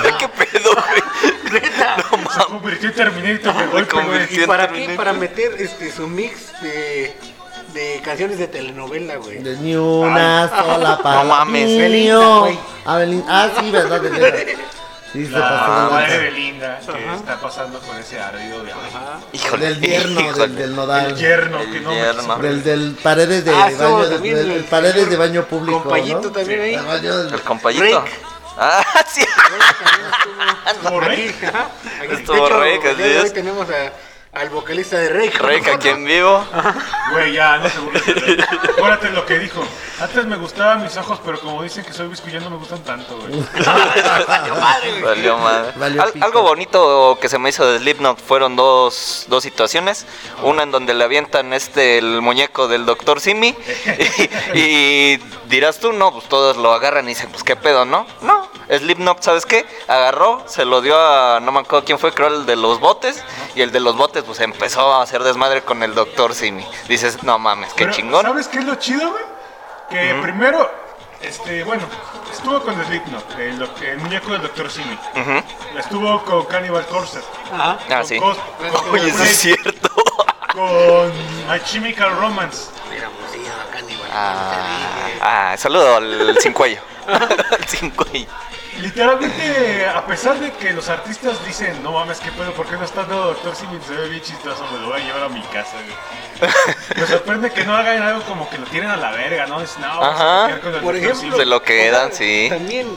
[SPEAKER 4] güey.
[SPEAKER 2] ¿Qué pedo, güey?
[SPEAKER 4] Neta.
[SPEAKER 2] (laughs)
[SPEAKER 1] Se
[SPEAKER 2] No mames.
[SPEAKER 1] convirtió en Terminator de
[SPEAKER 2] Me
[SPEAKER 1] golpe, güey.
[SPEAKER 2] convirtió
[SPEAKER 4] ¿Y
[SPEAKER 2] en
[SPEAKER 4] para qué?
[SPEAKER 2] Terminator.
[SPEAKER 4] Para meter este, su mix de, de canciones de telenovela, güey.
[SPEAKER 3] De Ni una sola palabra.
[SPEAKER 2] mames.
[SPEAKER 3] Ni
[SPEAKER 4] Belinda,
[SPEAKER 3] un-
[SPEAKER 4] güey.
[SPEAKER 3] Ah, Belinda. Ah, sí, verdad, de veras. Sí, se
[SPEAKER 2] Ah,
[SPEAKER 3] pasó
[SPEAKER 1] La
[SPEAKER 3] de
[SPEAKER 1] madre
[SPEAKER 3] lanza.
[SPEAKER 1] de Linda que está pasando con ese ardido de ay,
[SPEAKER 2] Híjole.
[SPEAKER 3] Del yerno,
[SPEAKER 2] híjole.
[SPEAKER 3] del, del
[SPEAKER 1] el
[SPEAKER 3] nodal.
[SPEAKER 1] yerno
[SPEAKER 2] El
[SPEAKER 1] que no me
[SPEAKER 2] yerno.
[SPEAKER 1] quiso-
[SPEAKER 3] Del, del paredes de
[SPEAKER 4] Ah,
[SPEAKER 3] baño,
[SPEAKER 4] estuvo también
[SPEAKER 3] del-
[SPEAKER 4] el
[SPEAKER 3] del paredes
[SPEAKER 4] señor
[SPEAKER 3] de baño público.
[SPEAKER 4] Compayito
[SPEAKER 3] ¿no?
[SPEAKER 4] también ahí.
[SPEAKER 3] El baño del-
[SPEAKER 2] El compayito.
[SPEAKER 4] Rick.
[SPEAKER 2] Ah, (laughs) sí. Ah,
[SPEAKER 1] Como
[SPEAKER 4] Aquí,
[SPEAKER 1] rey.
[SPEAKER 2] (laughs)
[SPEAKER 4] ajá, aquí.
[SPEAKER 2] Estuvo
[SPEAKER 4] De hecho,
[SPEAKER 2] Rey,
[SPEAKER 4] el
[SPEAKER 2] así
[SPEAKER 4] día de hoy
[SPEAKER 2] es.
[SPEAKER 4] tenemos a- al vocalista de Rey. con
[SPEAKER 2] Rick aquí
[SPEAKER 4] nosotros.
[SPEAKER 2] en vivo.
[SPEAKER 1] Güey, ya, no se burles de Rey. Acuérdate lo que dijo. Antes me gustaban mis ojos, pero como dicen que soy biscuit, ya no me gustan tanto, güey.
[SPEAKER 2] Valió madre.
[SPEAKER 3] Valió
[SPEAKER 2] Al-
[SPEAKER 3] pito.
[SPEAKER 2] algo bonito que se me hizo de Slipknot fueron dos, dos situaciones. Una en donde le avientan este el muñeco del doctor Simi. Y, y dirás tú, no, pues todos lo agarran y dicen, pues qué pedo, ¿no? No, Slipknot, ¿sabes qué? Agarró, se lo dio a, no me acuerdo quién fue, creo el de los botes. Y el de los botes, pues empezó a hacer desmadre con el doctor Simi. Dices, no mames, qué
[SPEAKER 1] Pero,
[SPEAKER 2] chingón.
[SPEAKER 1] ¿Sabes qué es lo chido, güey? Que primero, este, bueno, estuvo con Slipknot, el, doc- el muñeco del Dr. Simi.
[SPEAKER 2] Ujú.
[SPEAKER 1] Estuvo con Cannibal Corset.
[SPEAKER 4] Ajá.
[SPEAKER 2] Ah,
[SPEAKER 1] con
[SPEAKER 2] sí.
[SPEAKER 1] Cos-
[SPEAKER 2] Oye, sí es cierto.
[SPEAKER 1] Con My Chemical Romance.
[SPEAKER 4] Mira, pues sí, a Cannibal.
[SPEAKER 2] Ah, ah, saludo al sin cuello. al sin cuello.
[SPEAKER 1] Literalmente, a pesar de que los artistas dicen, no mames, qué pedo, ¿por qué no está dando Doctor Simi? Se ve bien chistoso, me lo voy a llevar a mi casa,
[SPEAKER 2] (laughs)
[SPEAKER 1] güey". Me sorprende que no hagan algo como que lo tiren a la verga, ¿no? Es, no, vamos
[SPEAKER 2] Ajá.
[SPEAKER 1] a pelear con el
[SPEAKER 4] Por
[SPEAKER 1] Dr.
[SPEAKER 4] ejemplo,
[SPEAKER 1] Simi".
[SPEAKER 2] Se lo quedan,
[SPEAKER 4] O sea,
[SPEAKER 2] sí.
[SPEAKER 4] También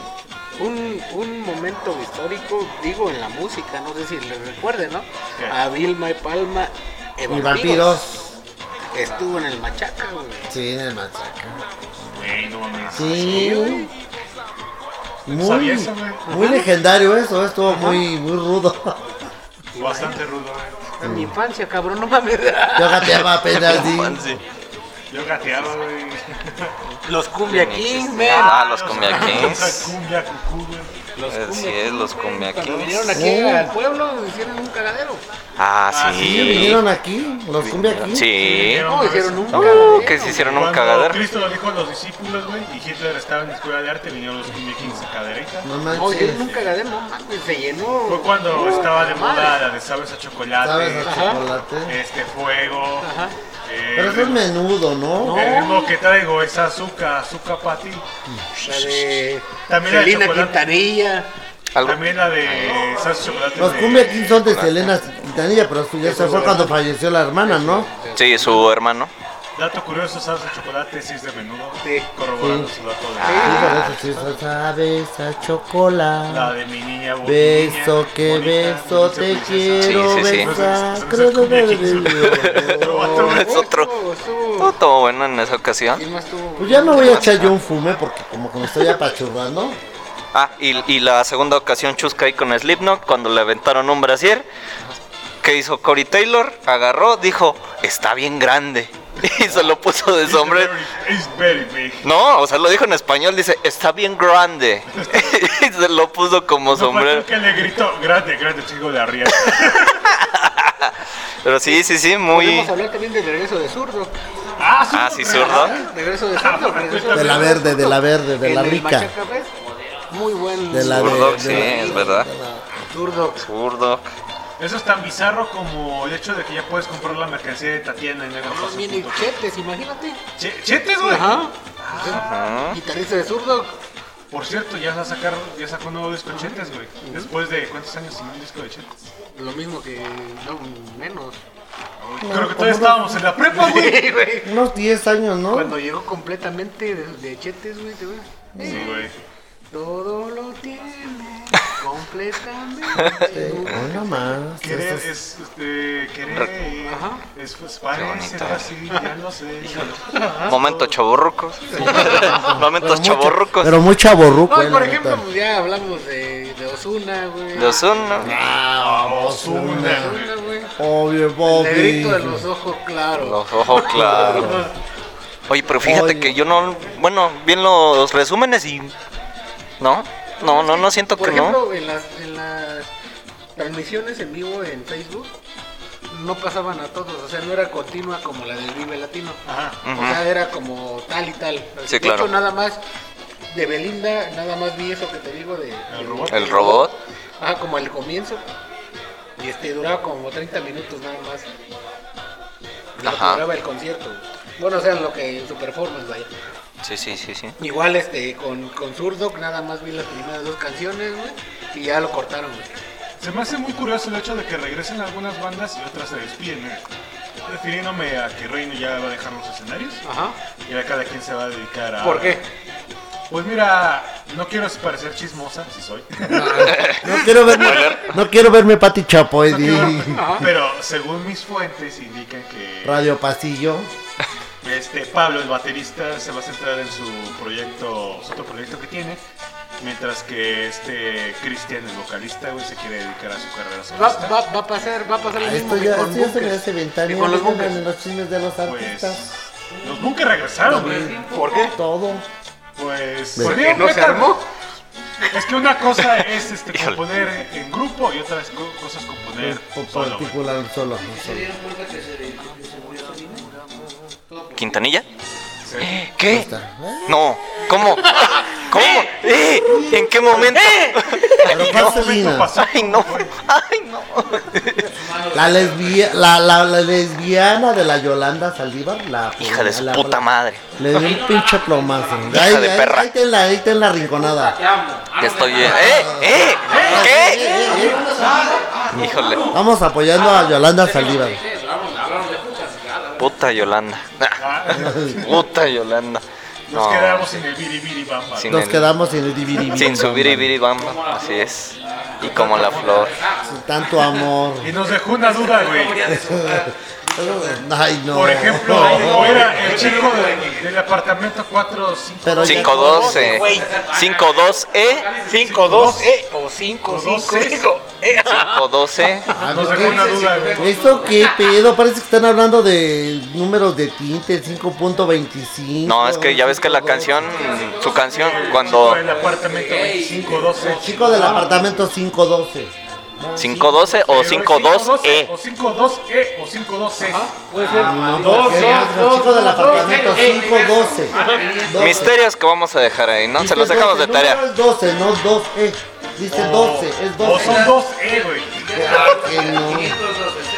[SPEAKER 4] un, un momento histórico, digo, en la música, no sé si les recuerden, ¿no?
[SPEAKER 1] ¿Qué?
[SPEAKER 4] A Vilma y Palma, en
[SPEAKER 3] Y vampiros.
[SPEAKER 4] Estuvo en el Machaca, güey.
[SPEAKER 3] Sí, en el machaca.
[SPEAKER 1] Güey, no mames.
[SPEAKER 3] Sí. Muy,
[SPEAKER 1] Sabía eso, güey.
[SPEAKER 3] muy legendario eso, ¿eh? estuvo muy, muy rudo.
[SPEAKER 1] Bastante rudo, güey.
[SPEAKER 4] En
[SPEAKER 3] Mm.
[SPEAKER 4] mi infancia, cabrón, no mames.
[SPEAKER 3] Yo gateaba apenas y...
[SPEAKER 1] Yo gateaba, güey. (laughs)
[SPEAKER 4] Los Cumbia Kings, man.
[SPEAKER 2] Ah, los
[SPEAKER 1] comía
[SPEAKER 2] Cumbia Kings.
[SPEAKER 1] Cumbia, cucú, güey.
[SPEAKER 4] los
[SPEAKER 2] Así
[SPEAKER 4] Cumbia
[SPEAKER 2] es, los Cumbia
[SPEAKER 4] Cuando
[SPEAKER 2] Kings.
[SPEAKER 4] vinieron aquí
[SPEAKER 3] Sí.
[SPEAKER 4] al pueblo, hicieron un cagadero.
[SPEAKER 2] Ah, sí.
[SPEAKER 3] ¿Vinieron aquí? ¿Los cumbia aquí?
[SPEAKER 2] Sí.
[SPEAKER 1] Vinieron
[SPEAKER 4] No,
[SPEAKER 1] una
[SPEAKER 4] hicieron
[SPEAKER 1] vez.
[SPEAKER 4] un
[SPEAKER 2] Uh,
[SPEAKER 4] cagadero.
[SPEAKER 2] que se hicieron un
[SPEAKER 1] Cuando
[SPEAKER 2] cagadero.
[SPEAKER 1] Cristo lo dijo a los discípulos, güey, y Hitler estaba en la escuela de arte, vinieron los Cumbia Kings a caderita.
[SPEAKER 3] No
[SPEAKER 4] No,
[SPEAKER 3] manches.
[SPEAKER 4] hicieron un cagadero, no mames, se llenó.
[SPEAKER 1] Fue cuando estaba de
[SPEAKER 4] madre.
[SPEAKER 1] moda la de sabes a chocolate,
[SPEAKER 3] ¿Sabes a
[SPEAKER 4] Ajá.
[SPEAKER 3] chocolate?
[SPEAKER 1] este fuego.
[SPEAKER 4] Ajá.
[SPEAKER 1] eh,
[SPEAKER 3] Pero eso es menudo, ¿no?
[SPEAKER 1] el ritmo que traigo es azúcar, azúcar para ti.
[SPEAKER 4] La de
[SPEAKER 1] También la de
[SPEAKER 4] Selena
[SPEAKER 1] chocolate.
[SPEAKER 4] Quintanilla.
[SPEAKER 2] Algo.
[SPEAKER 1] También la de salsa chocolate.
[SPEAKER 3] Los
[SPEAKER 1] de-
[SPEAKER 3] cumbia aquí son de Selena Quintanilla, pero eso ya se fue cuando falleció la hermana, ¿no?
[SPEAKER 2] Sí, su hermano. (laughs)
[SPEAKER 1] Dato curioso, salsa chocolate sí es de menudo.
[SPEAKER 4] Sí.
[SPEAKER 1] Corroborando
[SPEAKER 3] Sí.
[SPEAKER 1] su dato de.
[SPEAKER 3] Sí, pero eso sí, sabes a
[SPEAKER 1] La
[SPEAKER 3] chocolate.
[SPEAKER 1] de mi niña bo-
[SPEAKER 3] Beso
[SPEAKER 1] niña
[SPEAKER 3] que
[SPEAKER 1] bonita,
[SPEAKER 3] beso
[SPEAKER 1] dulce
[SPEAKER 3] te
[SPEAKER 1] princesa.
[SPEAKER 3] quiero
[SPEAKER 2] Sí, sí, sí.
[SPEAKER 3] besar.
[SPEAKER 1] Entonces,
[SPEAKER 3] Creo que
[SPEAKER 1] entonces, (laughs)
[SPEAKER 3] me-
[SPEAKER 1] Otro vato, güey.
[SPEAKER 2] Es otro.
[SPEAKER 4] Estuvo, estuvo.
[SPEAKER 2] Todo bueno en esa ocasión.
[SPEAKER 4] ¿Quién más estuvo?
[SPEAKER 3] Pues ya me voy a echar yo un fume porque como que me estoy apachurrando.
[SPEAKER 2] Ah, y, y la segunda ocasión chusca ahí con Slipknot, cuando le aventaron un brasier, ¿qué hizo Cory Taylor? Agarró, dijo, está bien grande. (laughs) Y se lo puso de
[SPEAKER 1] It's
[SPEAKER 2] sombrero.
[SPEAKER 1] very- It's very big.
[SPEAKER 2] No, o sea, lo dijo en español, dice, está bien grande. (laughs) Y se lo puso como
[SPEAKER 1] No
[SPEAKER 2] sombrero.
[SPEAKER 1] faltó que le gritó, grande, grande, chico de arriba.
[SPEAKER 2] Pero sí, sí, sí, muy...
[SPEAKER 4] Podemos hablar también del regreso de zurdo.
[SPEAKER 1] Ah, sí,
[SPEAKER 2] Ah, sí, zurdo.
[SPEAKER 4] Regreso de zurdo. regreso
[SPEAKER 1] cuéntame.
[SPEAKER 3] Ah, De la verde, de la verde, de
[SPEAKER 4] en
[SPEAKER 3] la
[SPEAKER 4] el
[SPEAKER 3] rica.
[SPEAKER 4] Machaca Fest. Muy buen
[SPEAKER 3] De la
[SPEAKER 2] Zurdo,
[SPEAKER 3] de-
[SPEAKER 2] sí,
[SPEAKER 3] de-
[SPEAKER 2] es verdad.
[SPEAKER 4] zurdo.
[SPEAKER 2] Zurdo.
[SPEAKER 1] Eso es tan bizarro como el hecho de que ya puedes comprar la mercancía de Tatiana en Mega Plaza.
[SPEAKER 4] Ah, Viene Chetes, imagínate.
[SPEAKER 1] Che- ¡Chetes, güey!
[SPEAKER 4] Ajá.
[SPEAKER 2] Ajá.
[SPEAKER 4] Guitarrista de zurdo.
[SPEAKER 1] Por cierto, ya, va a sacar, ya sacó un nuevo disco de Chetes, güey. Después de cuántos años sin un disco de Chetes.
[SPEAKER 4] Lo mismo que. No, menos. (laughs)
[SPEAKER 1] Creo que todavía estábamos en la prepa, güey.
[SPEAKER 4] Sí, güey.
[SPEAKER 3] Unos 10 años, ¿no?
[SPEAKER 4] Cuando llegó completamente de, de Chetes, güey, te veo.
[SPEAKER 1] Sí, güey.
[SPEAKER 4] Todo lo
[SPEAKER 3] (laughs)
[SPEAKER 4] tiene. completamente.
[SPEAKER 3] Hola más.
[SPEAKER 1] Querer
[SPEAKER 3] Eso es-
[SPEAKER 1] es, este, querer
[SPEAKER 4] Ajá.
[SPEAKER 1] es, pues, parece
[SPEAKER 2] bonito.
[SPEAKER 1] así, ya lo sé.
[SPEAKER 2] Momento chaborrucos.
[SPEAKER 3] pero
[SPEAKER 2] Momentos
[SPEAKER 3] mucho-
[SPEAKER 2] chaborrucos.
[SPEAKER 3] Pero muy chaborruco,
[SPEAKER 4] No,
[SPEAKER 3] eh,
[SPEAKER 4] y por
[SPEAKER 3] la
[SPEAKER 4] ejemplo,
[SPEAKER 3] neta.
[SPEAKER 4] pues ya hablamos de, de Osuna, güey.
[SPEAKER 2] Los uno.
[SPEAKER 3] Ah, Ozuna.
[SPEAKER 1] Ozuna.
[SPEAKER 4] Ozuna, güey.
[SPEAKER 3] Obvio,
[SPEAKER 4] El
[SPEAKER 3] Bobby.
[SPEAKER 4] negrito de los ojos claros.
[SPEAKER 2] Los ojos claros. Oye, pero fíjate
[SPEAKER 3] Oye.
[SPEAKER 2] que yo no, bueno, bien los resúmenes y no, no, no, no siento
[SPEAKER 4] Por
[SPEAKER 2] que no.
[SPEAKER 4] ejemplo, en, las, en las transmisiones en vivo en Facebook no pasaban a todos, o sea, no era continua como la del Vive Latino.
[SPEAKER 1] Ajá.
[SPEAKER 4] O sea, era como tal y tal.
[SPEAKER 2] Sí,
[SPEAKER 4] de
[SPEAKER 2] claro.
[SPEAKER 4] hecho, nada más de Belinda, nada más vi eso que te digo de...
[SPEAKER 1] El robot.
[SPEAKER 2] El robot.
[SPEAKER 4] Ajá, como el comienzo. Y este duraba como 30 minutos nada más. Lo que
[SPEAKER 2] Ajá.
[SPEAKER 4] duraba el concierto. Bueno, o sea, lo que su performance, vaya.
[SPEAKER 2] Sí, sí, sí, sí.
[SPEAKER 4] Igual este con, con Zurdok nada más vi las primeras dos canciones, güey, y ya lo cortaron, güey.
[SPEAKER 1] Se me hace muy curioso el hecho de que regresen algunas bandas y otras se despiden, ¿eh? Refiriéndome a que Reino ya va a dejar los escenarios
[SPEAKER 4] Ajá.
[SPEAKER 1] y a cada quien se va a dedicar a...
[SPEAKER 4] ¿Por qué?
[SPEAKER 1] Pues mira, no quiero parecer chismosa, si soy.
[SPEAKER 3] No quiero verme, no quiero verme Pati Chapoy,
[SPEAKER 1] No
[SPEAKER 3] di.
[SPEAKER 1] quiero- pero según mis fuentes indican que
[SPEAKER 3] Radio Pasillo.
[SPEAKER 1] este Pablo, el baterista, se va a centrar en su proyecto, su otro proyecto que tiene, mientras que este Cristian, el vocalista, güey, se quiere dedicar a su carrera
[SPEAKER 4] Va,
[SPEAKER 1] solista. pues,
[SPEAKER 4] va, va a pasar, va a pasar lo
[SPEAKER 3] Ah,
[SPEAKER 4] mismo
[SPEAKER 3] Esto
[SPEAKER 4] que
[SPEAKER 3] ya, esto
[SPEAKER 4] con
[SPEAKER 3] ya se me
[SPEAKER 4] Bunkers.
[SPEAKER 3] hace ventana.
[SPEAKER 4] Y con los Bunkers.
[SPEAKER 3] los chismes de los
[SPEAKER 1] Pues
[SPEAKER 3] artistas.
[SPEAKER 1] los Bunkers regresaron, güey.
[SPEAKER 4] ¿Por qué?
[SPEAKER 3] Todo.
[SPEAKER 1] Pues
[SPEAKER 3] ¿Por
[SPEAKER 1] se
[SPEAKER 4] Porque
[SPEAKER 1] dieron
[SPEAKER 4] no se
[SPEAKER 1] cuenta,
[SPEAKER 4] armó.
[SPEAKER 1] Es que una cosa es este
[SPEAKER 2] Híjole.
[SPEAKER 1] componer en grupo y otra es co- cosa es componer
[SPEAKER 3] Por
[SPEAKER 1] solo. güey.
[SPEAKER 3] particular Pues, solo. no
[SPEAKER 7] ¿Se
[SPEAKER 3] solo.
[SPEAKER 7] dieron cuenta que se, que se murió Sabina?
[SPEAKER 2] Quintanilla. ¿Qué? No, ¿cómo? ¿Cómo? ¿Eh? ¿En qué momento? (laughs)
[SPEAKER 3] Pero vaselina.
[SPEAKER 2] Ay, no, ay, no.
[SPEAKER 3] La, lesbia- la, la- la lesbiana de la Yolanda Saldívar, la pues,
[SPEAKER 2] Hija de su
[SPEAKER 3] la-
[SPEAKER 2] puta madre.
[SPEAKER 3] Le dio un pinche plomazo.
[SPEAKER 2] Hija
[SPEAKER 3] ahí,
[SPEAKER 2] de
[SPEAKER 3] ahí-
[SPEAKER 2] perra.
[SPEAKER 3] ahí te la, ahí te la rinconada.
[SPEAKER 2] Ya estoy. ¿Eh? ¿Eh?
[SPEAKER 3] Eh,
[SPEAKER 2] ¿Qué?
[SPEAKER 3] eh, eh.
[SPEAKER 2] Híjole,
[SPEAKER 3] Vamos apoyando a Yolanda
[SPEAKER 2] Ah,
[SPEAKER 3] Saldívar.
[SPEAKER 2] puta Yolanda. (laughs) Puta Yolanda.
[SPEAKER 1] Nos
[SPEAKER 2] No,
[SPEAKER 1] quedamos en el biribiri bamba.
[SPEAKER 2] sin,
[SPEAKER 3] Nos
[SPEAKER 2] el-
[SPEAKER 3] quedamos sin el DVD.
[SPEAKER 2] sin su biribiri bamba, así es. Y como la flor.
[SPEAKER 3] Sin tanto amor.
[SPEAKER 1] Y nos dejó una duda, güey.
[SPEAKER 3] Ay, no.
[SPEAKER 1] Por ejemplo, ¿cómo era el chico de- del apartamento 45?
[SPEAKER 3] Pero ya-
[SPEAKER 2] 512.
[SPEAKER 4] Güey.
[SPEAKER 2] 512E.
[SPEAKER 4] 5, 2, eh, o 5, 5,
[SPEAKER 1] Dos,
[SPEAKER 4] eh.
[SPEAKER 2] 512.
[SPEAKER 3] A
[SPEAKER 1] Nos
[SPEAKER 3] ver,
[SPEAKER 1] dejó una
[SPEAKER 3] ¿qué-
[SPEAKER 1] duda, güey.
[SPEAKER 3] ¿Esto qué pedo? Parece que están hablando de números de tinte, 5.25.
[SPEAKER 2] No, es que ya ves que la canción, su canción, cuando
[SPEAKER 1] El apartamento 2512.
[SPEAKER 3] Chico del apartamento 512.
[SPEAKER 2] 512 o 52E.
[SPEAKER 3] eh.
[SPEAKER 1] O 52E o eh. 52C. Ah,
[SPEAKER 3] No, porque nuestro chico del
[SPEAKER 1] eh,
[SPEAKER 3] apartamento 512.
[SPEAKER 2] Misterios que vamos a dejar ahí, ¿no? Se los dejamos de
[SPEAKER 3] No
[SPEAKER 2] tarea.
[SPEAKER 3] es 12, no 2E. Dice 12, es eh.
[SPEAKER 1] O son
[SPEAKER 3] 12.
[SPEAKER 1] 2E, güey.
[SPEAKER 3] Ah,
[SPEAKER 1] (laughs)
[SPEAKER 3] que no.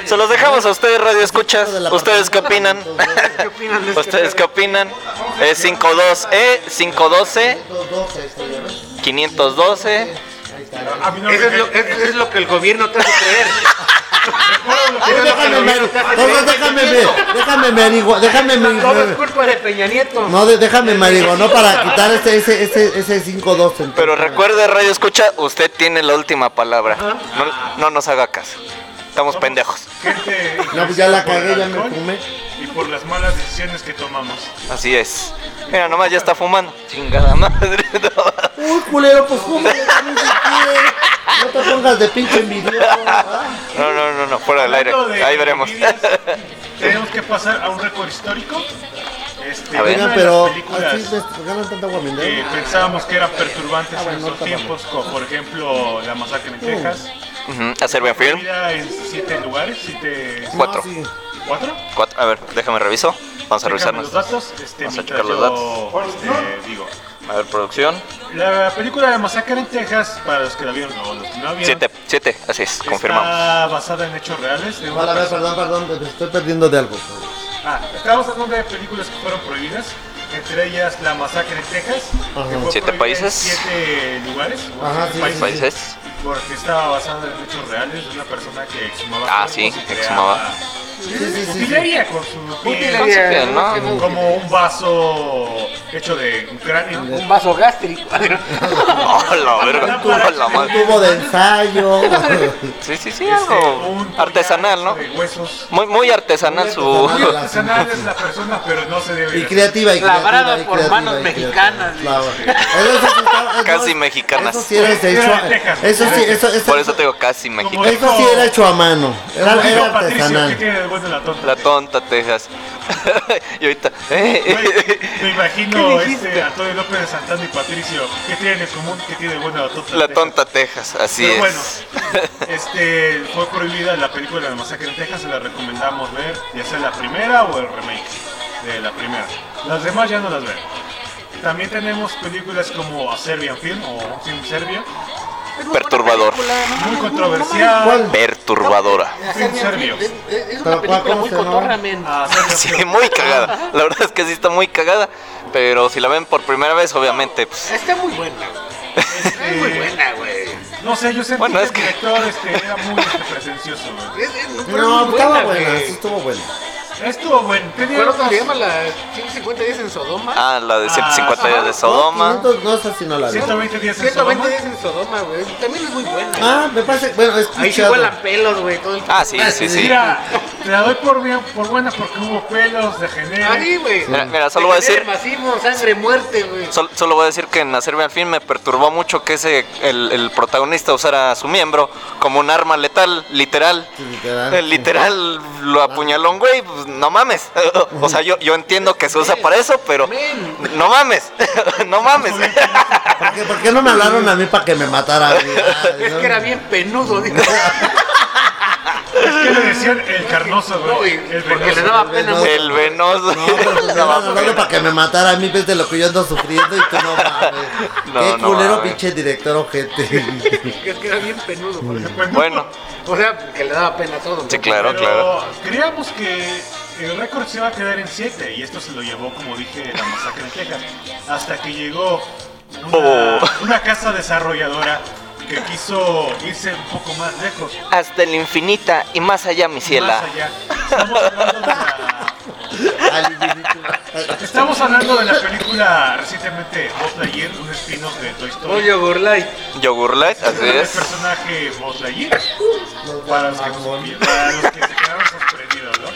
[SPEAKER 2] Se los dejamos a ustedes, Radio Escuchas.
[SPEAKER 3] Chico del
[SPEAKER 2] ¿Ustedes qué opinan?
[SPEAKER 3] apartamento 12,
[SPEAKER 1] este
[SPEAKER 2] (laughs) ¿Ustedes qué opinan? Es E, 52E, 512,
[SPEAKER 3] 512, este, ya ves.
[SPEAKER 2] 512.
[SPEAKER 3] Ahí está.
[SPEAKER 1] A mí no me
[SPEAKER 8] Eso es lo, es, es lo que el gobierno te hace creer.
[SPEAKER 3] Entonces déjame ver, entonces déjame ver, déjame marigo- déjame
[SPEAKER 8] Todo es
[SPEAKER 3] marigo-
[SPEAKER 8] culpa de Peña Nieto.
[SPEAKER 3] No, de- déjame marigo, no para quitar ese, ese, ese, ese 512. entonces.
[SPEAKER 2] Pero recuerde, Radio Escucha, usted tiene la última palabra. No, no nos haga caso. Estamos pendejos.
[SPEAKER 1] Gente
[SPEAKER 3] (laughs) No, pues ya la
[SPEAKER 1] por el
[SPEAKER 3] cagué, ya me
[SPEAKER 1] alcohol
[SPEAKER 3] fumé.
[SPEAKER 1] Y por las malas decisiones que tomamos.
[SPEAKER 2] Así es. Mira, nomás ya está fumando. Chingada madre. (laughs) no.
[SPEAKER 3] Uy, culero, pues fúmale también si quieres. No te pongas de pinche envidioso. ¿verdad?
[SPEAKER 2] No, no, no, no, fuera del aire.
[SPEAKER 1] Hablando de
[SPEAKER 2] Ahí veremos. (laughs)
[SPEAKER 1] biribiri, Tenemos que pasar a un récord histórico. Este,
[SPEAKER 2] A ver.
[SPEAKER 1] una
[SPEAKER 3] Oigan,
[SPEAKER 1] de
[SPEAKER 3] pero
[SPEAKER 1] las películas
[SPEAKER 3] así me ganan tanta agua
[SPEAKER 1] que
[SPEAKER 3] mineral.
[SPEAKER 1] Eh, pensábamos que eran perturbantes en
[SPEAKER 3] bueno,
[SPEAKER 1] esos
[SPEAKER 3] no,
[SPEAKER 1] tiempos, como por ejemplo la masacre en Texas.
[SPEAKER 2] Ujú, Hacer bien film.
[SPEAKER 1] Mira en siete lugares, siete,
[SPEAKER 3] No,
[SPEAKER 2] cuatro.
[SPEAKER 3] sí.
[SPEAKER 1] cuatro.
[SPEAKER 2] Cuatro- A ver, déjame reviso. Vamos a revisar
[SPEAKER 1] Déjame los
[SPEAKER 2] nuestros.
[SPEAKER 1] datos. Este,
[SPEAKER 2] Vamos a
[SPEAKER 1] mientras
[SPEAKER 2] checar los
[SPEAKER 1] yo, este, digo.
[SPEAKER 2] A ver, producción.
[SPEAKER 1] La película de Masacre en Texas, para los que la vieron o los que no la vieron,
[SPEAKER 2] Siete, siete, así es, confirmamos.
[SPEAKER 1] está basada en hechos reales. de una
[SPEAKER 3] Igual, a ver,
[SPEAKER 1] persona-
[SPEAKER 3] Ah, perdón, perdón, me estoy perdiendo de algo.
[SPEAKER 1] Ah, estábamos hablando de películas que fueron prohibidas, entre ellas La Masacre en Texas, que fue prohibida
[SPEAKER 2] Siete
[SPEAKER 1] en
[SPEAKER 2] países.
[SPEAKER 1] siete lugares, o
[SPEAKER 3] Ajá,
[SPEAKER 1] siete
[SPEAKER 3] sí,
[SPEAKER 1] países,
[SPEAKER 2] Países.
[SPEAKER 1] porque estaba basada en hechos reales de una persona que exhumaba
[SPEAKER 2] Ah,
[SPEAKER 1] cuerpos
[SPEAKER 2] sí,
[SPEAKER 1] y creaba
[SPEAKER 2] exhumaba.
[SPEAKER 1] utilería con su piel,
[SPEAKER 2] Con su piel,
[SPEAKER 4] Ah,
[SPEAKER 2] ¿no?
[SPEAKER 1] como un vaso hecho de un cráneo,
[SPEAKER 4] Un vaso gástrico.
[SPEAKER 2] (laughs) Oh, la verga. Oh, la
[SPEAKER 3] Un
[SPEAKER 2] madre.
[SPEAKER 3] tubo de ensayo. (laughs)
[SPEAKER 2] Sí, sí, sí,
[SPEAKER 1] este,
[SPEAKER 2] algo
[SPEAKER 1] un
[SPEAKER 2] artesanal, ¿no?
[SPEAKER 1] de huesos.
[SPEAKER 2] Muy, muy artesanal
[SPEAKER 1] Muy
[SPEAKER 2] su.
[SPEAKER 1] artesanal es la persona, pero no se debe.
[SPEAKER 3] Y creativa, y creativa.
[SPEAKER 7] Labrada
[SPEAKER 3] y
[SPEAKER 7] por
[SPEAKER 3] creativa,
[SPEAKER 7] manos
[SPEAKER 3] y creativa.
[SPEAKER 7] mexicanas,
[SPEAKER 3] Lava- Eso sí está- eso-
[SPEAKER 2] Casi mexicanas.
[SPEAKER 3] Eso sí era hecho-
[SPEAKER 1] Era de Texas.
[SPEAKER 3] Eso sí, eso,
[SPEAKER 2] (laughs)
[SPEAKER 3] eso,
[SPEAKER 2] Por eso te digo casi mexicano.
[SPEAKER 1] Como-
[SPEAKER 3] eso sí era hecho a mano. Era,
[SPEAKER 1] Como dijo Patricio,
[SPEAKER 3] era
[SPEAKER 1] ¿qué
[SPEAKER 3] artesanal.
[SPEAKER 1] tiene de bueno la tonta?
[SPEAKER 2] La tonta Texas. (laughs) y ahorita. (laughs) eh,
[SPEAKER 1] Güey,
[SPEAKER 2] eh,
[SPEAKER 1] Me
[SPEAKER 2] (laughs) ¿Qué
[SPEAKER 1] imagino
[SPEAKER 2] dijiste?
[SPEAKER 1] este, a Tony López de Santana y Patricio. ¿Qué tienen en común? ¿Qué tiene de bueno la tonta?
[SPEAKER 2] la
[SPEAKER 1] Texas?
[SPEAKER 2] tonta Texas, así
[SPEAKER 1] Pero
[SPEAKER 2] es.
[SPEAKER 1] bueno, este, fue prohibida la película de Masacre en Texas. Se la recomendamos ver, ya sea la primera o el remake de la primera. Las demás ya no las ven. También tenemos películas como A Serbian Film o un film serbio.
[SPEAKER 2] Perturbador.
[SPEAKER 1] Muy controversial.
[SPEAKER 3] ¿Cuál?
[SPEAKER 2] Perturbadora. (laughs)
[SPEAKER 1] Un film serbio.
[SPEAKER 4] Es
[SPEAKER 3] Pero,
[SPEAKER 4] una película
[SPEAKER 3] ¿cómo
[SPEAKER 4] muy
[SPEAKER 3] se llama?
[SPEAKER 4] cotorra, men.
[SPEAKER 1] A Serbian
[SPEAKER 2] Sí,
[SPEAKER 1] Film.
[SPEAKER 2] muy cagada. La verdad es que sí está muy cagada. Pero si la ven por primera vez, obviamente, pues.
[SPEAKER 4] Está muy buena.
[SPEAKER 1] Este,
[SPEAKER 4] buena, güey.
[SPEAKER 1] No sé, yo sentí
[SPEAKER 2] Bueno,
[SPEAKER 1] que
[SPEAKER 2] es
[SPEAKER 1] el
[SPEAKER 2] que-
[SPEAKER 1] director este, era muy este, pretencioso. güey.
[SPEAKER 4] Es- es- no, pero es
[SPEAKER 3] No,
[SPEAKER 4] muy
[SPEAKER 3] estaba
[SPEAKER 4] güey.
[SPEAKER 3] buena, sí estuvo buena.
[SPEAKER 1] Estuvo bueno. Tenía
[SPEAKER 4] ¿Recuerdas cómo
[SPEAKER 1] otras-
[SPEAKER 4] se llama la 150 días en Sodoma?
[SPEAKER 2] Ah, la de 150 días de
[SPEAKER 3] No,
[SPEAKER 2] Sodoma.
[SPEAKER 3] 500 no, esa sí no la vi.
[SPEAKER 1] 120 días en
[SPEAKER 4] 120
[SPEAKER 1] Sodoma.
[SPEAKER 4] días en Sodoma, güey. También es muy buena.
[SPEAKER 3] Ah, me parece, bueno, es
[SPEAKER 8] Ahí sí vuelan pelos, güey. todo el-
[SPEAKER 2] Ah, sí, sí, sí.
[SPEAKER 1] Mira, te la doy por, bien, por buena porque hubo pelos de
[SPEAKER 4] Ahí,
[SPEAKER 1] genere.
[SPEAKER 4] güey.
[SPEAKER 2] Mira, mira, solo voy a decir.
[SPEAKER 8] Degenere Masivo, sangre, muerte, güey.
[SPEAKER 2] Sol- solo voy a decir que en hacerme al fin me perturbó mucho que ese el, el protagonista usara su miembro como un arma letal, literal.
[SPEAKER 3] Literal.
[SPEAKER 2] Eh, literal, lo apuñaló un güey, pues, no mames. (laughs) O sea, yo, yo entiendo que se usa para eso, pero no mames, (laughs) no mames.
[SPEAKER 3] ¿Por qué, por qué no me hablaron
[SPEAKER 2] (laughs)
[SPEAKER 3] a mí para que me matara?
[SPEAKER 4] Es que era bien penudo, digo.
[SPEAKER 1] qué le decían el carnoso,
[SPEAKER 8] No,
[SPEAKER 1] güey?
[SPEAKER 8] güey,
[SPEAKER 1] El
[SPEAKER 8] porque le
[SPEAKER 1] venoso.
[SPEAKER 8] daba pena, güey.
[SPEAKER 2] El venoso.
[SPEAKER 3] No, pero pues, me
[SPEAKER 2] No,
[SPEAKER 3] van hablando para que me matara a mí ves de lo que yo ando sufriendo y tú no mames.
[SPEAKER 2] No,
[SPEAKER 3] Qué
[SPEAKER 2] no
[SPEAKER 3] culero,
[SPEAKER 2] mames.
[SPEAKER 3] pinche director ojete.
[SPEAKER 8] Es que era bien penudo. güey.
[SPEAKER 2] Bueno,
[SPEAKER 8] O sea, que le daba pena todo.
[SPEAKER 2] sí,
[SPEAKER 8] güey.
[SPEAKER 2] claro, claro.
[SPEAKER 1] Pero creíamos que el récord se iba a quedar en 7 y esto se lo llevó, como dije, la masacre en Texas. Hasta que llegó una,
[SPEAKER 2] Oh.
[SPEAKER 1] una casa desarrolladora que quiso irse un poco más lejos.
[SPEAKER 2] Hasta el infinita y más allá, mi ciela.
[SPEAKER 1] Más allá. Estamos hablando de la,
[SPEAKER 3] Al infinito.
[SPEAKER 1] estamos hablando de la película recientemente Buzz Lightyear, un spin-off de Toy Story.
[SPEAKER 8] Oye, Burlay.
[SPEAKER 2] Yogurlet, así
[SPEAKER 1] el
[SPEAKER 2] es.
[SPEAKER 1] personaje Buzz Lightyear. Para los, que, para los que se quedaron sorprendidos, ¿no?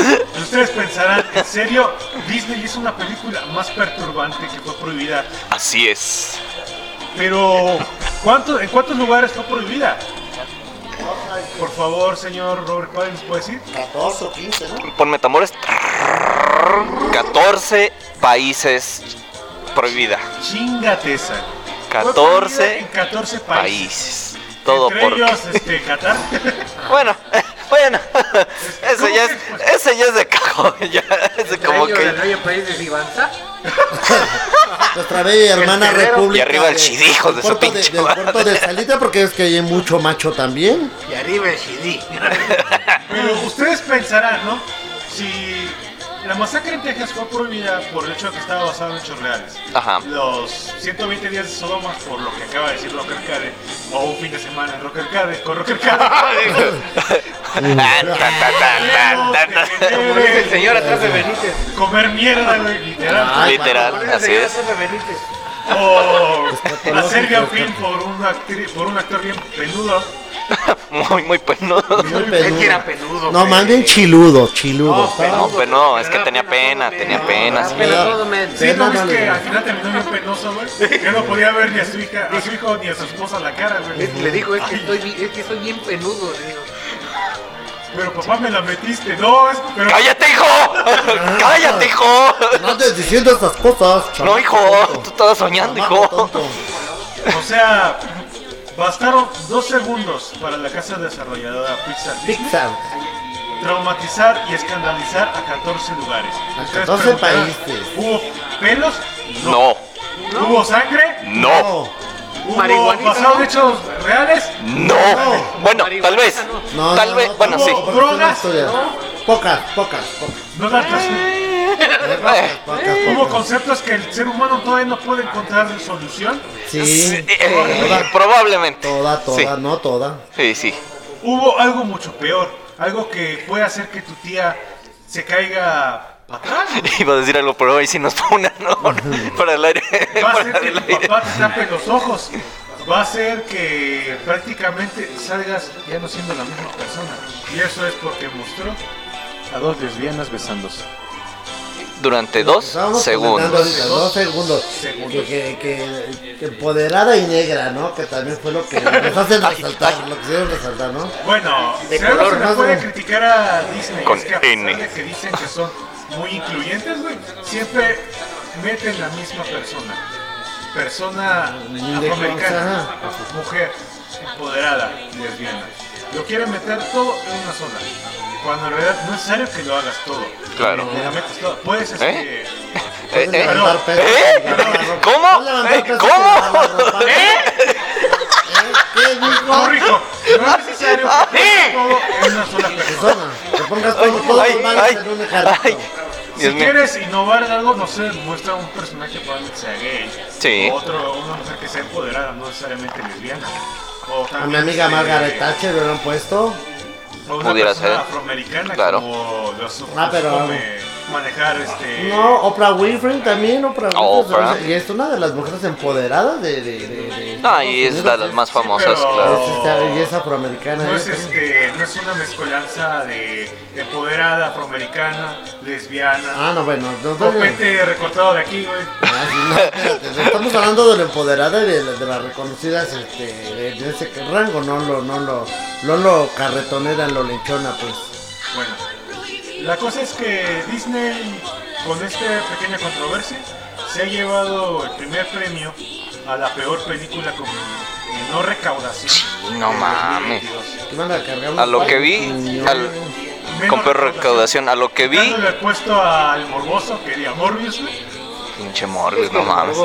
[SPEAKER 1] Y Ustedes pensarán, ¿en serio? Disney hizo una película más perturbante que fue prohibida.
[SPEAKER 2] Así es.
[SPEAKER 1] Pero, ¿cuánto- ¿en cuántos lugares fue prohibida? Por favor, señor Robert Pattinson, ¿puede decir?
[SPEAKER 3] 14 o 15, ¿no?
[SPEAKER 2] Ponme tambores. 14 países prohibida.
[SPEAKER 1] Chingate esa. Fue
[SPEAKER 2] 14
[SPEAKER 1] prohibida en 14 países.
[SPEAKER 2] países. Todo
[SPEAKER 1] Entre
[SPEAKER 2] por.
[SPEAKER 1] ellos, este, Qatar.
[SPEAKER 2] Bueno, (laughs) bueno. Eso
[SPEAKER 1] ¿Cómo
[SPEAKER 2] ya
[SPEAKER 1] que,
[SPEAKER 2] es, ese ya es de cajón. (laughs) Ya es como que.
[SPEAKER 8] el bello país de Sivanza.
[SPEAKER 3] Nuestra bella hermana
[SPEAKER 8] terrero.
[SPEAKER 3] república.
[SPEAKER 2] Y arriba el
[SPEAKER 3] de-
[SPEAKER 2] chidijo de
[SPEAKER 3] del
[SPEAKER 2] su
[SPEAKER 3] puerto
[SPEAKER 2] pinche
[SPEAKER 3] Del
[SPEAKER 2] madre.
[SPEAKER 3] puerto de Salita, porque es que hay mucho macho también.
[SPEAKER 8] Y arriba el CD.
[SPEAKER 1] Pero ustedes pensarán, ¿no? Si la masacre en Texas fue prohibida por el hecho de que estaba basada en hechos reales.
[SPEAKER 8] Ah.
[SPEAKER 1] (laughs)
[SPEAKER 2] Ajá.
[SPEAKER 1] Los 120 días de Sodoma, por lo que acaba de decir Rock Arcade, o un fin de semana en Rock Arcade, con Rock
[SPEAKER 8] (laughs) Ah,
[SPEAKER 1] Arcade.
[SPEAKER 2] Tan, tan, tan, tan, tan, tan.
[SPEAKER 8] Como dice el señor Ah. atrás de Benítez.
[SPEAKER 1] Comer mierda, güey, literal.
[SPEAKER 3] Ay,
[SPEAKER 8] Como
[SPEAKER 2] Literal,
[SPEAKER 8] dice el
[SPEAKER 2] así
[SPEAKER 8] señor
[SPEAKER 2] es.
[SPEAKER 8] atrás de Benítez.
[SPEAKER 1] O hacer
[SPEAKER 3] patológico,
[SPEAKER 1] gampín por, una actri- por un actor bien peludo.
[SPEAKER 2] (laughs) Muy, muy penudo.
[SPEAKER 3] Muy
[SPEAKER 8] Es que era
[SPEAKER 3] peludo.
[SPEAKER 8] penudo.
[SPEAKER 3] No,
[SPEAKER 8] güey.
[SPEAKER 3] más bien chiludo, chiludo.
[SPEAKER 8] No,
[SPEAKER 3] ¿sabes?
[SPEAKER 2] No,
[SPEAKER 8] peludo.
[SPEAKER 2] pero no, es que
[SPEAKER 8] Era
[SPEAKER 2] tenía pena,
[SPEAKER 8] todo,
[SPEAKER 2] tenía
[SPEAKER 8] men.
[SPEAKER 2] pena.
[SPEAKER 8] Era
[SPEAKER 2] sí.
[SPEAKER 8] pena todo, men.
[SPEAKER 1] Sí, ¿no ves
[SPEAKER 3] Pena,
[SPEAKER 1] que
[SPEAKER 3] no,
[SPEAKER 1] al final terminó bien penoso, güey? Que no podía ver ni a su hija, a su hijo ni a su esposa la cara,
[SPEAKER 8] Es-
[SPEAKER 1] güey.
[SPEAKER 8] Le dijo, es que,
[SPEAKER 1] Ay,
[SPEAKER 8] estoy, bi- es que soy bien penudo, le digo.
[SPEAKER 1] Pero papá me la metiste, no, es pero
[SPEAKER 2] ¡Cállate, hijo! (laughs) ¡Cállate, hijo!
[SPEAKER 3] No andes diciendo esas cosas, chaval.
[SPEAKER 2] No, hijo, tú estabas soñando, hijo.
[SPEAKER 1] O sea, bastaron dos segundos para la casa desarrolladora Pixar Disney
[SPEAKER 3] Pixar.
[SPEAKER 1] traumatizar y escandalizar a 14 lugares.
[SPEAKER 3] A
[SPEAKER 1] Ustedes
[SPEAKER 3] 14
[SPEAKER 1] preguntarán,
[SPEAKER 3] países.
[SPEAKER 1] ¿Hubo pelos?
[SPEAKER 2] No,
[SPEAKER 1] ¿Hubo sangre?
[SPEAKER 2] no,
[SPEAKER 1] ¿Hubo
[SPEAKER 8] Marihuanita,
[SPEAKER 1] pasado
[SPEAKER 8] ¿no?
[SPEAKER 1] hechos reales?
[SPEAKER 2] no. Bueno, tal vez.
[SPEAKER 3] No,
[SPEAKER 2] Tal
[SPEAKER 3] no,
[SPEAKER 2] vez,
[SPEAKER 3] no,
[SPEAKER 2] bueno,
[SPEAKER 3] no,
[SPEAKER 2] sí.
[SPEAKER 3] porque
[SPEAKER 1] ¿Drogas?
[SPEAKER 3] son historias. Pocas, pocas, pocas.
[SPEAKER 1] No la trans-
[SPEAKER 2] Eh,
[SPEAKER 3] pocas,
[SPEAKER 1] ¿Hubo
[SPEAKER 3] pocas.
[SPEAKER 1] conceptos que el ser humano todavía no puede encontrar solución?
[SPEAKER 3] Sí,
[SPEAKER 2] eh, eh, probablemente.
[SPEAKER 3] toda,
[SPEAKER 2] Sí,
[SPEAKER 3] toda, no toda.
[SPEAKER 2] sí, sí. (laughs)
[SPEAKER 1] ¿Hubo algo mucho peor? ¿Algo que puede hacer que tu tía se caiga para atrás?
[SPEAKER 2] Iba a decir algo, pero hoy sí nos pone ¿no? para el aire. (laughs)
[SPEAKER 1] Va a
[SPEAKER 2] Para
[SPEAKER 1] ser que
[SPEAKER 2] el
[SPEAKER 1] tu
[SPEAKER 2] aire.
[SPEAKER 1] papá te tape los ojos. Va a ser que prácticamente salgas ya no siendo la misma persona. Y eso es porque mostró a dos lesbianas besándose.
[SPEAKER 2] Durante dos
[SPEAKER 3] Estábamos comentando ahorita,
[SPEAKER 2] segundos.
[SPEAKER 3] Dos segundos.
[SPEAKER 1] Segundos.
[SPEAKER 3] Que, que, que- que empoderada y negra, ¿no? Que también
[SPEAKER 2] (laughs)
[SPEAKER 3] fue lo que nos hacen resaltar, lo que hicieron resaltar,
[SPEAKER 2] Eh,
[SPEAKER 3] ¿no?
[SPEAKER 1] Bueno,
[SPEAKER 3] De
[SPEAKER 1] si algo
[SPEAKER 3] color,
[SPEAKER 1] se le
[SPEAKER 3] más
[SPEAKER 1] puede
[SPEAKER 3] o-
[SPEAKER 1] criticar a Disney
[SPEAKER 2] Con
[SPEAKER 1] es que a pesar
[SPEAKER 2] N.
[SPEAKER 1] de que dicen que son muy incluyentes, güey, siempre meten la misma persona. Persona
[SPEAKER 3] De-
[SPEAKER 1] afroamericana, mujer, empoderada, lesbiana. Lo quieren meter todo en una sola. Cuando en realidad no es necesario que lo hagas todo.
[SPEAKER 2] Claro.
[SPEAKER 1] Te la metes todo. Puedes este,
[SPEAKER 2] Eh, eh.
[SPEAKER 1] Perdón.
[SPEAKER 3] Levantar pesos,
[SPEAKER 2] ¿Eh?
[SPEAKER 3] lavar la ropa.
[SPEAKER 2] ¿Cómo?
[SPEAKER 3] No levantar
[SPEAKER 2] ¿Eh?
[SPEAKER 3] pesos,
[SPEAKER 2] ¿Cómo?
[SPEAKER 3] lavar la ropa.
[SPEAKER 2] (laughs) ¿Eh?
[SPEAKER 3] ¿Eh? ¿Qué dijo?
[SPEAKER 1] corrijo. No es necesario que pongas
[SPEAKER 2] ¿Eh?
[SPEAKER 1] todo en una sola persona.
[SPEAKER 3] Persona, que pongas todo, todo
[SPEAKER 2] Ay,
[SPEAKER 3] mal
[SPEAKER 2] ay,
[SPEAKER 3] en un
[SPEAKER 2] ay.
[SPEAKER 3] ejército.
[SPEAKER 2] Dios
[SPEAKER 1] Si
[SPEAKER 2] mío.
[SPEAKER 1] quieres innovar en algo, no sé, muestra un personaje probablemente sea gay.
[SPEAKER 2] Sí.
[SPEAKER 1] O otro, una mujer que sea empoderada, no necesariamente lesbiana. O
[SPEAKER 3] A
[SPEAKER 1] también,
[SPEAKER 3] mi amiga
[SPEAKER 1] este,
[SPEAKER 3] Margaret Thatcher le han puesto.
[SPEAKER 1] O una
[SPEAKER 2] Pudiera
[SPEAKER 1] persona
[SPEAKER 2] ser.
[SPEAKER 1] afroamericana
[SPEAKER 2] Claro.
[SPEAKER 1] como los
[SPEAKER 3] Ah, pero-
[SPEAKER 1] come manejar este.
[SPEAKER 3] No, Oprah Winfrey también, Oprah Winfrey.
[SPEAKER 2] Oprah.
[SPEAKER 3] Y es una de las mujeres empoderadas de... de, de- de-
[SPEAKER 2] No, Ah, y es de las más famosas, claro.
[SPEAKER 3] Es, esta- y es afroamericana.
[SPEAKER 1] No
[SPEAKER 3] ¿eh?
[SPEAKER 1] es, este, no es una mezcolanza de empoderada, afroamericana, lesbiana.
[SPEAKER 3] Ah, no, bueno. No, no, no.
[SPEAKER 1] Copete recortado de aquí, güey.
[SPEAKER 3] Ah, sí, no, espérate, estamos hablando de la empoderada y de, la- de las reconocidas este, de, de ese rango, no lo, no lo, no lo carretonera, lo lechona, pues.
[SPEAKER 1] Bueno, la cosa es que Disney, con esta pequeña controversia, se ha llevado el primer premio a la peor película con menor recaudación.
[SPEAKER 2] Sí, no
[SPEAKER 1] del
[SPEAKER 2] mames.
[SPEAKER 1] 2022.
[SPEAKER 3] Te van a cargar
[SPEAKER 2] A lo que
[SPEAKER 3] un
[SPEAKER 2] vi,
[SPEAKER 3] cañón.
[SPEAKER 2] al-
[SPEAKER 1] Menos
[SPEAKER 2] con peor recaudación, a lo que vi,
[SPEAKER 1] Dándole el puesto al morboso, que diga Morbius, güey.
[SPEAKER 2] pinche Morbius, Pues no mames.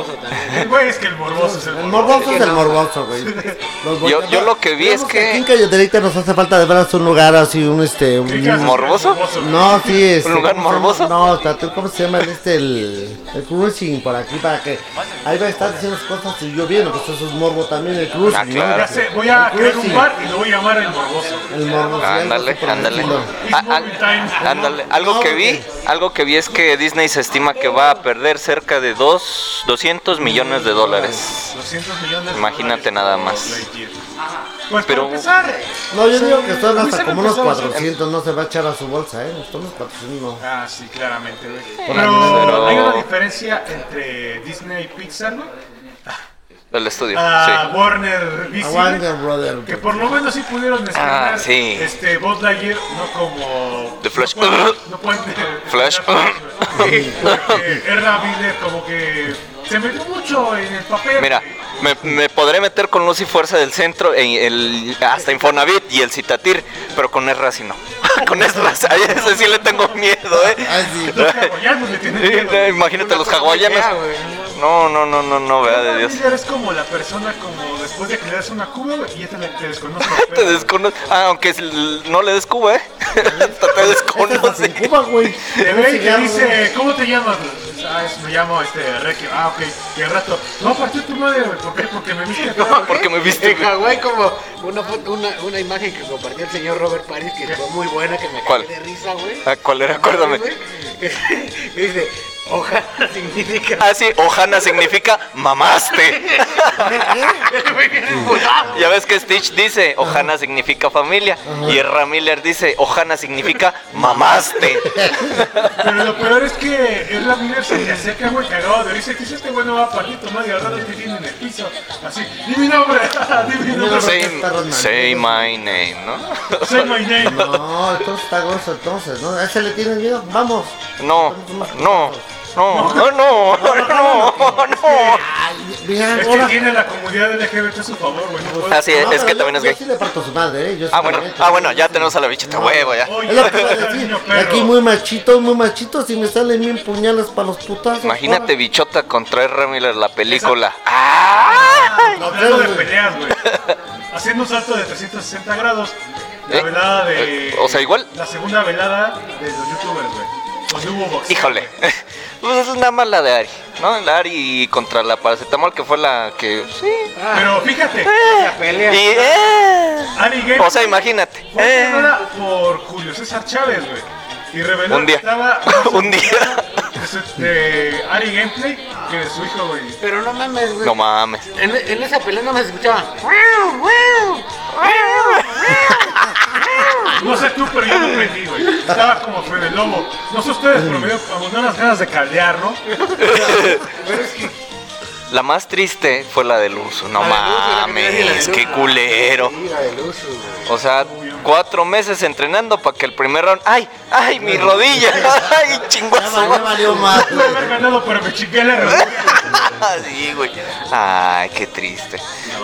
[SPEAKER 1] Güey, es que el morboso es el
[SPEAKER 3] El
[SPEAKER 1] morboso.
[SPEAKER 3] morboso es el morboso, güey. Los
[SPEAKER 2] Yo-
[SPEAKER 3] volteamos-
[SPEAKER 2] yo lo que vi es
[SPEAKER 3] Digamos
[SPEAKER 2] que-
[SPEAKER 3] Aquí en Calle Derecha nos hace falta de veras un lugar así, un este. un-
[SPEAKER 1] ¿Qué haces?
[SPEAKER 2] ¿Morboso?
[SPEAKER 1] güey.
[SPEAKER 3] No, sí, este, es.
[SPEAKER 2] ¿Un lugar morboso?
[SPEAKER 3] No, tato, ¿cómo se llama el este? El, el cruising por aquí para que. Ahí va a estar diciendo las cosas y yo viendo, pues eso es morbo también, el cruising.
[SPEAKER 2] Ah, claro.
[SPEAKER 1] Ya sé, voy a
[SPEAKER 3] El
[SPEAKER 1] crear un
[SPEAKER 3] cruising.
[SPEAKER 1] bar y lo voy a llamar el morboso.
[SPEAKER 3] ¿no? El morbo. sí, algo
[SPEAKER 2] Ándale,
[SPEAKER 3] así Pues, por el
[SPEAKER 2] ándale.
[SPEAKER 3] estilo.
[SPEAKER 2] Ah, ah, Ándale. Algo que vi, algo que vi es que Disney se estima que va a perder cerca de dos, 200 millones de dólares.
[SPEAKER 1] 200 millones. de
[SPEAKER 2] Imagínate
[SPEAKER 1] dólares
[SPEAKER 2] nada
[SPEAKER 1] por
[SPEAKER 2] más.
[SPEAKER 1] Lightyear. Pues
[SPEAKER 2] Pero-
[SPEAKER 1] para empezar. Pues,
[SPEAKER 3] No, yo digo que son hasta
[SPEAKER 1] Hubiesen
[SPEAKER 3] como unos
[SPEAKER 1] empezado a hacer-
[SPEAKER 3] 400, no se va a echar a su bolsa, ¿eh? Son unos 400, no.
[SPEAKER 1] (laughs) Ah, sí, claramente, güey.
[SPEAKER 3] Por
[SPEAKER 1] Pero
[SPEAKER 2] menos.
[SPEAKER 1] hay una
[SPEAKER 2] Pero-
[SPEAKER 1] diferencia entre Disney y Pixar, güey.
[SPEAKER 2] El estudio,
[SPEAKER 3] Ah,
[SPEAKER 1] A
[SPEAKER 2] sí.
[SPEAKER 1] Warner
[SPEAKER 3] A
[SPEAKER 1] Disney.
[SPEAKER 3] Warner Brother.
[SPEAKER 1] Que por lo menos sí pudieron estrenar
[SPEAKER 2] Ah, sí.
[SPEAKER 1] este Buzz Lightyear, no como
[SPEAKER 2] The Flash.
[SPEAKER 1] No pueden, no pueden-
[SPEAKER 2] (laughs) Flash.
[SPEAKER 1] (laughs) Porque Ezra Miller como que se metió mucho en el papel.
[SPEAKER 2] Mira, me, me podré meter con Luz y Fuerza del Centro, e- el, hasta Infonavit y el Citatir, pero con Ezra sí no. (laughs) con Ezra, a ese sí le tengo miedo, ¿eh?
[SPEAKER 3] Ah, sí.
[SPEAKER 1] Los hawaianos le tienen
[SPEAKER 2] (laughs) Sí,
[SPEAKER 1] miedo.
[SPEAKER 2] no, Imagínate los hawaianos. No, no, no, no, no, vea de
[SPEAKER 1] Ezra
[SPEAKER 2] Dios.
[SPEAKER 1] Miller es como la persona como después de que le das una cuba güey, y ya te, la- te desconoce.
[SPEAKER 2] (laughs) Te desconoce. Ah, aunque es- no le des cuba, ¿eh? (laughs) Hasta te
[SPEAKER 3] Hasta en
[SPEAKER 2] desconoce.
[SPEAKER 3] Cuba, güey.
[SPEAKER 1] Te ve y te
[SPEAKER 3] Cigarro.
[SPEAKER 1] dice, ¿cómo te llamas? güey? Ah, es- me llamo este Requiem. Ah, ok. Y al rato, no, partir tu madre, güey. ¿Por qué? Porque me viste.
[SPEAKER 2] (laughs) No, porque me viste.
[SPEAKER 8] En Hawái como una, foto- una, una imagen que compartió el señor Robert Paris que fue muy buena, que me cagué
[SPEAKER 2] ¿Cuál?
[SPEAKER 8] de risa, güey.
[SPEAKER 2] Ah, ¿Cuál era? Acuérdame.
[SPEAKER 8] Güey, (laughs) que Dice, ojalá (laughs)
[SPEAKER 2] (laughs)
[SPEAKER 8] significa...
[SPEAKER 2] Ah, sí, Ohana significa mamaste. ya ves que Stitch dice, Ohana significa familia. Y Ezra Miller dice, Ohana significa mamaste.
[SPEAKER 1] Pero lo peor es que es la Miller se le acerca, güey, cagado de risa. y Dice, este güey no va a partir tu madre. Al rato te tiene en el piso. Así, di mi nombre. (laughs) di mi nombre.
[SPEAKER 2] Say, say my name, ¿no? (laughs)
[SPEAKER 1] Say my name.
[SPEAKER 3] No, entonces está grosso, entonces, ¿no? ¿A ese le tienes miedo? Vamos.
[SPEAKER 2] No, no, no, no, no, no, no.
[SPEAKER 3] Ay, mira,
[SPEAKER 1] Es que
[SPEAKER 3] ahora-
[SPEAKER 1] tiene la comunidad LGBT a su favor, güey. no puede-
[SPEAKER 2] Así es,
[SPEAKER 3] No,
[SPEAKER 2] es
[SPEAKER 3] Ah, pero
[SPEAKER 2] que
[SPEAKER 3] yo-
[SPEAKER 2] también es
[SPEAKER 3] yo
[SPEAKER 2] gay.
[SPEAKER 3] sí le parto su madre, ¿eh? Yo sí
[SPEAKER 2] Ah, bueno,
[SPEAKER 3] también,
[SPEAKER 2] ah, bueno, ya
[SPEAKER 3] sí.
[SPEAKER 2] tenemos a la bichita, huevo, ya.
[SPEAKER 1] Oye,
[SPEAKER 3] Es lo que iba a
[SPEAKER 1] al
[SPEAKER 3] decir.
[SPEAKER 1] (laughs) niño perro.
[SPEAKER 3] Aquí muy machito, muy machito, si me salen bien puñales para los putazos.
[SPEAKER 2] Imagínate
[SPEAKER 3] ahora.
[SPEAKER 2] bichota contra Ezra Miller, la película. ¡Ah!
[SPEAKER 1] Hablando de peleas, güey. Haciendo un salto de 360 grados. La
[SPEAKER 2] Eh,
[SPEAKER 1] velada de.
[SPEAKER 2] eh, o sea, igual.
[SPEAKER 1] La segunda velada de los youtubers, güey. Donde hubo boxeo.
[SPEAKER 2] Híjole, (laughs) pues es nada más la de Ari, ¿no? La Ari contra la paracetamol que fue la que... Sí.
[SPEAKER 1] Pero fíjate,
[SPEAKER 2] Eh,
[SPEAKER 8] pelea.
[SPEAKER 2] Y, eh,
[SPEAKER 1] Ari Gameplay
[SPEAKER 2] o sea, imagínate.
[SPEAKER 1] fue
[SPEAKER 2] eh,
[SPEAKER 1] ganada por Julio César Chávez, güey. Y reveló
[SPEAKER 2] Eh, Un día.
[SPEAKER 1] que estaba.
[SPEAKER 2] (laughs) Un día. (laughs)
[SPEAKER 1] de su- De Ari Gameplay que de su hijo, güey.
[SPEAKER 8] Pero no mames, güey.
[SPEAKER 2] no mames.
[SPEAKER 8] En, en esa pelea no me escuchaba.
[SPEAKER 1] No sé tú, pero yo no aprendí, güey. Estaba como Fede Lobo. No sé ustedes, pero me dio como unas ganas de caldear, ¿no?
[SPEAKER 2] La más triste fue la del uso, no
[SPEAKER 8] La del Uso, la que tenía la
[SPEAKER 2] mames,
[SPEAKER 8] del
[SPEAKER 2] qué
[SPEAKER 8] Uso.
[SPEAKER 2] culero.
[SPEAKER 8] Mira el uso, güey.
[SPEAKER 2] O sea, cuatro meses entrenando para que el primer round... ¡Ay! ¡Ay, mi rodilla! (laughs) ¡Ay,
[SPEAKER 3] Ya va- ya
[SPEAKER 2] chinguazo!
[SPEAKER 3] valió más.
[SPEAKER 1] Pude haber ganado, pero me chingué la reunión.
[SPEAKER 2] (laughs) sí, güey. Ay, qué triste.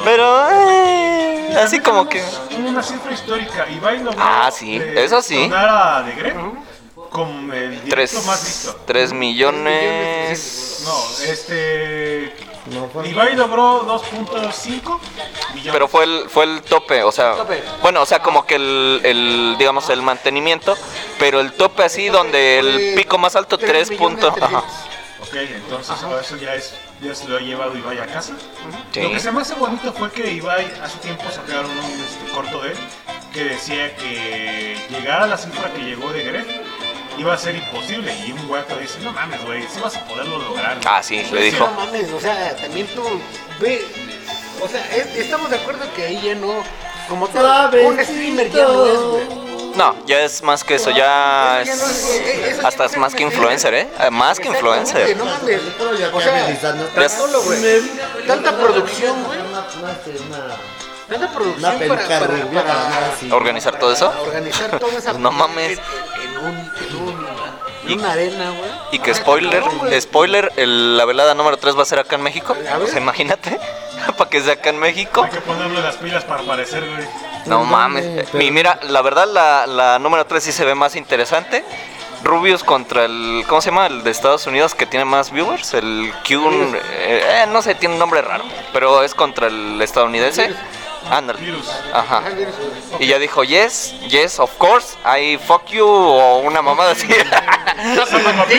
[SPEAKER 2] Pero, ay, así como que...
[SPEAKER 1] Hubo una cifra histórica. y logró.
[SPEAKER 2] Ah, sí,
[SPEAKER 1] eh,
[SPEAKER 2] eso sí.
[SPEAKER 1] Donar a De Grey con el directo más
[SPEAKER 2] Tres,
[SPEAKER 1] visto.
[SPEAKER 2] tres millones...
[SPEAKER 1] No, este.
[SPEAKER 3] No, fue-
[SPEAKER 1] Ibai logró 2.5 millones.
[SPEAKER 2] Pero fue el, fue el tope, o sea,
[SPEAKER 8] tope.
[SPEAKER 2] bueno, o sea, como que el, el, digamos, el mantenimiento, pero el tope así, donde el pico más alto, 3 puntos.
[SPEAKER 1] Ok, entonces ahora eso ya es. Ya se lo ha llevado Ibai a casa.
[SPEAKER 2] Sí.
[SPEAKER 1] Lo que se me hace bonito fue que Ibai hace tiempo sacaron un este, corto de él que decía que llegar a la cifra que llegó de Grey iba a ser imposible. Y un guato dice: No mames, güey, sí vas a poderlo lograr. güey".
[SPEAKER 2] Ah, sí, le dijo.
[SPEAKER 8] No mames, o sea, también tú ve, o sea, es- estamos de acuerdo que ahí ya no, como tal,
[SPEAKER 3] Suavecito.
[SPEAKER 8] un streamer ya no es, güey.
[SPEAKER 2] No, ya es más que eso, ya
[SPEAKER 8] Eso ya no
[SPEAKER 2] es...
[SPEAKER 8] es- eh, eso ya
[SPEAKER 2] Hasta
[SPEAKER 8] no
[SPEAKER 2] es
[SPEAKER 8] es
[SPEAKER 2] más que
[SPEAKER 8] una
[SPEAKER 2] influencer, ¿eh? Eh, Más que
[SPEAKER 8] Exactamente,
[SPEAKER 2] influencer.
[SPEAKER 8] No mames,
[SPEAKER 3] Pero ya
[SPEAKER 8] o
[SPEAKER 3] que
[SPEAKER 8] sea,
[SPEAKER 3] amenizando.
[SPEAKER 2] Ya es-
[SPEAKER 8] solo, güey, tanta producción, güey,
[SPEAKER 3] Una- una- una-
[SPEAKER 8] tanta
[SPEAKER 3] Una
[SPEAKER 8] producción para,
[SPEAKER 3] peluca
[SPEAKER 8] para,
[SPEAKER 3] rubia,
[SPEAKER 8] para-
[SPEAKER 3] nada más, sí.
[SPEAKER 2] ¿Organizar todo eso? (laughs)
[SPEAKER 8] para organizar toda esa
[SPEAKER 2] No mames.
[SPEAKER 8] en, en un, en un
[SPEAKER 2] Y-
[SPEAKER 8] Una arena, güey.
[SPEAKER 2] Y que spoiler, spoiler, el- la velada número 3 va a ser acá en México.
[SPEAKER 8] A ver.
[SPEAKER 2] Pues imagínate, (laughs) para que sea acá en México.
[SPEAKER 1] Hay que ponerle las pilas para aparecer, güey.
[SPEAKER 2] No
[SPEAKER 3] No
[SPEAKER 2] mames.
[SPEAKER 3] mames,
[SPEAKER 2] Eh,
[SPEAKER 3] pero-
[SPEAKER 2] mi- Mira, la verdad la, la número 3 sí se ve más interesante. Rubius contra el, ¿cómo se llama? El de Estados Unidos que tiene más viewers, el Q, eh, eh, no sé, tiene un nombre raro, pero es contra el estadounidense. Ándale.
[SPEAKER 1] Virus.
[SPEAKER 2] Ajá. Y ya dijo, yes, yes, of course, I fuck you o una mamada (laughs) así.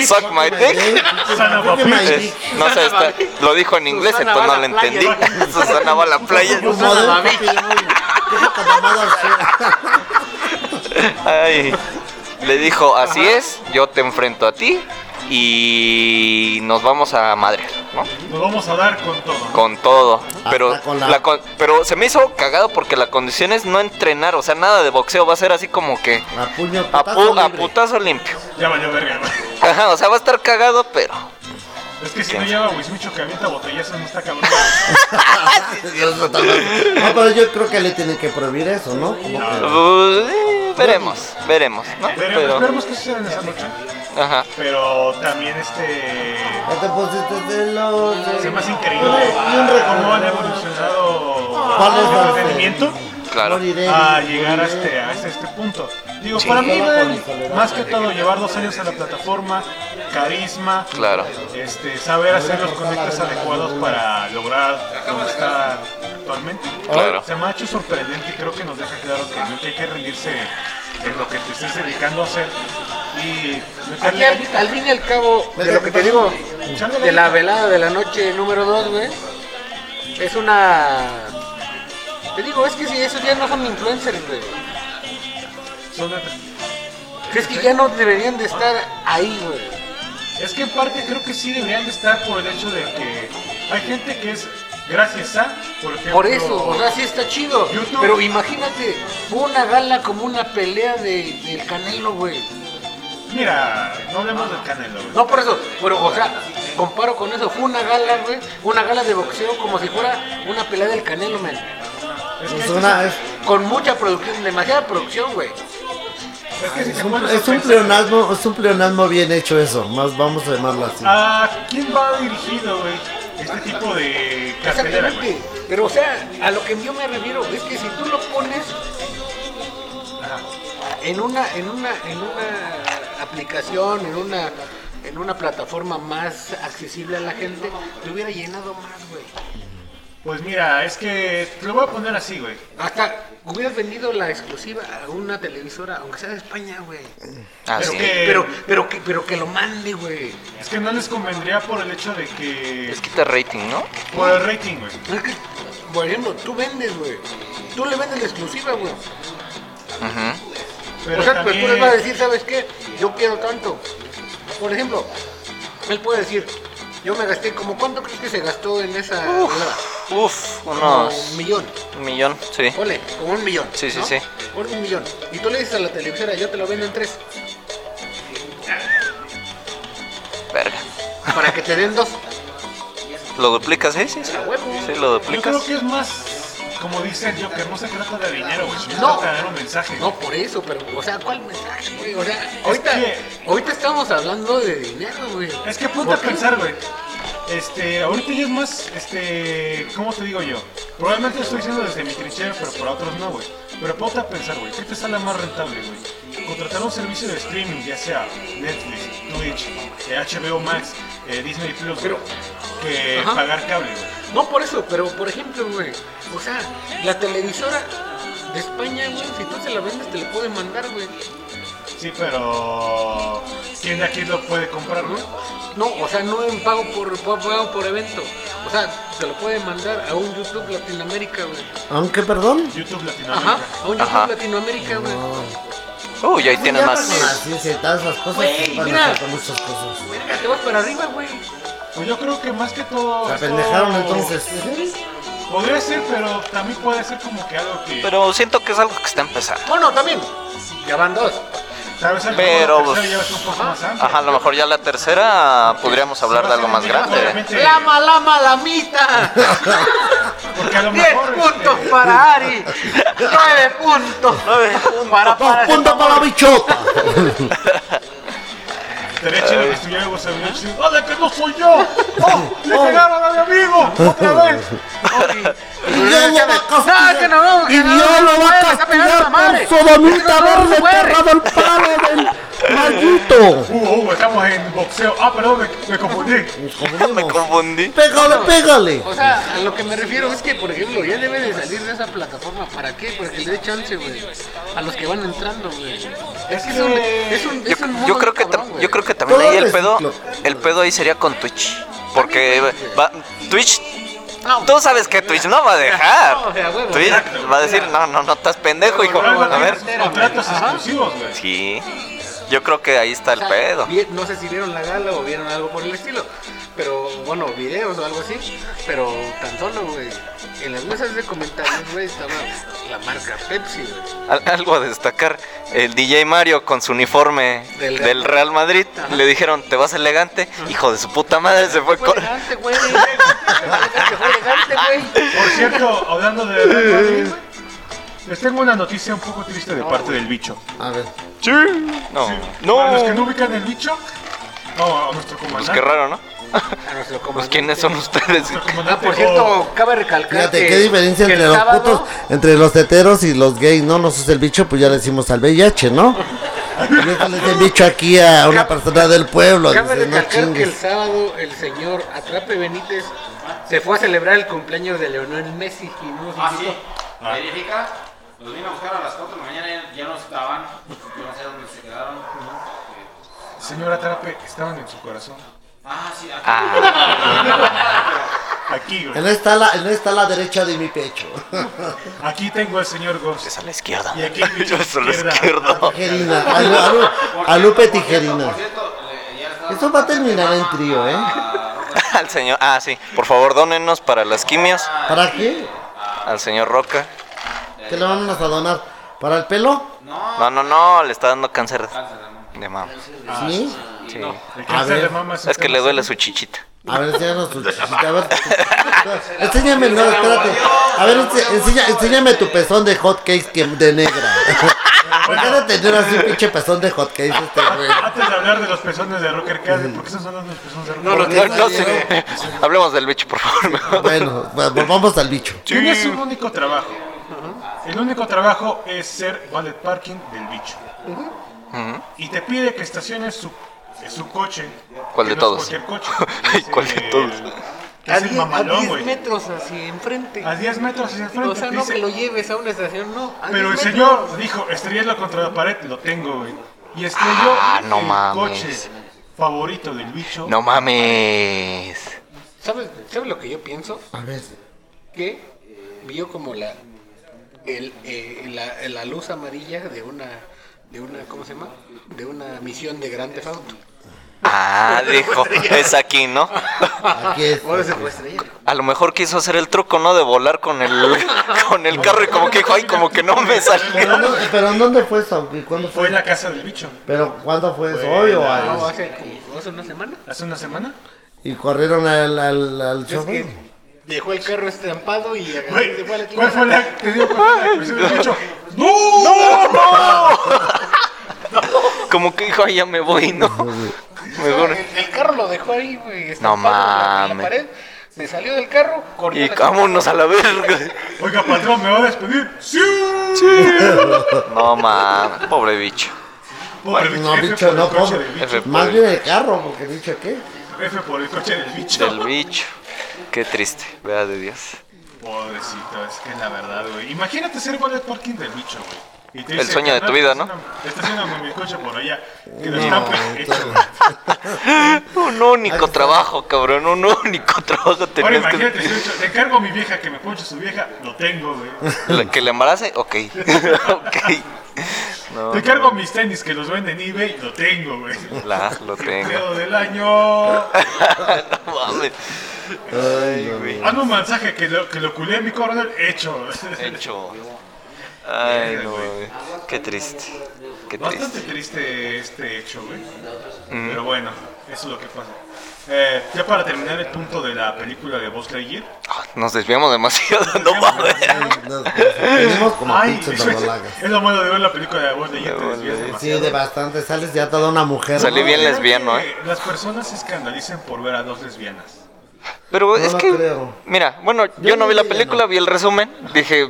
[SPEAKER 2] Suck my
[SPEAKER 3] ¿eh?
[SPEAKER 1] (laughs)
[SPEAKER 2] dick.
[SPEAKER 1] Son of a bitch.
[SPEAKER 2] Es- Eh, no sé, está- lo dijo en inglés,
[SPEAKER 6] Susana
[SPEAKER 2] entonces no
[SPEAKER 6] va a
[SPEAKER 2] lo
[SPEAKER 6] la playa.
[SPEAKER 2] entendí.
[SPEAKER 3] (laughs)
[SPEAKER 2] Susana va a la playa.
[SPEAKER 3] Como de un papi, güey. Qué poca
[SPEAKER 2] (laughs)
[SPEAKER 3] mamada, o sea.
[SPEAKER 2] Ay. Le dijo, así es, yo te enfrento a ti y nos vamos a madre, ¿no?
[SPEAKER 1] Nos vamos a dar con todo.
[SPEAKER 2] Con todo. Pero,
[SPEAKER 3] Hasta con la-
[SPEAKER 2] la con- pero se me hizo cagado porque la condición es no entrenar, o sea, nada de boxeo, va a ser así como que
[SPEAKER 3] A puño,
[SPEAKER 2] a,
[SPEAKER 3] putazo
[SPEAKER 2] pu- a
[SPEAKER 3] libre.
[SPEAKER 2] putazo limpio.
[SPEAKER 1] Ya valió verga, güey.
[SPEAKER 2] Ajá, o sea, va a estar cagado, pero...
[SPEAKER 1] Es que si no lleva Wismicho que avienta botellazos, no está cabrón.
[SPEAKER 3] No, pero yo creo que le tienen que prohibir eso, ¿no? Como que-
[SPEAKER 2] Uh, eh, veremos, veremos, (laughs) ¿no?
[SPEAKER 1] Veremos,
[SPEAKER 2] Pero,
[SPEAKER 1] esperemos que suceda en esa noche.
[SPEAKER 2] ajá.
[SPEAKER 1] Pero también este.
[SPEAKER 3] Ya te pusiste celoso.
[SPEAKER 1] Se me hace increíble cómo han
[SPEAKER 3] ¿Cuál es la-
[SPEAKER 1] evolucionado el entretenimiento
[SPEAKER 2] Claro.
[SPEAKER 3] Moriré.
[SPEAKER 1] a llegar a este, a este, este punto. Digo, para mí, güey, más que todo, llevar dos años a la plataforma, carisma,
[SPEAKER 2] Claro.
[SPEAKER 1] este, saber hacer los conectes adecuados para lograr donde está actualmente.
[SPEAKER 2] Claro.
[SPEAKER 1] Se me ha hecho sorprendente y creo que nos deja claro que nunca hay que rendirse en lo que te estés dedicando a hacer. Y pues,
[SPEAKER 4] Aquí
[SPEAKER 1] meterle
[SPEAKER 4] al, al fin y al cabo, de lo que te digo, de la velada de la noche número 2, güey, es una... Te digo, es que si esos ya no son influencers, güey.
[SPEAKER 1] Son-
[SPEAKER 4] Es que ya no deberían de estar ahí, güey.
[SPEAKER 1] Es que en parte creo que sí deberían de estar por el hecho de que hay gente que es gracias a, por ejemplo,
[SPEAKER 4] Por eso, o sea, sí está chido.
[SPEAKER 1] YouTube.
[SPEAKER 4] Pero imagínate una gala como una pelea de, del Canelo, güey.
[SPEAKER 1] mira, no hablemos del Canelo. güey.
[SPEAKER 4] No, por eso, pero, o sea, comparo con eso. Fue una gala, güey, una gala de boxeo como si fuera una pelea del Canelo, man.
[SPEAKER 1] es que,
[SPEAKER 3] Es
[SPEAKER 1] si-
[SPEAKER 3] una- es-
[SPEAKER 4] Con mucha producción, demasiada producción, güey.
[SPEAKER 1] es que si te
[SPEAKER 3] es un-
[SPEAKER 1] pones a
[SPEAKER 3] es un
[SPEAKER 1] pensar-
[SPEAKER 3] pleonasmo, es un pleonasmo bien hecho eso, más vamos a llamarlo así.
[SPEAKER 1] ¿A quién va dirigido, güey? Este tipo de cartelera, güey.
[SPEAKER 4] Exactamente. Pero, o sea, a lo que yo me refiero es que si tú lo pones en una, en una, en una aplicación, en una, en una plataforma más accesible a la gente, te hubiera llenado más, güey.
[SPEAKER 1] Pues mira, es que te lo voy a poner así, güey.
[SPEAKER 4] Hasta hubieras vendido la exclusiva a una televisora, aunque sea de España, güey.
[SPEAKER 1] Pero
[SPEAKER 2] Así.
[SPEAKER 1] que-
[SPEAKER 4] Pero, pero que, pero que lo mande, güey.
[SPEAKER 1] Es que no les convendría por el hecho de que...
[SPEAKER 2] Es quita rating, ¿no?
[SPEAKER 1] Por el rating, güey.
[SPEAKER 4] Es que, Por ejemplo, tú vendes, güey. Tú le vendes la exclusiva, güey.
[SPEAKER 2] Ujú.
[SPEAKER 1] Pero
[SPEAKER 4] o sea, pues
[SPEAKER 1] también...
[SPEAKER 4] tú les vas a decir, ¿sabes qué? Yo quiero tanto. Por ejemplo, él puede decir, yo me gasté, como cuánto crees que se gastó en esa nueva?
[SPEAKER 2] Uf,
[SPEAKER 4] Como
[SPEAKER 2] unos...
[SPEAKER 4] un millón.
[SPEAKER 2] Un millón, sí.
[SPEAKER 4] Ole, como un millón.
[SPEAKER 2] Sí, sí,
[SPEAKER 4] ¿no?
[SPEAKER 2] sí.
[SPEAKER 4] Por un millón. Y tú le dices a la televisora, yo te lo vendo en tres.
[SPEAKER 2] Verga.
[SPEAKER 4] Para que te
[SPEAKER 2] (laughs)
[SPEAKER 4] den dos.
[SPEAKER 2] ¿Lo duplicas? Sí, sí, sí. Sí, lo
[SPEAKER 1] Yo creo
[SPEAKER 2] duplicas.
[SPEAKER 1] que es más, como dicen yo, que no se trata de dinero, güey. Se
[SPEAKER 4] No.
[SPEAKER 1] trata de dar un mensaje.
[SPEAKER 4] No, por eso, pero, o sea, ¿cuál mensaje, güey? O sea, ahorita,
[SPEAKER 1] que-
[SPEAKER 4] ahorita estamos hablando de dinero, güey.
[SPEAKER 1] Es que ponte a
[SPEAKER 4] ¿Por qué?
[SPEAKER 1] pensar, güey. Este, ahorita ya es más, este, ¿cómo te digo yo? Probablemente lo estoy diciendo desde mi trinchera, pero para otros no, güey. Pero ponte a pensar, güey, ¿qué te sale más rentable, güey? Contratar un servicio de streaming, ya sea Netflix, Twitch, eh, HBO Max, eh, Disney Plus, güey, que
[SPEAKER 4] Ajá.
[SPEAKER 1] pagar cable, güey.
[SPEAKER 4] No por eso, pero por ejemplo, güey. O sea, la televisora de España, güey, si tú se la vendes, te la puede mandar, güey.
[SPEAKER 1] Sí, pero ¿quién de aquí lo puede comprar, güey?
[SPEAKER 4] No, o sea, no en pago por, por- pago por evento. O sea, te lo puede mandar a un YouTube Latinoamérica, güey.
[SPEAKER 3] Aunque, perdón.
[SPEAKER 1] YouTube Latinoamérica.
[SPEAKER 4] Ajá, a un YouTube
[SPEAKER 2] Ajá.
[SPEAKER 4] Latinoamérica, güey.
[SPEAKER 2] Uy, ahí tienes
[SPEAKER 3] Ya con las
[SPEAKER 2] más.
[SPEAKER 3] ciencias, esas cosas
[SPEAKER 4] Güey,
[SPEAKER 3] que van a
[SPEAKER 4] mira.
[SPEAKER 3] sacar muchas cosas.
[SPEAKER 4] Te vas para arriba, güey.
[SPEAKER 1] Pues yo creo que más que todo.
[SPEAKER 3] Se
[SPEAKER 1] esto
[SPEAKER 3] apendejaron entonces.
[SPEAKER 1] Podría ser, pero también puede ser como que algo que.
[SPEAKER 2] Pero siento que es algo que está empezando.
[SPEAKER 4] Bueno, también. Ya van dos.
[SPEAKER 1] tal vez al
[SPEAKER 2] pero- pues, ah,
[SPEAKER 1] tercero ya ves un poco más amplio.
[SPEAKER 2] Ajá, a lo mejor ya la tercera podríamos hablar de algo más grande.
[SPEAKER 1] Obviamente,
[SPEAKER 4] ¡Lama, lama, lamita!
[SPEAKER 1] Porque (laughs) a lo
[SPEAKER 4] 10
[SPEAKER 1] mejor.
[SPEAKER 4] puntos
[SPEAKER 1] este, (laughs)
[SPEAKER 4] para Ari. 9 puntos. 9 puntos para,
[SPEAKER 3] Dos puntos para la bichota.
[SPEAKER 1] Estaría chido
[SPEAKER 2] Eh.
[SPEAKER 1] que estuviera José Manuel así, ¡Hola, ¡Ah, que no soy yo! ¡Oh, ¡Le pegaron a mi amigo! ¡Otra vez!
[SPEAKER 3] Y Dios lo va a castigar.
[SPEAKER 9] que no, no, que
[SPEAKER 3] y
[SPEAKER 9] no,
[SPEAKER 3] Dios
[SPEAKER 9] no,
[SPEAKER 3] lo va
[SPEAKER 9] güey,
[SPEAKER 3] a
[SPEAKER 9] le está pegando la
[SPEAKER 3] castigar
[SPEAKER 9] madre.
[SPEAKER 3] con sodomita
[SPEAKER 9] Que no, no,
[SPEAKER 3] haberle
[SPEAKER 9] güey.
[SPEAKER 3] enterrado el palo del maldito.
[SPEAKER 1] Uh, uh, estamos en boxeo. Ah, perdón, me, me
[SPEAKER 2] (laughs)
[SPEAKER 1] confundí.
[SPEAKER 3] Nos confundimos.
[SPEAKER 2] Me confundí.
[SPEAKER 3] Pégale, pégale.
[SPEAKER 4] O sea, a lo que me refiero es que, por ejemplo, ya debe de salir de esa plataforma. ¿Para qué? Para que le dé chance, güey. A los que van entrando, güey. Es que es un, es un,
[SPEAKER 2] Yo,
[SPEAKER 4] es un mundo
[SPEAKER 2] yo creo que
[SPEAKER 4] cabrón,
[SPEAKER 2] tam-
[SPEAKER 4] güey.
[SPEAKER 2] yo creo que también ahí el pedo
[SPEAKER 3] Todo
[SPEAKER 2] el pedo ahí sería con Twitch, porque va- Twitch
[SPEAKER 4] No,
[SPEAKER 2] Tú sabes que Twitch no va a
[SPEAKER 4] No, o sea,
[SPEAKER 2] dejar.
[SPEAKER 4] huevo,
[SPEAKER 2] Twitch va a decir, no, no, no estás pendejo, hijo.
[SPEAKER 1] Pero algo
[SPEAKER 2] A ver,
[SPEAKER 1] tienes contratos exclusivos, güey.
[SPEAKER 2] sí. Yo creo que ahí está el pedo.
[SPEAKER 4] vi- no sé si vieron la gala o vieron algo por el estilo. Pero bueno, videos o algo así. Pero tan solo, güey. En las mesas de comentarios, güey, estaba la marca Pepsi, güey.
[SPEAKER 2] Al- algo a destacar, el DJ Mario con su uniforme
[SPEAKER 4] Del
[SPEAKER 2] del,
[SPEAKER 4] Real-
[SPEAKER 2] Real Madrid, le dijeron, te vas elegante, hijo de su puta madre, se fue
[SPEAKER 4] Fue
[SPEAKER 2] con...
[SPEAKER 4] elegante, güey. Fue elegante, güey.
[SPEAKER 1] Por cierto, hablando de Real Madrid, güey, les tengo una noticia un poco triste de parte del bicho.
[SPEAKER 3] A ver.
[SPEAKER 2] No,
[SPEAKER 1] Para los que no
[SPEAKER 2] no.
[SPEAKER 1] ubican el bicho, no, a nuestro comandante.
[SPEAKER 2] Pues qué raro, ¿no?
[SPEAKER 4] A
[SPEAKER 2] (laughs)
[SPEAKER 4] nuestro
[SPEAKER 2] Pues
[SPEAKER 4] comandante.
[SPEAKER 2] quiénes son ustedes.
[SPEAKER 1] Nuestro
[SPEAKER 4] Ah,
[SPEAKER 1] comandante,
[SPEAKER 4] por cierto, cabe recalcar
[SPEAKER 3] Oh. Fíjate,
[SPEAKER 4] que-
[SPEAKER 3] qué diferencia
[SPEAKER 4] que el
[SPEAKER 3] entre los
[SPEAKER 4] sábado-
[SPEAKER 3] putos, entre los teteros y los gays, ¿no? Nosotros el bicho, pues ya le decimos al VIH,
[SPEAKER 4] (laughs)
[SPEAKER 3] ¿no? Yo le el bicho aquí a una persona del pueblo.
[SPEAKER 4] Cabe
[SPEAKER 3] Dice, no
[SPEAKER 4] recalcar que el
[SPEAKER 3] chingues.
[SPEAKER 4] sábado el señor Atrape Benítez se fue a celebrar el cumpleaños de Leonel Messi y no nos
[SPEAKER 6] Ah, sí.
[SPEAKER 4] invitó.
[SPEAKER 6] Verifica. Los vine a buscar a las 4 de la mañana, ya- ya no estaban. Yo no sé dónde se quedaron.
[SPEAKER 1] Señora Trape, estaban en su corazón. Ah.
[SPEAKER 6] Ah, sí, aquí.
[SPEAKER 1] Aquí, güey.
[SPEAKER 3] Él está, a la, él está a la derecha de mi pecho. (laughs)
[SPEAKER 1] Aquí tengo al señor Goss.
[SPEAKER 2] Es a la izquierda.
[SPEAKER 1] Y
[SPEAKER 2] (laughs)
[SPEAKER 1] aquí el bicho
[SPEAKER 2] Yo soy a la
[SPEAKER 1] izquierda.
[SPEAKER 2] izquierda.
[SPEAKER 3] Tijerina, a, Lu- a Lu- a Lupe Tijerina.
[SPEAKER 6] Por cierto, le- ya estaba-
[SPEAKER 3] Esto va a terminar en trío, ¿eh?
[SPEAKER 2] (laughs) Al señor... Ah, sí. Por favor, dónenos para las quimios.
[SPEAKER 3] ¿Para qué?
[SPEAKER 2] Al señor Roca.
[SPEAKER 3] ¿Qué le vamos a donar? ¿Para el pelo?
[SPEAKER 2] No, no, no, le está dando cáncer de mama.
[SPEAKER 4] Ah,
[SPEAKER 3] ¿Sí?
[SPEAKER 2] Sí.
[SPEAKER 1] El
[SPEAKER 3] A
[SPEAKER 1] cáncer
[SPEAKER 3] ver.
[SPEAKER 1] de mama un
[SPEAKER 2] Es que
[SPEAKER 1] tema
[SPEAKER 2] le duele su chichita.
[SPEAKER 3] A ver, enséñanos tu chichita. A ver. Enséñame, no, espérate. A ver, ense- enseña- enséñame tu pezón de hotcakes que de negra. ¿Por qué de tener así un pinche pezón de hotcakes este güey?
[SPEAKER 1] Ah, Antes de hablar de los pezones de Rocker Cade, ¿por qué esos son los pezones de Rocker
[SPEAKER 2] No,
[SPEAKER 1] Cade?
[SPEAKER 2] no sé. (laughs) Hablemos del bicho, por favor. (laughs) mejor.
[SPEAKER 3] Bueno, va- volvamos al bicho.
[SPEAKER 1] Tienes un único trabajo. El único trabajo es ser valet parking del bicho. Y te pide que estaciones su, su coche.
[SPEAKER 2] ¿Cuál
[SPEAKER 1] que
[SPEAKER 2] de
[SPEAKER 1] no es
[SPEAKER 2] todos?
[SPEAKER 1] Cualquier
[SPEAKER 2] (laughs)
[SPEAKER 1] coche.
[SPEAKER 2] Ay, ¿cuál de
[SPEAKER 1] Ese-
[SPEAKER 2] todos?
[SPEAKER 1] que Es el
[SPEAKER 4] a
[SPEAKER 1] mamalón,
[SPEAKER 4] 10
[SPEAKER 1] güey.
[SPEAKER 4] metros hacia enfrente.
[SPEAKER 1] A 10 metros hacia el frente.
[SPEAKER 4] O sea,
[SPEAKER 1] te
[SPEAKER 4] no
[SPEAKER 1] dice,
[SPEAKER 4] que lo lleves a una estación, no. a
[SPEAKER 1] Pero el
[SPEAKER 4] 10 metros.
[SPEAKER 1] señor dijo, estrellalo contra la pared, lo tengo, güey. Y estrelló
[SPEAKER 2] Ah, no
[SPEAKER 1] el
[SPEAKER 2] mames.
[SPEAKER 1] coche favorito del bicho.
[SPEAKER 2] No mames.
[SPEAKER 4] ¿Sabes, ¿Sabes lo que yo pienso?
[SPEAKER 3] A ver.
[SPEAKER 4] Que eh, vio como la, el, eh, la, la luz amarilla de una, de una, ¿cómo se llama? De una misión de Grande Auto.
[SPEAKER 1] (laughs)
[SPEAKER 2] Ah, dijo, es aquí, ¿no?
[SPEAKER 3] Aquí es.
[SPEAKER 4] Ahora se fue a estrellar.
[SPEAKER 2] A lo mejor quiso hacer el truco, ¿no? De volar con el, (laughs) con el carro y como que dijo, ay, como que no me
[SPEAKER 3] Pero,
[SPEAKER 2] salió.
[SPEAKER 3] no- pero ¿en dónde fue eso? ¿Y ¿Cuándo
[SPEAKER 1] Fue en
[SPEAKER 3] fue?
[SPEAKER 1] la casa del bicho.
[SPEAKER 3] ¿Pero cuándo fue eso? ¿Hoy o
[SPEAKER 4] No,
[SPEAKER 3] ayer?
[SPEAKER 4] hace como hace una semana.
[SPEAKER 1] ¿Hace una semana?
[SPEAKER 3] ¿Y corrieron al, al, al
[SPEAKER 4] Es
[SPEAKER 3] chofer?
[SPEAKER 4] que dejó el carro estampado y agarró y se fue a la
[SPEAKER 1] Güey, ¿cuál fue
[SPEAKER 4] chingada.
[SPEAKER 1] la te digo cuál fue la expresión del
[SPEAKER 4] (laughs)
[SPEAKER 1] bicho? ¡No!
[SPEAKER 2] Como que dijo, ay, ya me voy, ¿no? Mejor.
[SPEAKER 4] El, el carro lo dejó ahí, güey.
[SPEAKER 2] No
[SPEAKER 4] estampado en la- en la
[SPEAKER 2] mames.
[SPEAKER 4] pared. Se salió del carro, corrió.
[SPEAKER 2] Y
[SPEAKER 4] la-
[SPEAKER 2] vámonos a la verga.
[SPEAKER 1] Oiga, patrón, ¿me va a despedir? ¡Sí!
[SPEAKER 2] No mames, pobre bicho.
[SPEAKER 1] Pobre bicho,
[SPEAKER 3] No,
[SPEAKER 1] F
[SPEAKER 3] bicho,
[SPEAKER 1] por
[SPEAKER 3] no,
[SPEAKER 1] el coche
[SPEAKER 3] pobre.
[SPEAKER 1] del bicho.
[SPEAKER 2] F por
[SPEAKER 3] Más
[SPEAKER 2] el-
[SPEAKER 3] bien el carro, porque bicho, ¿qué?
[SPEAKER 1] F por el coche del bicho.
[SPEAKER 2] Del bicho. Qué triste, vea de Dios.
[SPEAKER 1] Pobrecito, es que es la verdad, güey. Imagínate ser valet parking del bicho, güey. Y te
[SPEAKER 2] El sueño de tu vida, ¿no?
[SPEAKER 1] Estacioname mi coche por allá. Que lo estampe. (laughs) hecho, güey.
[SPEAKER 2] Un único trabajo, cabrón, un único trabajo
[SPEAKER 1] Ahora
[SPEAKER 2] tenías
[SPEAKER 1] imagínate,
[SPEAKER 2] que...
[SPEAKER 1] si yo te encargo a mi vieja que me ponche su vieja, lo tengo, güey.
[SPEAKER 2] ¿La- ¿Que le embarace? Ok. (laughs) ok. No,
[SPEAKER 1] Te encargo mis tenis que los venden en eBay, lo tengo, güey.
[SPEAKER 2] la, lo tengo. (laughs)
[SPEAKER 1] Pedo del año.
[SPEAKER 2] No mames. Ay, güey.
[SPEAKER 1] Hazme un mensaje que lo, que lo culé a mi coronel, hecho.
[SPEAKER 2] Hecho. Ay, no mames. Qué triste. Qué triste.
[SPEAKER 1] Bastante triste este hecho, güey.
[SPEAKER 2] Mm.
[SPEAKER 1] Pero bueno, eso es lo que pasa. Eh, ya para terminar el punto de la película de Buzz Lightyear,
[SPEAKER 2] Ah, nos desviamos demasiado. (laughs) No mames.
[SPEAKER 3] Nos- nos- Venimos como
[SPEAKER 1] Ay,
[SPEAKER 3] pinches
[SPEAKER 1] eso es-
[SPEAKER 3] babalagas.
[SPEAKER 1] es lo malo de ver la película de Voz de Ayer, te desvías
[SPEAKER 3] Sí,
[SPEAKER 1] demasiado.
[SPEAKER 3] de bastante sales ya toda una mujer.
[SPEAKER 2] Salí
[SPEAKER 3] ¿no?
[SPEAKER 2] bien
[SPEAKER 1] Creo
[SPEAKER 2] lesbiano, ¿eh?
[SPEAKER 1] que Las personas se escandalizan por ver a dos lesbianas.
[SPEAKER 2] Pero
[SPEAKER 3] No
[SPEAKER 2] es
[SPEAKER 3] lo
[SPEAKER 2] que,
[SPEAKER 3] creo.
[SPEAKER 2] mira, bueno, yo,
[SPEAKER 3] Yo
[SPEAKER 2] no vi la
[SPEAKER 3] no vi,
[SPEAKER 2] película,
[SPEAKER 3] no.
[SPEAKER 2] vi el resumen, dije,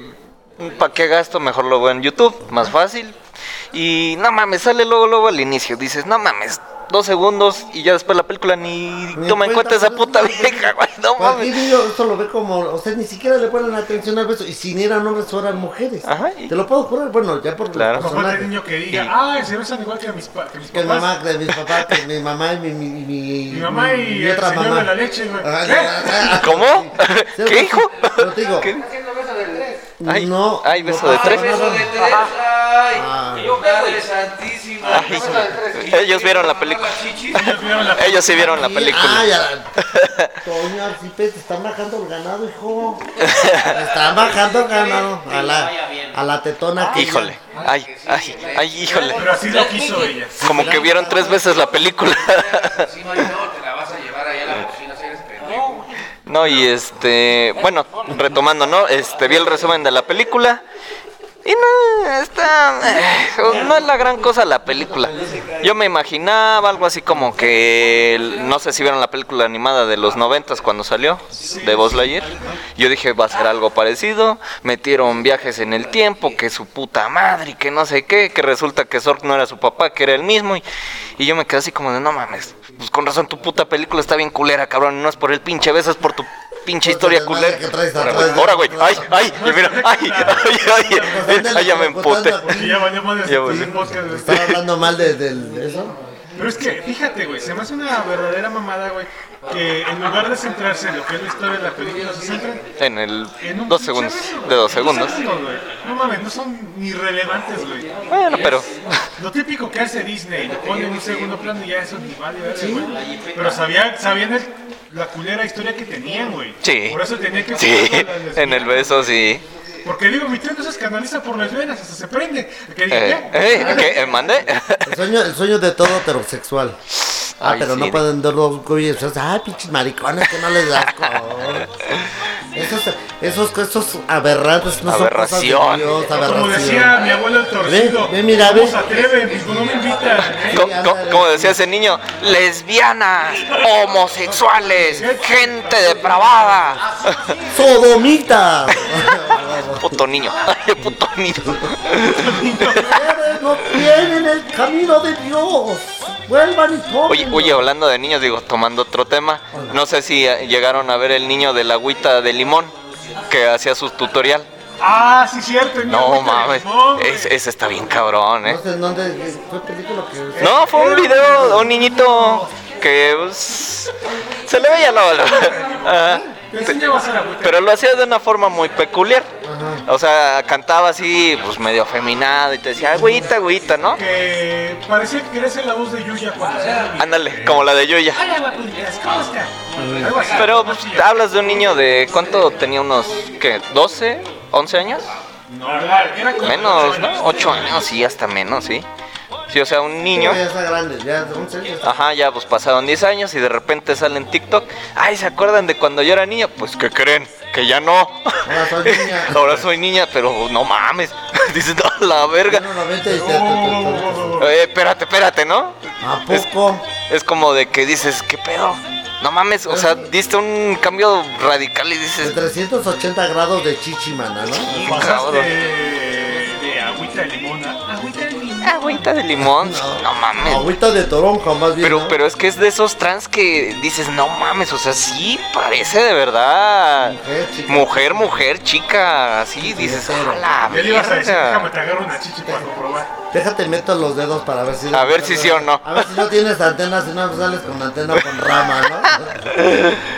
[SPEAKER 2] ¿para qué gasto? Mejor lo veo en YouTube, más fácil. Y no mames, sale luego, luego al inicio, dices, no mames, dos segundos y ya después la película ni,
[SPEAKER 3] Ni
[SPEAKER 2] toma en cuenta esa
[SPEAKER 3] pero
[SPEAKER 2] puta
[SPEAKER 3] es una-
[SPEAKER 2] vieja, güey, no
[SPEAKER 3] Cualquier
[SPEAKER 2] mames.
[SPEAKER 3] niño Pues, esto lo ve como, o sea, ni siquiera le ponen atención al beso. Y si ni eran hombres, eran mujeres.
[SPEAKER 2] Ajá, y-
[SPEAKER 3] Te lo puedo jurar, bueno, ya por los
[SPEAKER 2] Claro.
[SPEAKER 1] No falta el
[SPEAKER 3] personajes.
[SPEAKER 1] niño que diga, ay, se besan igual que mis, pa- que mis
[SPEAKER 3] Que mi
[SPEAKER 1] papás.
[SPEAKER 3] mamá, que mis papás, que mi mamá y mi, mi, mi,
[SPEAKER 1] Mi mamá y el señor de la leche, güey.
[SPEAKER 3] Ajá,
[SPEAKER 1] ¿Qué?
[SPEAKER 3] ajá,
[SPEAKER 2] ¿Cómo?
[SPEAKER 3] sí.
[SPEAKER 2] (laughs) ¿Qué hijo?
[SPEAKER 3] Pero te digo,
[SPEAKER 2] ¿Qué?
[SPEAKER 7] Haciendo beso del tres.
[SPEAKER 2] Ay,
[SPEAKER 3] no.
[SPEAKER 2] ay, beso de
[SPEAKER 3] no,
[SPEAKER 2] tres.
[SPEAKER 7] Ay, beso de tres.
[SPEAKER 3] Ah.
[SPEAKER 7] Ay, madre santísima.
[SPEAKER 2] (laughs) Ellos vieron la película.
[SPEAKER 1] Ellos vieron la
[SPEAKER 2] Ellos sí vieron la
[SPEAKER 3] Sí, ah,
[SPEAKER 2] película.
[SPEAKER 3] Ay, a- Toño Arcipe, te están bajando el ganado, hijo. Te están bajando el ganado. A la, a la tetona. que-
[SPEAKER 2] (laughs) Híjole, ay, ay, ay, híjole.
[SPEAKER 1] (laughs) Pero así lo quiso ella.
[SPEAKER 2] Como que vieron tres veces la película. (laughs)
[SPEAKER 7] Si no, no, te la vas a llevar allá a la cocina si eres pendejo.
[SPEAKER 2] No, y este, bueno, retomando, ¿no? Este, vi el resumen de la película. Y no, está. eh, No es la gran cosa la película. Yo me imaginaba algo así como que. el- No sé si vieron la película animada de los noventas cuando salió, de Buzz Lightyear. Yo dije, va a ser algo parecido. Metieron viajes en el tiempo, que su puta madre, y que no sé qué, que resulta que Zork no era su papá, que era el mismo. Y, y yo me quedé así como de, no mames, pues con razón tu puta película está bien culera, cabrón. No es por el pinche beso, es por tu pinche
[SPEAKER 3] Por
[SPEAKER 2] historia
[SPEAKER 3] el desmadre
[SPEAKER 2] culera.
[SPEAKER 3] que traes
[SPEAKER 2] Ahora,
[SPEAKER 3] atrás
[SPEAKER 2] güey,
[SPEAKER 3] de-
[SPEAKER 2] Ahora, güey, ay, ay, y mira, ay, (laughs) ay, ay,
[SPEAKER 3] Pues,
[SPEAKER 2] ay, (laughs) ay, ya me empoté.
[SPEAKER 1] Porque ya valíamos de
[SPEAKER 2] Ya
[SPEAKER 1] su
[SPEAKER 2] volví.
[SPEAKER 1] podcast, güey.
[SPEAKER 3] Estaba hablando mal de, del- de eso.
[SPEAKER 1] Pero es que, fíjate, güey, se me hace una verdadera mamada, güey, que en lugar de centrarse en lo que es la historia de la película, se centran
[SPEAKER 2] En el
[SPEAKER 1] en un
[SPEAKER 2] dos
[SPEAKER 1] pinche
[SPEAKER 2] segundos,
[SPEAKER 1] beso, güey.
[SPEAKER 2] de dos segundos.
[SPEAKER 1] güey. No mames, no son ni relevantes, güey.
[SPEAKER 2] Bueno, pero
[SPEAKER 1] Lo típico que hace Disney, lo pone en un segundo plano y ya eso ni vale, vale, güey. Pero sabían, sabían el- la culera historia que tenían, güey.
[SPEAKER 2] Sí.
[SPEAKER 1] Por eso tenía que
[SPEAKER 2] sí,
[SPEAKER 1] ponerlo a las
[SPEAKER 2] en el
[SPEAKER 1] lesbianas.
[SPEAKER 2] beso sí.
[SPEAKER 1] Porque digo, mi tío no se escandaliza por las venas, hasta se prende. Que diga,
[SPEAKER 2] Eh,
[SPEAKER 1] ¿qué?
[SPEAKER 2] eh, ¿qué? ¿Eh, ¿Mandé?
[SPEAKER 3] El sueño, el sueño de todo heterosexual. Ah,
[SPEAKER 2] Ay,
[SPEAKER 3] pero
[SPEAKER 2] sí.
[SPEAKER 3] no pueden ver los güeyes. Ay, pinches maricones, que no les das color. Esos, esos, esos aberrantes no son cosas
[SPEAKER 2] Aberración.
[SPEAKER 3] de Dios,
[SPEAKER 1] Como
[SPEAKER 3] aberración.
[SPEAKER 1] decía mi abuelo el torcido,
[SPEAKER 3] Ve, ve, mira,
[SPEAKER 1] ¿cómo
[SPEAKER 3] ve.
[SPEAKER 1] se atreven? Dijo, no me invitan. ¿eh?
[SPEAKER 2] (laughs) Co- co- Como decía ese niño, lesbianas, homosexuales, gente depravada. (laughs)
[SPEAKER 3] ¡Sodomita!
[SPEAKER 1] (laughs)
[SPEAKER 2] Puto niño, (laughs) ay, puto niño. (laughs)
[SPEAKER 3] Ustedes no tienen el camino de Dios. Vuelvan y tomen.
[SPEAKER 2] Oye, oye, hablando de niños, digo, tomando otro tema, no sé si eh, llegaron a ver el niño de la agüita de limón que hacía su tutorial.
[SPEAKER 1] Ah, sí, cierto. mi
[SPEAKER 2] No
[SPEAKER 1] abuelo
[SPEAKER 2] mames,
[SPEAKER 1] llamó, güey.
[SPEAKER 2] ese, ese está bien cabrón, eh.
[SPEAKER 3] No sé en dónde fue película que.
[SPEAKER 2] No, fue un video de un niñito que pues, se le veía la (laughs) Ajá.
[SPEAKER 1] Te enseñaba a hacer agüita.
[SPEAKER 2] Pero lo hacía de una forma muy peculiar. O sea, cantaba así, pues medio afeminado y te decía, agüita, agüita, ¿no?
[SPEAKER 1] Que parecía que quería ser la voz de Yuya cuando hacía la-
[SPEAKER 2] Ándale, como la de Yuya.
[SPEAKER 1] Hola, guapuntas, pues, ¿cómo está? Algo así.
[SPEAKER 2] Pero pues, hablas de un niño de, ¿cuánto tenía? Unos, ¿qué? ¿12? ¿11 años?
[SPEAKER 1] No, era como-
[SPEAKER 2] Menos, ¿no? 8 años, sí, hasta menos, sí. Sí, o sea, un niño...
[SPEAKER 3] Ya está grande, ya son serios.
[SPEAKER 2] Ajá, ya pues pasaron 10 años y de repente sale en TikTok. Ay, ¿se acuerdan de cuando yo era niña? Pues ¿qué creen? Que ya no.
[SPEAKER 3] Ahora soy
[SPEAKER 2] (laughs)
[SPEAKER 3] niña.
[SPEAKER 2] Ahora soy niña, pero no mames. (laughs) Dices, no, la verga.
[SPEAKER 3] Bueno, 90 y
[SPEAKER 1] Oh,
[SPEAKER 3] te- te- te- te-
[SPEAKER 1] oh, oh, oh.
[SPEAKER 2] Eh, espérate, espérate, ¿no?
[SPEAKER 3] ¿A poco?
[SPEAKER 2] Es como de que dices, ¿qué pedo? No mames, o sea, diste un cambio radical y
[SPEAKER 3] De
[SPEAKER 2] dices,
[SPEAKER 3] 380 grados de chichimana, ¿no?
[SPEAKER 1] Pasaste
[SPEAKER 2] cabrón.
[SPEAKER 1] de agüita de limón a agüita de limón.
[SPEAKER 2] "Ah, agüita de limón. No mames.
[SPEAKER 3] Agüita de toronja, más bien.
[SPEAKER 2] Pero,
[SPEAKER 3] ¿no?
[SPEAKER 2] pero es que es de esos trans que dices, no mames, o sea, sí parece de verdad.
[SPEAKER 3] Mujer, chica.
[SPEAKER 2] Mujer, mujer, chica, así dices, a la
[SPEAKER 1] Ya le ibas a decir, déjame
[SPEAKER 2] verga.
[SPEAKER 1] tragar una chichi para comprobar.
[SPEAKER 3] Déjate meto los dedos para ver si.
[SPEAKER 2] A ver si sí o no.
[SPEAKER 3] A ver si no tienes antena, si no sales con antena con rama,
[SPEAKER 2] (laughs)
[SPEAKER 3] ¿no?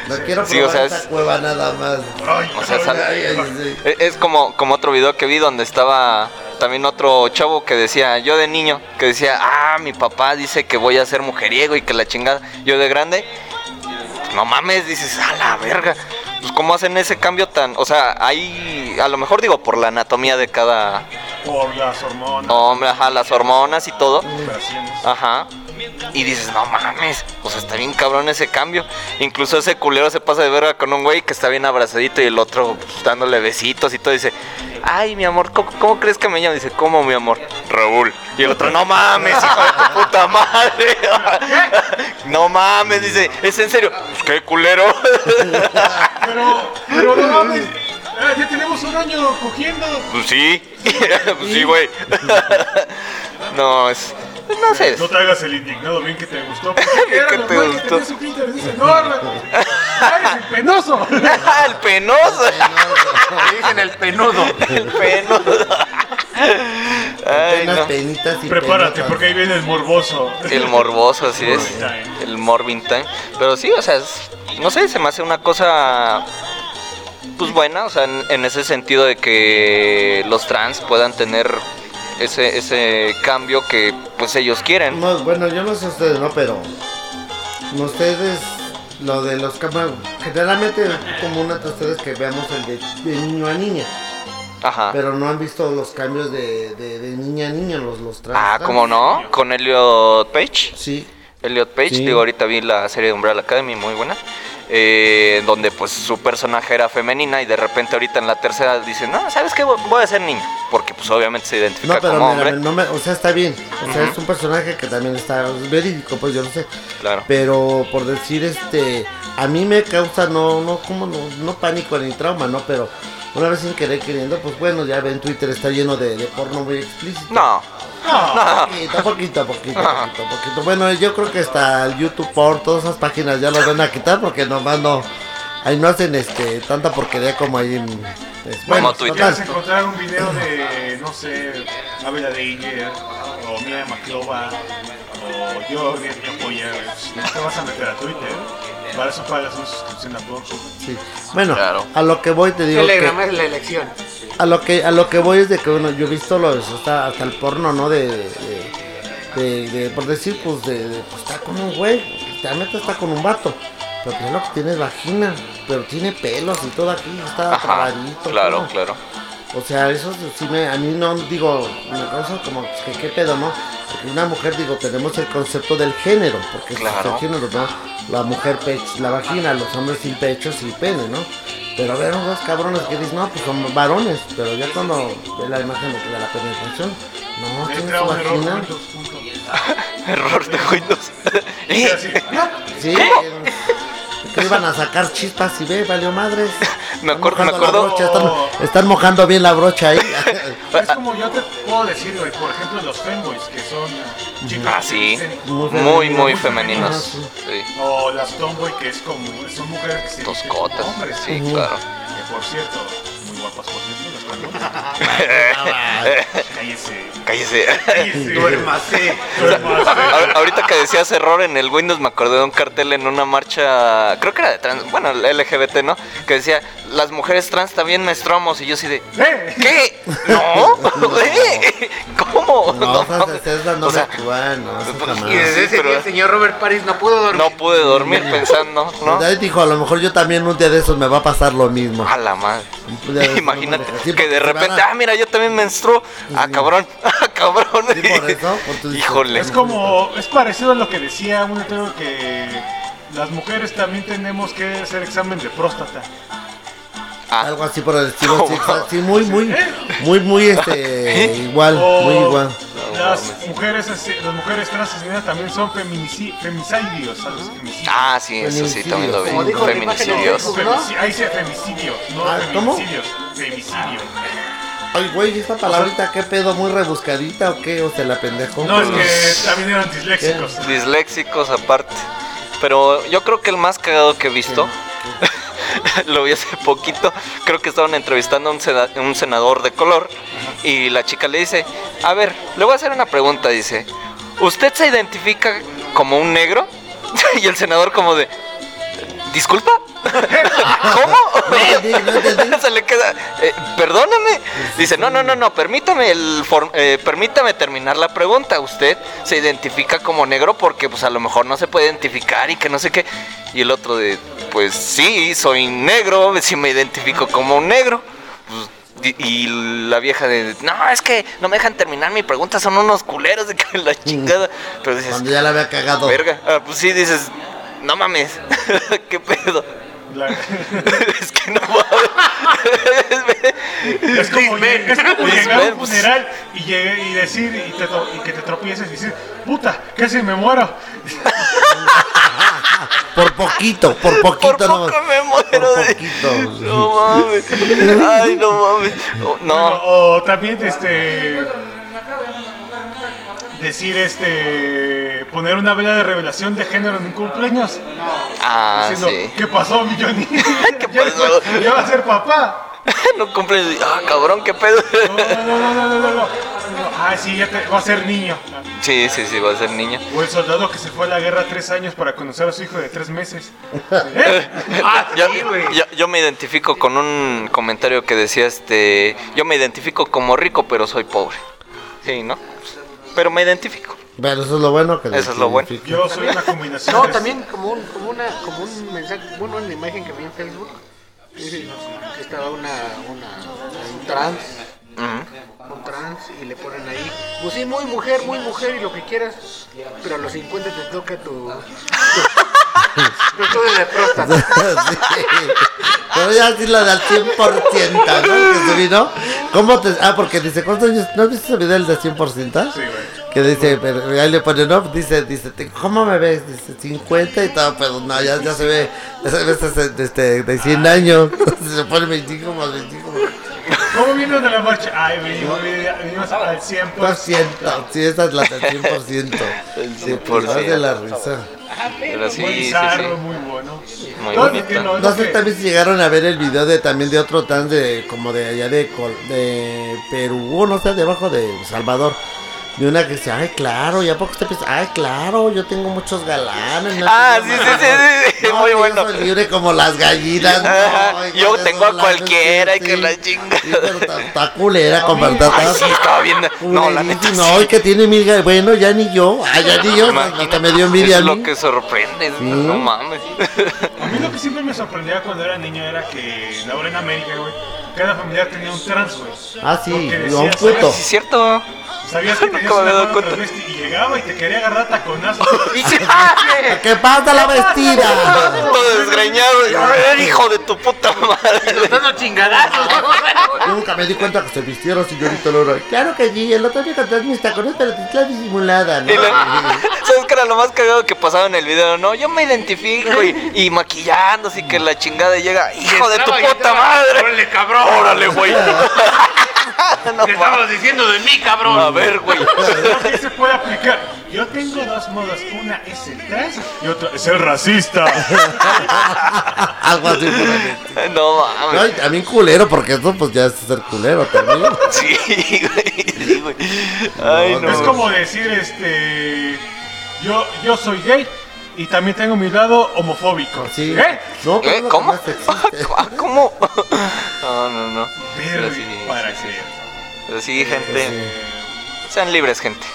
[SPEAKER 3] No quiero probar
[SPEAKER 2] Sí, o sea,
[SPEAKER 3] esta
[SPEAKER 2] es-
[SPEAKER 3] cueva nada más.
[SPEAKER 1] Ay,
[SPEAKER 2] O sea, sale-
[SPEAKER 3] Ay, ay, sí.
[SPEAKER 2] E- Es como, como otro video que vi donde estaba también otro chavo que decía, yo de niño, que decía, ah, mi papá dice que voy a ser mujeriego y que la chingada, yo de grande, no mames, dices, a la verga. Pues cómo hacen ese cambio tan, o sea, hay, a lo mejor digo, por la anatomía de cada
[SPEAKER 1] por las hormonas.
[SPEAKER 2] hombre, ajá, las hormonas y todo.
[SPEAKER 1] operaciones.
[SPEAKER 2] Ajá. Y dices, no mames, o sea, está bien cabrón ese cambio. Incluso ese culero se pasa de verga con un güey que está bien abrazadito y el otro pues, dándole besitos y todo. Dice, ay, mi amor, ¿cómo, cómo crees que me llamo? Dice, ¿cómo, mi amor? Raúl. Y el otro, no mames, hijo de tu puta madre. (laughs) no mames, dice, es en serio. Pues qué culero. (laughs)
[SPEAKER 1] Pero, pero no mames. ah, Ya tenemos un año cogiendo.
[SPEAKER 2] Pues sí, (laughs) pues sí, güey. (laughs) no, es. No sé.
[SPEAKER 1] No te hagas el indignado, bien que te gustó.
[SPEAKER 2] (laughs)
[SPEAKER 1] Porque
[SPEAKER 2] que
[SPEAKER 1] era
[SPEAKER 2] te
[SPEAKER 1] normal que
[SPEAKER 2] gustó.
[SPEAKER 1] tenías un clítoris ese enorme. ¡Eres el
[SPEAKER 2] (laughs)
[SPEAKER 1] penoso!
[SPEAKER 2] (laughs) el penoso.
[SPEAKER 8] Le dicen el penudo.
[SPEAKER 2] el penoso. Ay,
[SPEAKER 3] Unas
[SPEAKER 2] no.
[SPEAKER 3] penitas y
[SPEAKER 1] Prepárate,
[SPEAKER 3] penotas.
[SPEAKER 1] porque ahí viene el morboso.
[SPEAKER 2] El morboso, así es.
[SPEAKER 1] Morbin
[SPEAKER 2] El Morbin Time. Pero sí, o sea, es- no sé, se me hace una cosa. Pues buena, o sea, en, en ese sentido de que los trans puedan tener ese, ese cambio que pues ellos quieren.
[SPEAKER 3] No, bueno, yo no sé ustedes, ¿no? Pero ustedes, lo de los cámaras, generalmente es común entre ustedes que veamos el de, de niño a niña,
[SPEAKER 2] Ajá.
[SPEAKER 3] pero no han visto los cambios de, de, de niña a niña, los, los trans.
[SPEAKER 2] Ah, ¿cómo no? Con Elliot Page.
[SPEAKER 3] Sí.
[SPEAKER 2] Elliot Page,
[SPEAKER 3] Sí.
[SPEAKER 2] digo, ahorita vi la serie de Umbrella Academy, muy buena. eh, donde pues su personaje era femenina y de repente ahorita en la tercera dicen, no, ¿sabes qué? Voy voy a ser niña. Porque pues obviamente se identifica
[SPEAKER 3] No, pero
[SPEAKER 2] como
[SPEAKER 3] mira,
[SPEAKER 2] hombre.
[SPEAKER 3] no me- o sea, está bien. O sea, es un personaje que también está verídico, pues yo lo sé.
[SPEAKER 2] Claro.
[SPEAKER 3] Pero por decir, este, a mí me causa no, no, como no, no pánico ni trauma, ¿no? Pero una vez sin querer queriendo, pues bueno, ya ven, Twitter está lleno de, de porno muy explícito.
[SPEAKER 2] No,
[SPEAKER 3] Poquito, poquito, poquito, poquito, poquito. Bueno, yo creo que hasta el YouTube por todas esas páginas ya las van a quitar porque nomás no. Ahí no hacen este tanta porquería como ahí en. es-
[SPEAKER 2] Como
[SPEAKER 3] Bueno,
[SPEAKER 2] Twitter.
[SPEAKER 1] Vas a
[SPEAKER 3] total.
[SPEAKER 1] encontrar un video de, no sé, Ávila de Inger, o Mira Maclova, o yo, bien que apoya. No te vas a meter a Twitter. Para eso pagas una suscripción a Pornhub.
[SPEAKER 3] sí. Bueno,
[SPEAKER 2] Claro.
[SPEAKER 3] a lo que voy te digo. que-
[SPEAKER 8] Telegram es la elección.
[SPEAKER 3] a lo que a lo que voy es de que bueno yo he visto los hasta, hasta el porno no de de, de- de- por decir pues de, de, pues, está con un güey realmente está con un vato pero que lo que tiene es vagina pero tiene pelos y todo aquí está
[SPEAKER 2] Ajá,
[SPEAKER 3] trabadito
[SPEAKER 2] claro,
[SPEAKER 3] todo.
[SPEAKER 2] claro. (laughs)
[SPEAKER 3] o sea eso sí me a mí no digo me causa como pues, que qué pedo no porque una mujer digo tenemos el concepto del género porque es
[SPEAKER 2] Claro.
[SPEAKER 3] el género no la mujer pech- la vagina los hombres sin pechos sin pene no pero a ver unos cabrones que dicen, no, pues son varones, pero ya cuando ve la imagen de de la penetración, no, tiene
[SPEAKER 1] Entra
[SPEAKER 3] su
[SPEAKER 1] un error
[SPEAKER 3] vagina.
[SPEAKER 1] juntos, juntos.
[SPEAKER 2] (laughs) Error de Windows. (laughs) Eh,
[SPEAKER 1] Así,
[SPEAKER 3] Sí, eh, que iban a sacar chispas y ve, valió madres.
[SPEAKER 2] Me
[SPEAKER 3] Están
[SPEAKER 2] acuerdo- (laughs) me
[SPEAKER 3] mojando la
[SPEAKER 2] acuerdo.
[SPEAKER 3] brocha, están, están mojando bien la
[SPEAKER 2] (laughs)
[SPEAKER 3] brocha ahí.
[SPEAKER 1] Es como yo te puedo decir, güey, por ejemplo, los fanboys, que son chicas.
[SPEAKER 2] Ah, sí. Muy,
[SPEAKER 3] femenino.
[SPEAKER 2] muy femeninos.
[SPEAKER 3] Ah,
[SPEAKER 2] Sí.
[SPEAKER 1] O las tomboy, que es como, son mujeres que se visten como
[SPEAKER 2] Toscotas.
[SPEAKER 1] hombres.
[SPEAKER 2] Sí, claro.
[SPEAKER 1] Que por cierto, muy guapas, por cierto, las tomboy.
[SPEAKER 2] (laughs)
[SPEAKER 1] Cállese.
[SPEAKER 2] Cállese.
[SPEAKER 3] (laughs)
[SPEAKER 1] Cállese. Duérmase. Duérmase.
[SPEAKER 2] A- Ahorita que decías error en el Windows, me acordé de un cartel en una marcha, creo que era de trans, bueno, LGBT, ¿no? Que decía, las mujeres trans también menstruamos. Y yo así de,
[SPEAKER 1] ¡Eh!
[SPEAKER 2] ¿qué?
[SPEAKER 3] (laughs)
[SPEAKER 2] ¿No? ¿Eh? ¿Cómo?
[SPEAKER 3] No,
[SPEAKER 2] (laughs)
[SPEAKER 3] pues,
[SPEAKER 2] No,
[SPEAKER 3] esas- esas las
[SPEAKER 2] o
[SPEAKER 3] no
[SPEAKER 2] sea,
[SPEAKER 3] actúan, no, esas
[SPEAKER 2] pues,
[SPEAKER 3] jamás.
[SPEAKER 8] Y desde ese
[SPEAKER 2] pero-
[SPEAKER 8] día el señor Robert Paris no pudo dormir.
[SPEAKER 2] no pude dormir pensando, ¿no?
[SPEAKER 3] Ahí Pues, dijo, a lo mejor yo también un día de esos me va a pasar lo mismo. pues,
[SPEAKER 2] A la madre. (laughs)
[SPEAKER 3] Ya ves,
[SPEAKER 2] Ah, Imagínate
[SPEAKER 3] no mames, sí,
[SPEAKER 2] que de
[SPEAKER 3] porque van a-
[SPEAKER 2] repente, ah, mira, yo también menstruo. Ah,
[SPEAKER 3] sí.
[SPEAKER 2] cabrón, (laughs) ah, cabrón.
[SPEAKER 3] Sí, por eso, por tu-
[SPEAKER 2] Híjole.
[SPEAKER 1] Es como, es parecido a lo que decía un letrero que las mujeres también tenemos que hacer examen de próstata.
[SPEAKER 2] Ah,
[SPEAKER 3] Algo así por el estilo,
[SPEAKER 2] (laughs) No, ¿Eh?
[SPEAKER 3] sí,
[SPEAKER 2] mames.
[SPEAKER 3] exacto, sí, muy, muy, muy, muy, este, igual,
[SPEAKER 1] O
[SPEAKER 3] muy igual.
[SPEAKER 1] Las mujeres, así- las mujeres trans asesinadas también son feminici- femisicidios, ¿sabes? Femicidios.
[SPEAKER 2] ah, sí, eso sí, también lo vi.
[SPEAKER 8] Como dijo la imagen de
[SPEAKER 2] Feminicidios.
[SPEAKER 8] Facebook.
[SPEAKER 1] Femici- Ahí dice femicidio, no
[SPEAKER 3] Ah, ¿cómo? Ah,
[SPEAKER 1] feminicidios. Femicidio.
[SPEAKER 3] Ay, güey, esta palabrita, ¿qué pedo? ¿Muy rebuscadita o qué? ¿O se la pendejo?
[SPEAKER 1] No, es que también eran disléxicos.
[SPEAKER 2] Disléxicos aparte. Pero yo creo que el más cagado que he visto, (laughs) lo vi hace poquito, creo que estaban entrevistando a un, sena- un senador de color y la chica le dice, a ver, le voy a hacer una pregunta, dice, ¿usted se identifica como un negro? (laughs) y el senador como de, ¿disculpa? (laughs)
[SPEAKER 3] No entendí, no entendí.
[SPEAKER 2] ¿Cómo? (laughs) se le queda, "Eh, perdóname. Dice, no, no, no, no, permítame, el form- eh, permítame terminar la pregunta. Usted se identifica como negro porque pues a lo mejor no se puede identificar y que no sé qué. Y el otro de, pues sí, soy negro, si me identifico como un negro. Pues, Y, y la vieja de, no, es que no me dejan terminar mi pregunta, son unos culeros de que la chingada. Pero dices,
[SPEAKER 3] Cuando ya la había cagado.
[SPEAKER 2] verga, ah, pues sí, dices, no mames, (laughs) qué pedo.
[SPEAKER 1] La-
[SPEAKER 2] (laughs) es que no mames.
[SPEAKER 1] Es como, lleg- es como
[SPEAKER 2] Luis
[SPEAKER 1] llegar a
[SPEAKER 2] Men,
[SPEAKER 1] un
[SPEAKER 2] pues.
[SPEAKER 1] funeral y, llegue- y decir y, te to- y que te tropieces y decir, puta, casi me muero.
[SPEAKER 3] Por poquito, por poquito
[SPEAKER 2] (laughs) Por poco
[SPEAKER 3] no.
[SPEAKER 2] me muero
[SPEAKER 3] por
[SPEAKER 2] de-
[SPEAKER 3] poquito.
[SPEAKER 2] (laughs) No mames. Ay, no mames. Oh, No.
[SPEAKER 1] O, o también este decir este poner una vela de revelación de género en un cumpleaños
[SPEAKER 2] Ah,
[SPEAKER 1] diciendo
[SPEAKER 2] sí. (laughs)
[SPEAKER 1] ¿qué pasó mi Johnny?
[SPEAKER 2] ¿Qué
[SPEAKER 1] (laughs) ya,
[SPEAKER 2] pasó?
[SPEAKER 1] ya va a ser papá
[SPEAKER 2] No cumples. Ah, cabrón, qué pedo. (laughs)
[SPEAKER 1] no no no no no no, no. ah sí ya te- va a ser niño
[SPEAKER 2] Sí, sí, sí, va a ser niña.
[SPEAKER 1] o el soldado que se fue a la guerra tres años para conocer a su hijo de tres meses
[SPEAKER 2] (laughs)
[SPEAKER 1] ¿Eh?
[SPEAKER 2] yo, yo- yo me identifico con un comentario que decía este. Yo me identifico como rico, pero soy pobre. Sí, ¿no? Pero me identifico.
[SPEAKER 3] Pero eso es lo bueno que
[SPEAKER 2] Eso es lo bueno.
[SPEAKER 3] identifica.
[SPEAKER 1] yo soy una combinación
[SPEAKER 8] No,
[SPEAKER 1] de-
[SPEAKER 8] también como un, como una, como un mensaje, bueno, una imagen que vi en Facebook. Dice que estaba una, una, un trans,
[SPEAKER 2] Ujú.
[SPEAKER 8] un trans, y le ponen ahí, pues sí, muy mujer, muy mujer y lo que quieras, pero a los 50 te toca tu... tu- tu de próstata.
[SPEAKER 3] Sí. Pero ya sí la del 100%, ¿no? Que se vino. ¿Cómo te.? Ah, porque dice, ¿cuántos años? ¿No has visto ese video del de 100%?
[SPEAKER 1] Sí, güey.
[SPEAKER 3] Que dice, pero ahí le pone, no, dice, dice, te- ¿cómo me ves? Dice, 50 y todo, pero no, ya, ya se ve, ya se ve este, este, de 100 años. (laughs) Se pone 25 más 25
[SPEAKER 1] ¿Cómo vino de la marcha? Ay, venimos, venimos al 100%.
[SPEAKER 3] más 100. Sí, esa es la del 100%.
[SPEAKER 2] El
[SPEAKER 3] Sí, por
[SPEAKER 2] 100%.
[SPEAKER 3] de la risa.
[SPEAKER 2] Pero sí,
[SPEAKER 1] muy
[SPEAKER 2] sí, sí.
[SPEAKER 1] bizarro, muy bueno.
[SPEAKER 2] Muy
[SPEAKER 1] Todo
[SPEAKER 2] bonito.
[SPEAKER 1] entiendo,
[SPEAKER 3] No
[SPEAKER 1] lo
[SPEAKER 3] sé
[SPEAKER 1] que-
[SPEAKER 3] también si llegaron a ver el video de también de otro trans de como de allá de, Col- de Perú, no sé, debajo de Salvador. De una que dice, ay, claro, ya poco usted piensa, ay, claro, yo tengo muchos galanes. no
[SPEAKER 2] Ah,
[SPEAKER 3] tengo
[SPEAKER 2] sí, sí,
[SPEAKER 3] nada".
[SPEAKER 2] sí, sí, sí,
[SPEAKER 3] No,
[SPEAKER 2] muy
[SPEAKER 3] que yo
[SPEAKER 2] bueno.
[SPEAKER 3] soy libre como las gallinas.
[SPEAKER 2] Ajá,
[SPEAKER 3] no,
[SPEAKER 2] (laughs) yo
[SPEAKER 3] hijo de
[SPEAKER 2] tengo a
[SPEAKER 3] esos labios,
[SPEAKER 2] cualquiera y
[SPEAKER 3] sí,
[SPEAKER 2] que
[SPEAKER 3] sí.
[SPEAKER 2] la chinga.
[SPEAKER 3] Sí, pero está- está culera, con
[SPEAKER 2] Ay, sí, estaba bien. No, la neta.
[SPEAKER 3] No, y que tiene mil gal- Bueno, ya ni yo. Ay, ya ni yo. Hasta me dio envidia a
[SPEAKER 2] Es
[SPEAKER 3] mí.
[SPEAKER 2] lo que sorprende. No mames.
[SPEAKER 1] A mí lo que siempre me sorprendía cuando era niño era que ahora en América, güey, cada familiar tenía un trans, güey.
[SPEAKER 3] Ah, sí,
[SPEAKER 1] Porque
[SPEAKER 3] no,
[SPEAKER 1] decías,
[SPEAKER 3] un puto.
[SPEAKER 2] Sí, es cierto.
[SPEAKER 1] Sabías
[SPEAKER 2] (laughs)
[SPEAKER 1] que
[SPEAKER 2] Nunca
[SPEAKER 1] tenías
[SPEAKER 2] me
[SPEAKER 1] una
[SPEAKER 2] había dado
[SPEAKER 1] mano
[SPEAKER 2] cuenta.
[SPEAKER 1] travesti y llegaba y te quería agarrar taconazos. (laughs)
[SPEAKER 2] ¡ah!
[SPEAKER 3] ¿Qué pasa la vestida?
[SPEAKER 2] (laughs) Todo desgreñado. y, "A ver, hijo de tu puta madre.
[SPEAKER 3] Nunca me di cuenta que se vistieron, señorita Laura. Claro que sí, el otro día canté mis tacones, pero te está disimulada, ¿no?
[SPEAKER 2] Y la- ¿Sabes qué era lo más cagado que pasaba en el video? No, yo me identifico y, y maquillándose y que la chingada llega. ¡Hijo de tu puta madre!
[SPEAKER 7] Órale, cabrón.
[SPEAKER 2] ¡Órale, güey!
[SPEAKER 4] Ah,
[SPEAKER 2] No
[SPEAKER 7] Te
[SPEAKER 2] mames.
[SPEAKER 7] estabas diciendo de mí, cabrón.
[SPEAKER 2] A ver, güey.
[SPEAKER 1] ¿Qué se puede aplicar? Yo tengo dos modos. Una es el trans y otra es el racista.
[SPEAKER 3] (laughs) Algo así por ahí.
[SPEAKER 2] No
[SPEAKER 3] No,
[SPEAKER 2] mames.
[SPEAKER 3] y también culero, porque eso pues ya es ser culero también.
[SPEAKER 2] Sí, güey. sí, güey. (laughs) Ay,
[SPEAKER 3] No,
[SPEAKER 2] no.
[SPEAKER 1] es como decir, este. Yo, yo soy gay y también tengo mi lado homofóbico.
[SPEAKER 3] Pues, Sí.
[SPEAKER 1] ¿Eh?
[SPEAKER 3] No, pero es
[SPEAKER 2] ¿Eh?
[SPEAKER 3] lo que
[SPEAKER 2] ¿Cómo?
[SPEAKER 3] más existe.
[SPEAKER 2] Ah, (laughs) ¿Cómo? No, no, no.
[SPEAKER 1] Pero
[SPEAKER 2] Pero sí,
[SPEAKER 1] para
[SPEAKER 2] sí,
[SPEAKER 1] que
[SPEAKER 2] Pero sí, gente. Sean libres, gente.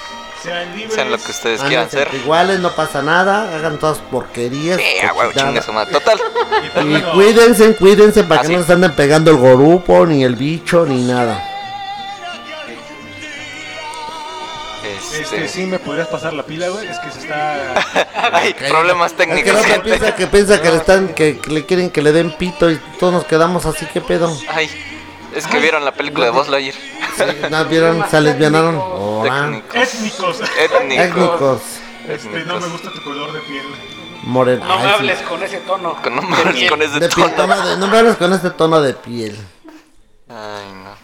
[SPEAKER 1] sean libres.
[SPEAKER 2] Sean lo que ustedes quieran
[SPEAKER 3] Anden
[SPEAKER 2] ser.
[SPEAKER 3] siempre iguales, Ah, no pasa nada, hagan todas porquerías.
[SPEAKER 2] Sí, a huevo,
[SPEAKER 3] cochinadas.
[SPEAKER 2] chinga su madre. Total.
[SPEAKER 1] Y pues,
[SPEAKER 3] y
[SPEAKER 1] bueno,
[SPEAKER 3] cuídense, cuídense para que
[SPEAKER 2] Así.
[SPEAKER 3] no se anden pegando el gorupo, ni el bicho, ni nada.
[SPEAKER 1] Este,
[SPEAKER 2] Este.
[SPEAKER 1] sí, me podrías pasar la pila, güey. Es que se
[SPEAKER 2] (laughs)
[SPEAKER 1] está.
[SPEAKER 2] Hay problemas
[SPEAKER 3] Es que
[SPEAKER 2] técnicos,
[SPEAKER 3] no que
[SPEAKER 2] gente.
[SPEAKER 3] piensa que piensa que le están, que, que le quieren que le den pito y todos nos quedamos así, ¿qué pedo?
[SPEAKER 2] Ay, es que vieron la película de Buzz Lightyear.
[SPEAKER 3] Sí, ¿No vieron? ¿Se lesbianaron? Hola.
[SPEAKER 2] Técnicos.
[SPEAKER 1] Étnicos.
[SPEAKER 2] Étnicos.
[SPEAKER 3] Técnicos.
[SPEAKER 1] Este, no me gusta tu color de piel.
[SPEAKER 3] Morena.
[SPEAKER 4] (laughs) No me
[SPEAKER 3] Ay, sí.
[SPEAKER 4] hables con ese tono.
[SPEAKER 2] Con nombres con ese
[SPEAKER 3] De piel,
[SPEAKER 2] tono.
[SPEAKER 3] tono de- no me hables con este tono de piel.
[SPEAKER 2] Ay, no.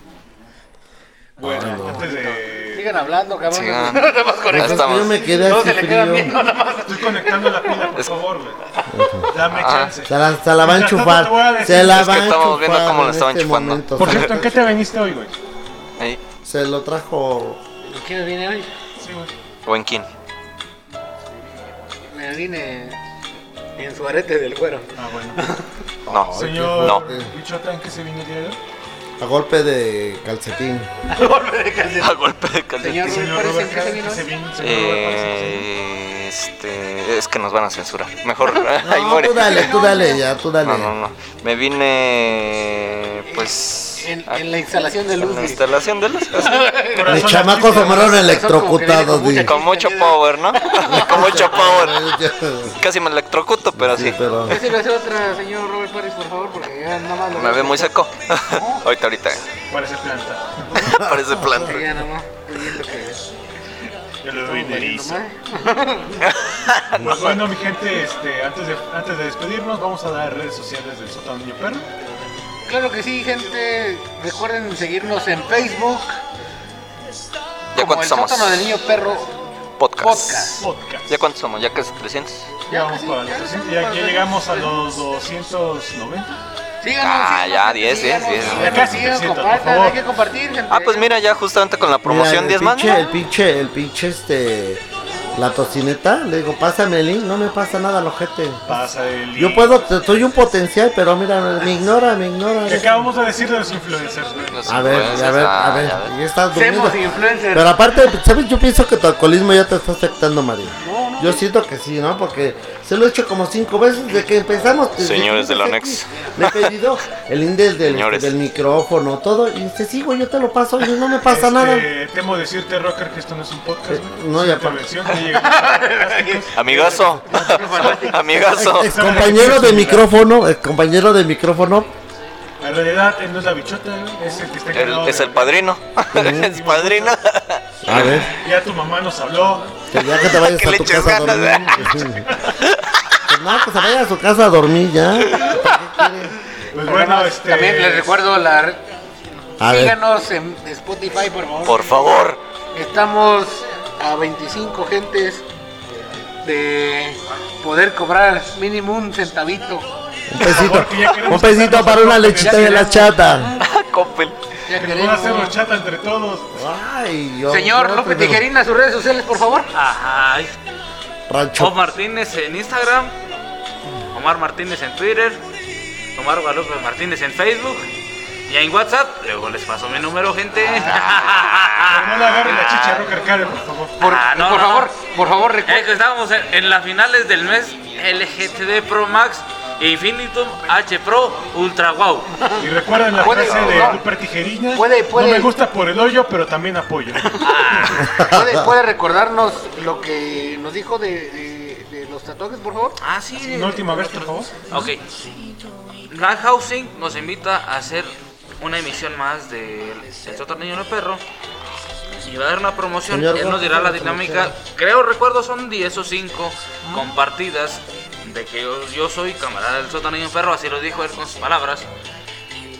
[SPEAKER 1] Bueno,
[SPEAKER 3] Ah,
[SPEAKER 1] antes
[SPEAKER 2] (laughs)
[SPEAKER 1] de.
[SPEAKER 4] Sigan hablando, cabrón.
[SPEAKER 2] Sigan.
[SPEAKER 4] (laughs) Nada más con
[SPEAKER 2] Ya
[SPEAKER 3] Pues es
[SPEAKER 4] eso.
[SPEAKER 3] que
[SPEAKER 2] estamos.
[SPEAKER 3] Yo me quedé
[SPEAKER 4] No
[SPEAKER 3] así
[SPEAKER 4] se le quedan
[SPEAKER 3] frío.
[SPEAKER 4] viendo nada más.
[SPEAKER 1] Estoy conectando la pila, por favor, güey. Dame chance.
[SPEAKER 3] Se la, se la va
[SPEAKER 1] Mientras
[SPEAKER 3] a
[SPEAKER 1] tanto,
[SPEAKER 3] enchufar.
[SPEAKER 1] te voy a decir-
[SPEAKER 3] Se la
[SPEAKER 2] Es
[SPEAKER 3] va
[SPEAKER 2] que
[SPEAKER 3] a
[SPEAKER 2] estamos viendo
[SPEAKER 3] enchufar
[SPEAKER 2] cómo la
[SPEAKER 3] en
[SPEAKER 2] estaban
[SPEAKER 3] este
[SPEAKER 2] enchufando.
[SPEAKER 3] momento.
[SPEAKER 1] Por
[SPEAKER 3] Se-
[SPEAKER 1] cierto, ¿en qué te veniste hoy, güey?
[SPEAKER 2] Ahí.
[SPEAKER 3] Se lo trajo.
[SPEAKER 8] ¿Quién viene hoy?
[SPEAKER 1] Sí, güey.
[SPEAKER 2] Buen quién.
[SPEAKER 8] Me vine en su arete del
[SPEAKER 2] (laughs)
[SPEAKER 8] cuero.
[SPEAKER 1] Ah, bueno.
[SPEAKER 2] No. (laughs)
[SPEAKER 3] Ay,
[SPEAKER 1] Señor
[SPEAKER 2] No.
[SPEAKER 1] Bichota, ¿en qué se vino el día de hoy?
[SPEAKER 3] A golpe de calcetín.
[SPEAKER 2] A golpe de calcetín.
[SPEAKER 8] Señor,
[SPEAKER 1] Señor
[SPEAKER 8] parece
[SPEAKER 1] Robert
[SPEAKER 8] que se
[SPEAKER 1] Carlos,
[SPEAKER 8] vino
[SPEAKER 1] ¿en qué se
[SPEAKER 8] hoy.
[SPEAKER 1] vino? Señor Robert Carlos, ¿en qué se vino?
[SPEAKER 2] Eh, Este, es que nos van a censurar.
[SPEAKER 3] (laughs)
[SPEAKER 2] Mejor (laughs) ahí
[SPEAKER 3] No,
[SPEAKER 2] muere.
[SPEAKER 3] tú dale, tú dale ya, tú dale.
[SPEAKER 2] No, no, no. Me vine, pues.
[SPEAKER 4] En,
[SPEAKER 2] a-
[SPEAKER 4] en la instalación de luz.
[SPEAKER 2] la
[SPEAKER 4] güey.
[SPEAKER 2] instalación de luz.
[SPEAKER 3] (laughs)
[SPEAKER 2] Eh,
[SPEAKER 3] Mis chamacos fumaron electrocutados. di.
[SPEAKER 2] (laughs) Con mucho power, ¿no? Con mucho power.
[SPEAKER 3] Sí,
[SPEAKER 2] Casi me electrocuto, pero sí.
[SPEAKER 3] pero
[SPEAKER 4] ¿Qué sirve hacer otra, señor Robert Paris, por favor? Porque ya nada más lo
[SPEAKER 2] Me ve muy seco. (laughs) ahorita, ahorita.
[SPEAKER 1] ¿Cuál es el planta?
[SPEAKER 2] Parece planta.
[SPEAKER 4] Que Ya nada más estoy viendo que es
[SPEAKER 1] El urinerizo.
[SPEAKER 4] nomás.
[SPEAKER 1] Pues bueno, mi gente, este, antes, de, antes de despedirnos, vamos a dar redes sociales del sótano niño perro.
[SPEAKER 4] Claro que sí, gente. Recuerden seguirnos en Facebook.
[SPEAKER 2] ¿Ya
[SPEAKER 4] como
[SPEAKER 2] cuántos
[SPEAKER 4] el
[SPEAKER 2] somos?
[SPEAKER 4] sótano del niño perro.
[SPEAKER 2] Podcast.
[SPEAKER 4] Podcast.
[SPEAKER 1] Podcast.
[SPEAKER 2] ¿Ya cuántos somos? ¿Ya casi 300?
[SPEAKER 1] Ya vamos para los 300. Ya, ya llegamos a los 290.
[SPEAKER 4] Síganos.
[SPEAKER 2] Ah, ya,
[SPEAKER 4] síganos,
[SPEAKER 2] 10,
[SPEAKER 4] síganos,
[SPEAKER 2] 10,
[SPEAKER 4] síganos,
[SPEAKER 1] 10.
[SPEAKER 4] síganos,
[SPEAKER 1] Por
[SPEAKER 4] compartan,
[SPEAKER 1] favor.
[SPEAKER 4] hay que compartir, gente.
[SPEAKER 2] Ah, pues mira, ya justamente con la promoción 10
[SPEAKER 3] Mira, el
[SPEAKER 2] más.
[SPEAKER 3] pinche,
[SPEAKER 2] ¿no?
[SPEAKER 3] El pinche, el pinche, este. La tocineta, le digo, pásame el link, no me pasa nada, lojete.
[SPEAKER 1] Pasa el.
[SPEAKER 3] Yo puedo, te- soy un potencial, pero mira, me ignora, me ignora.
[SPEAKER 1] ¿Qué acabamos de decir de los influencers? güey?
[SPEAKER 2] Los
[SPEAKER 3] A ver,
[SPEAKER 2] influencers,
[SPEAKER 3] a ver,
[SPEAKER 2] ah,
[SPEAKER 3] a ver,
[SPEAKER 2] ya ves.
[SPEAKER 3] ya estás durmiendo.
[SPEAKER 4] Semos influencers.
[SPEAKER 3] Pero aparte, ¿sabes? Yo pienso que tu alcoholismo ya te está afectando, María. Yo siento que sí, ¿no? Porque se lo he hecho como cinco veces desde que empezamos. desde
[SPEAKER 2] Señores
[SPEAKER 3] que
[SPEAKER 2] del Onex.
[SPEAKER 3] empecé aquí. Le he pedido el index del, este,
[SPEAKER 2] Señores.
[SPEAKER 3] del micrófono, todo. Y dice, sí, güey, yo te lo paso y no me pasa nada.
[SPEAKER 1] Este, temo decirte, Rocker, que esto no es un podcast. güey.
[SPEAKER 3] no,
[SPEAKER 1] Es una
[SPEAKER 3] ya
[SPEAKER 1] intervención que
[SPEAKER 2] (laughs)
[SPEAKER 1] llega.
[SPEAKER 2] Amigazo. (laughs)
[SPEAKER 3] (laughs)
[SPEAKER 2] Amigazo.
[SPEAKER 3] Ex compañero de micrófono, ex compañero de micrófono.
[SPEAKER 1] En realidad, él no es la bichota, güey, es el que está
[SPEAKER 2] El-
[SPEAKER 1] encargado
[SPEAKER 2] es
[SPEAKER 1] de-
[SPEAKER 2] el padrino. (laughs) es padrino.
[SPEAKER 3] A ver,
[SPEAKER 1] Ya tu mamá nos habló.
[SPEAKER 3] que ya
[SPEAKER 2] (laughs)
[SPEAKER 3] que te vayas
[SPEAKER 2] Que le
[SPEAKER 3] a tu
[SPEAKER 2] eches
[SPEAKER 3] casa a dormir.
[SPEAKER 2] ganas, ¿eh?
[SPEAKER 3] Pues no, (laughs) que se vaya a su casa a dormir ya.
[SPEAKER 1] Pues bueno, este.
[SPEAKER 4] También les recuerdo la red.
[SPEAKER 3] A ver,
[SPEAKER 4] Síganos en Spotify, por favor.
[SPEAKER 2] Por favor.
[SPEAKER 4] Estamos a 25 gentes de poder cobrar mínimo un centavito.
[SPEAKER 3] un pesito.
[SPEAKER 1] Porque ya queremos
[SPEAKER 3] Un pesito
[SPEAKER 1] estarnos
[SPEAKER 3] para una
[SPEAKER 1] hablando,
[SPEAKER 3] lechita de la chata.
[SPEAKER 2] Coppel.
[SPEAKER 4] Ya
[SPEAKER 1] Que nos van a
[SPEAKER 4] queremos.
[SPEAKER 1] hacer horchata entre todos.
[SPEAKER 3] Ay, yo-
[SPEAKER 4] Señor
[SPEAKER 3] yo
[SPEAKER 4] López
[SPEAKER 3] primero.
[SPEAKER 4] Tijerina, sus redes sociales, por favor.
[SPEAKER 5] Ajá. Bob
[SPEAKER 3] Rancho.
[SPEAKER 5] Martínez en Instagram, Omar Martínez en Twitter, Omar Guadalupe Martínez en Facebook. Y en WhatsApp, luego les paso mi número,
[SPEAKER 7] (laughs)
[SPEAKER 5] gente.
[SPEAKER 1] Pero no le agarren la chicha a Rocker Karen, por favor.
[SPEAKER 4] Por,
[SPEAKER 5] Ah, no,
[SPEAKER 4] por
[SPEAKER 5] no.
[SPEAKER 4] favor, por favor, recuerda.
[SPEAKER 5] Eh, que estábamos en, en las finales del mes LGTB Pro Max, e Infinitum H Pro Ultra Wow.
[SPEAKER 1] Y recuerden la
[SPEAKER 4] Puede-
[SPEAKER 1] frase de
[SPEAKER 4] no.
[SPEAKER 1] Rupert Tijerina.
[SPEAKER 4] Puede-
[SPEAKER 1] No
[SPEAKER 4] puede-
[SPEAKER 1] me gusta por el hoyo, pero también apoyo.
[SPEAKER 4] ¿Puede, puede recordarnos lo que nos dijo de, de- de los tatuajes, por favor?
[SPEAKER 5] Ah, sí.
[SPEAKER 1] Una última vez, por favor.
[SPEAKER 5] Ok. Grand Housing nos invita a hacer una emisión más de El Soto Niño No Perro. Y va a dar una promoción.
[SPEAKER 3] Señor
[SPEAKER 5] Él
[SPEAKER 3] Gordo,
[SPEAKER 5] nos dirá la
[SPEAKER 3] ¿cómo se
[SPEAKER 5] dinámica.
[SPEAKER 3] llama?
[SPEAKER 5] Creo, recuerdo, son 10 o 5 compartidas de que yo, yo soy camarada del Soto Niño Perro. Así lo dijo él con sus palabras.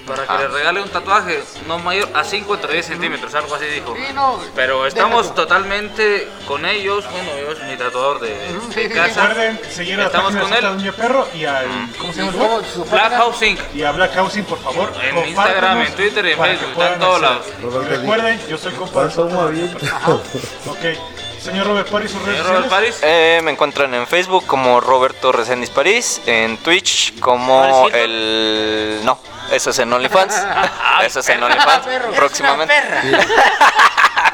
[SPEAKER 5] Para que
[SPEAKER 2] Ah.
[SPEAKER 5] le regale un tatuaje no mayor a 5 entre 10 centímetros, algo así dijo.
[SPEAKER 4] Sí, no.
[SPEAKER 5] Pero estamos
[SPEAKER 4] Déjalo.
[SPEAKER 5] totalmente con ellos. Bueno, yo es mi tatuador de, de
[SPEAKER 4] Ujú, sí, sí, sí.
[SPEAKER 5] casa.
[SPEAKER 1] Recuerden seguir a la
[SPEAKER 5] Estamos
[SPEAKER 1] página
[SPEAKER 5] con
[SPEAKER 1] de Santa
[SPEAKER 5] él.
[SPEAKER 1] Doña Perro y al. ¿Cómo se llama? el
[SPEAKER 4] ¿Cómo
[SPEAKER 1] blog?
[SPEAKER 4] su
[SPEAKER 5] Black
[SPEAKER 4] página?
[SPEAKER 5] Housing.
[SPEAKER 1] Y a Black Housing, por favor.
[SPEAKER 5] En
[SPEAKER 1] compártanos
[SPEAKER 5] Instagram, en Twitter, en
[SPEAKER 1] para que
[SPEAKER 5] Facebook, está
[SPEAKER 1] puedan
[SPEAKER 5] en todos
[SPEAKER 1] hacer.
[SPEAKER 3] lados.
[SPEAKER 1] Y Recuerden, yo soy compa. de
[SPEAKER 3] Pasó
[SPEAKER 1] Santa
[SPEAKER 3] muy
[SPEAKER 1] Doña
[SPEAKER 3] bien. (laughs)
[SPEAKER 1] Perro. Ok. Señor Robert Paris, sus redes
[SPEAKER 5] Señor Robert
[SPEAKER 1] sociales.
[SPEAKER 5] Paris.
[SPEAKER 2] Eh, me encuentran en Facebook como Roberto Reséndiz París, en Twitch como
[SPEAKER 5] ¿Paris Hilton?
[SPEAKER 2] el... No, eso es en (laughs) OnlyFans. Eso es en OnlyFans. Próximamente.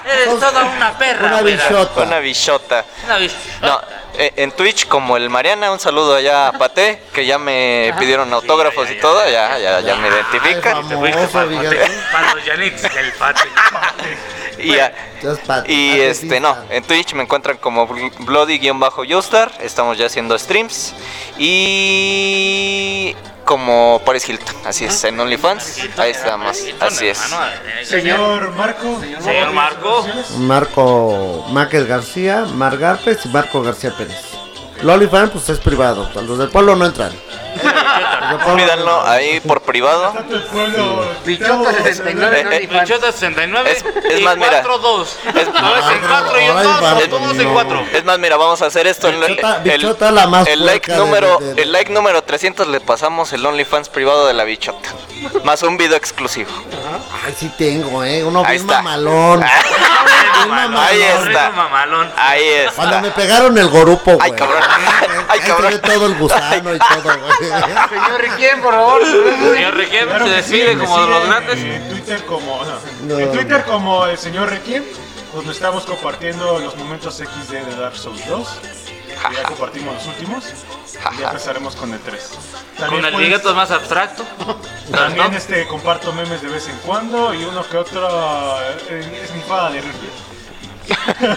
[SPEAKER 5] Eres toda una perra.
[SPEAKER 3] Una
[SPEAKER 5] güera.
[SPEAKER 3] bichota.
[SPEAKER 2] Una bichota.
[SPEAKER 5] Una bicho.
[SPEAKER 2] No, eh, en Twitch como el Mariana, un saludo allá a Pate, que ya me pidieron autógrafos y todo, ya, ya, ya me
[SPEAKER 3] Ay,
[SPEAKER 2] identifican.
[SPEAKER 3] famoso, fíjate.
[SPEAKER 5] Para los Yanits del Pate.
[SPEAKER 2] Y, ya-
[SPEAKER 3] Entonces, pa-
[SPEAKER 2] y
[SPEAKER 3] haces
[SPEAKER 2] este no,
[SPEAKER 3] lista.
[SPEAKER 2] en Twitch me encuentran como bl- bloody-yostar, estamos ya haciendo streams y como Paris Hilton, así es, en OnlyFans, ahí estamos, así es.
[SPEAKER 1] Señor Marco.
[SPEAKER 5] eh, Señor Marco. eh,
[SPEAKER 3] Marco Máquez García, Mar Garpes y Marco García Pérez. Loli Fan, pues es privado. Los del pueblo no entran. Los del pueblo no
[SPEAKER 2] Pídanlo
[SPEAKER 3] entran.
[SPEAKER 2] ahí por privado.
[SPEAKER 1] Tanto el pueblo.
[SPEAKER 4] Bichota
[SPEAKER 2] Eh,
[SPEAKER 4] 69
[SPEAKER 2] eh,
[SPEAKER 4] en OnlyFans.
[SPEAKER 5] Bichota 69
[SPEAKER 2] Es- es
[SPEAKER 5] y
[SPEAKER 2] más, mira.
[SPEAKER 5] 4-2. No es en 4 y en
[SPEAKER 3] Ay,
[SPEAKER 5] 2.
[SPEAKER 3] Bartolo.
[SPEAKER 5] Todos en 4.
[SPEAKER 2] Es más, mira, vamos a hacer esto. en la-
[SPEAKER 3] Bichota- bichota la más
[SPEAKER 2] el like
[SPEAKER 3] puerca de-
[SPEAKER 2] número,
[SPEAKER 3] de- de-
[SPEAKER 2] el like número 300 le pasamos el OnlyFans privado de la bichota, más un video exclusivo.
[SPEAKER 3] Ay, sí tengo, eh. Uno
[SPEAKER 2] Ahí
[SPEAKER 3] bien
[SPEAKER 2] está.
[SPEAKER 3] mamalón. Bien
[SPEAKER 2] Ahí
[SPEAKER 3] mamalón.
[SPEAKER 2] está.
[SPEAKER 5] Mamalón.
[SPEAKER 2] Ahí
[SPEAKER 3] Cuando
[SPEAKER 2] está.
[SPEAKER 3] me pegaron el gorupo, güey.
[SPEAKER 2] Ay, cabrón. Ay,
[SPEAKER 3] pues. Ahí se ve
[SPEAKER 2] cabrón.
[SPEAKER 3] todo el gusano y todo, güey.
[SPEAKER 4] Señor Riquien, por favor.
[SPEAKER 5] Señor Requiem
[SPEAKER 1] Claro
[SPEAKER 5] se
[SPEAKER 1] que sí,
[SPEAKER 5] despide
[SPEAKER 1] me
[SPEAKER 5] como de los
[SPEAKER 1] siguen
[SPEAKER 5] grandes.
[SPEAKER 1] En Twitter como, no,
[SPEAKER 3] No.
[SPEAKER 1] en Twitter como pues el señor Requiem, donde estamos compartiendo los momentos XD de Dark Souls 2. que ya compartimos los últimos. Ya empezaremos con el 3.
[SPEAKER 5] Con el ligato más abstracto.
[SPEAKER 1] También este, comparto memes de vez en cuando y uno que otro eh, esnifada de rifle.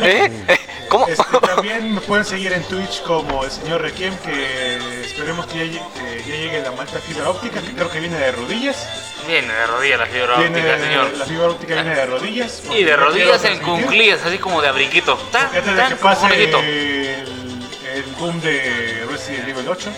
[SPEAKER 2] ¿Eh? ¿Eh? ¿Cómo?
[SPEAKER 1] Este, también me pueden seguir en Twitch como el señor Requiem, que esperemos que ya, llegue- que ya llegue la malta fibra óptica, que creo que viene de rodillas.
[SPEAKER 5] Viene de rodillas la fibra
[SPEAKER 1] Viene-
[SPEAKER 5] óptica, señor.
[SPEAKER 1] La fibra óptica viene de rodillas.
[SPEAKER 5] Y
[SPEAKER 1] porque
[SPEAKER 5] de
[SPEAKER 1] no
[SPEAKER 5] rodillas
[SPEAKER 1] quiero
[SPEAKER 5] en
[SPEAKER 1] transmitir.
[SPEAKER 5] cunclillas, así como de abriquito. Tan,
[SPEAKER 1] Y Antes de
[SPEAKER 5] tan,
[SPEAKER 1] que
[SPEAKER 5] como
[SPEAKER 1] pase
[SPEAKER 5] conejito.
[SPEAKER 1] el, el boom de Resident Evil 8,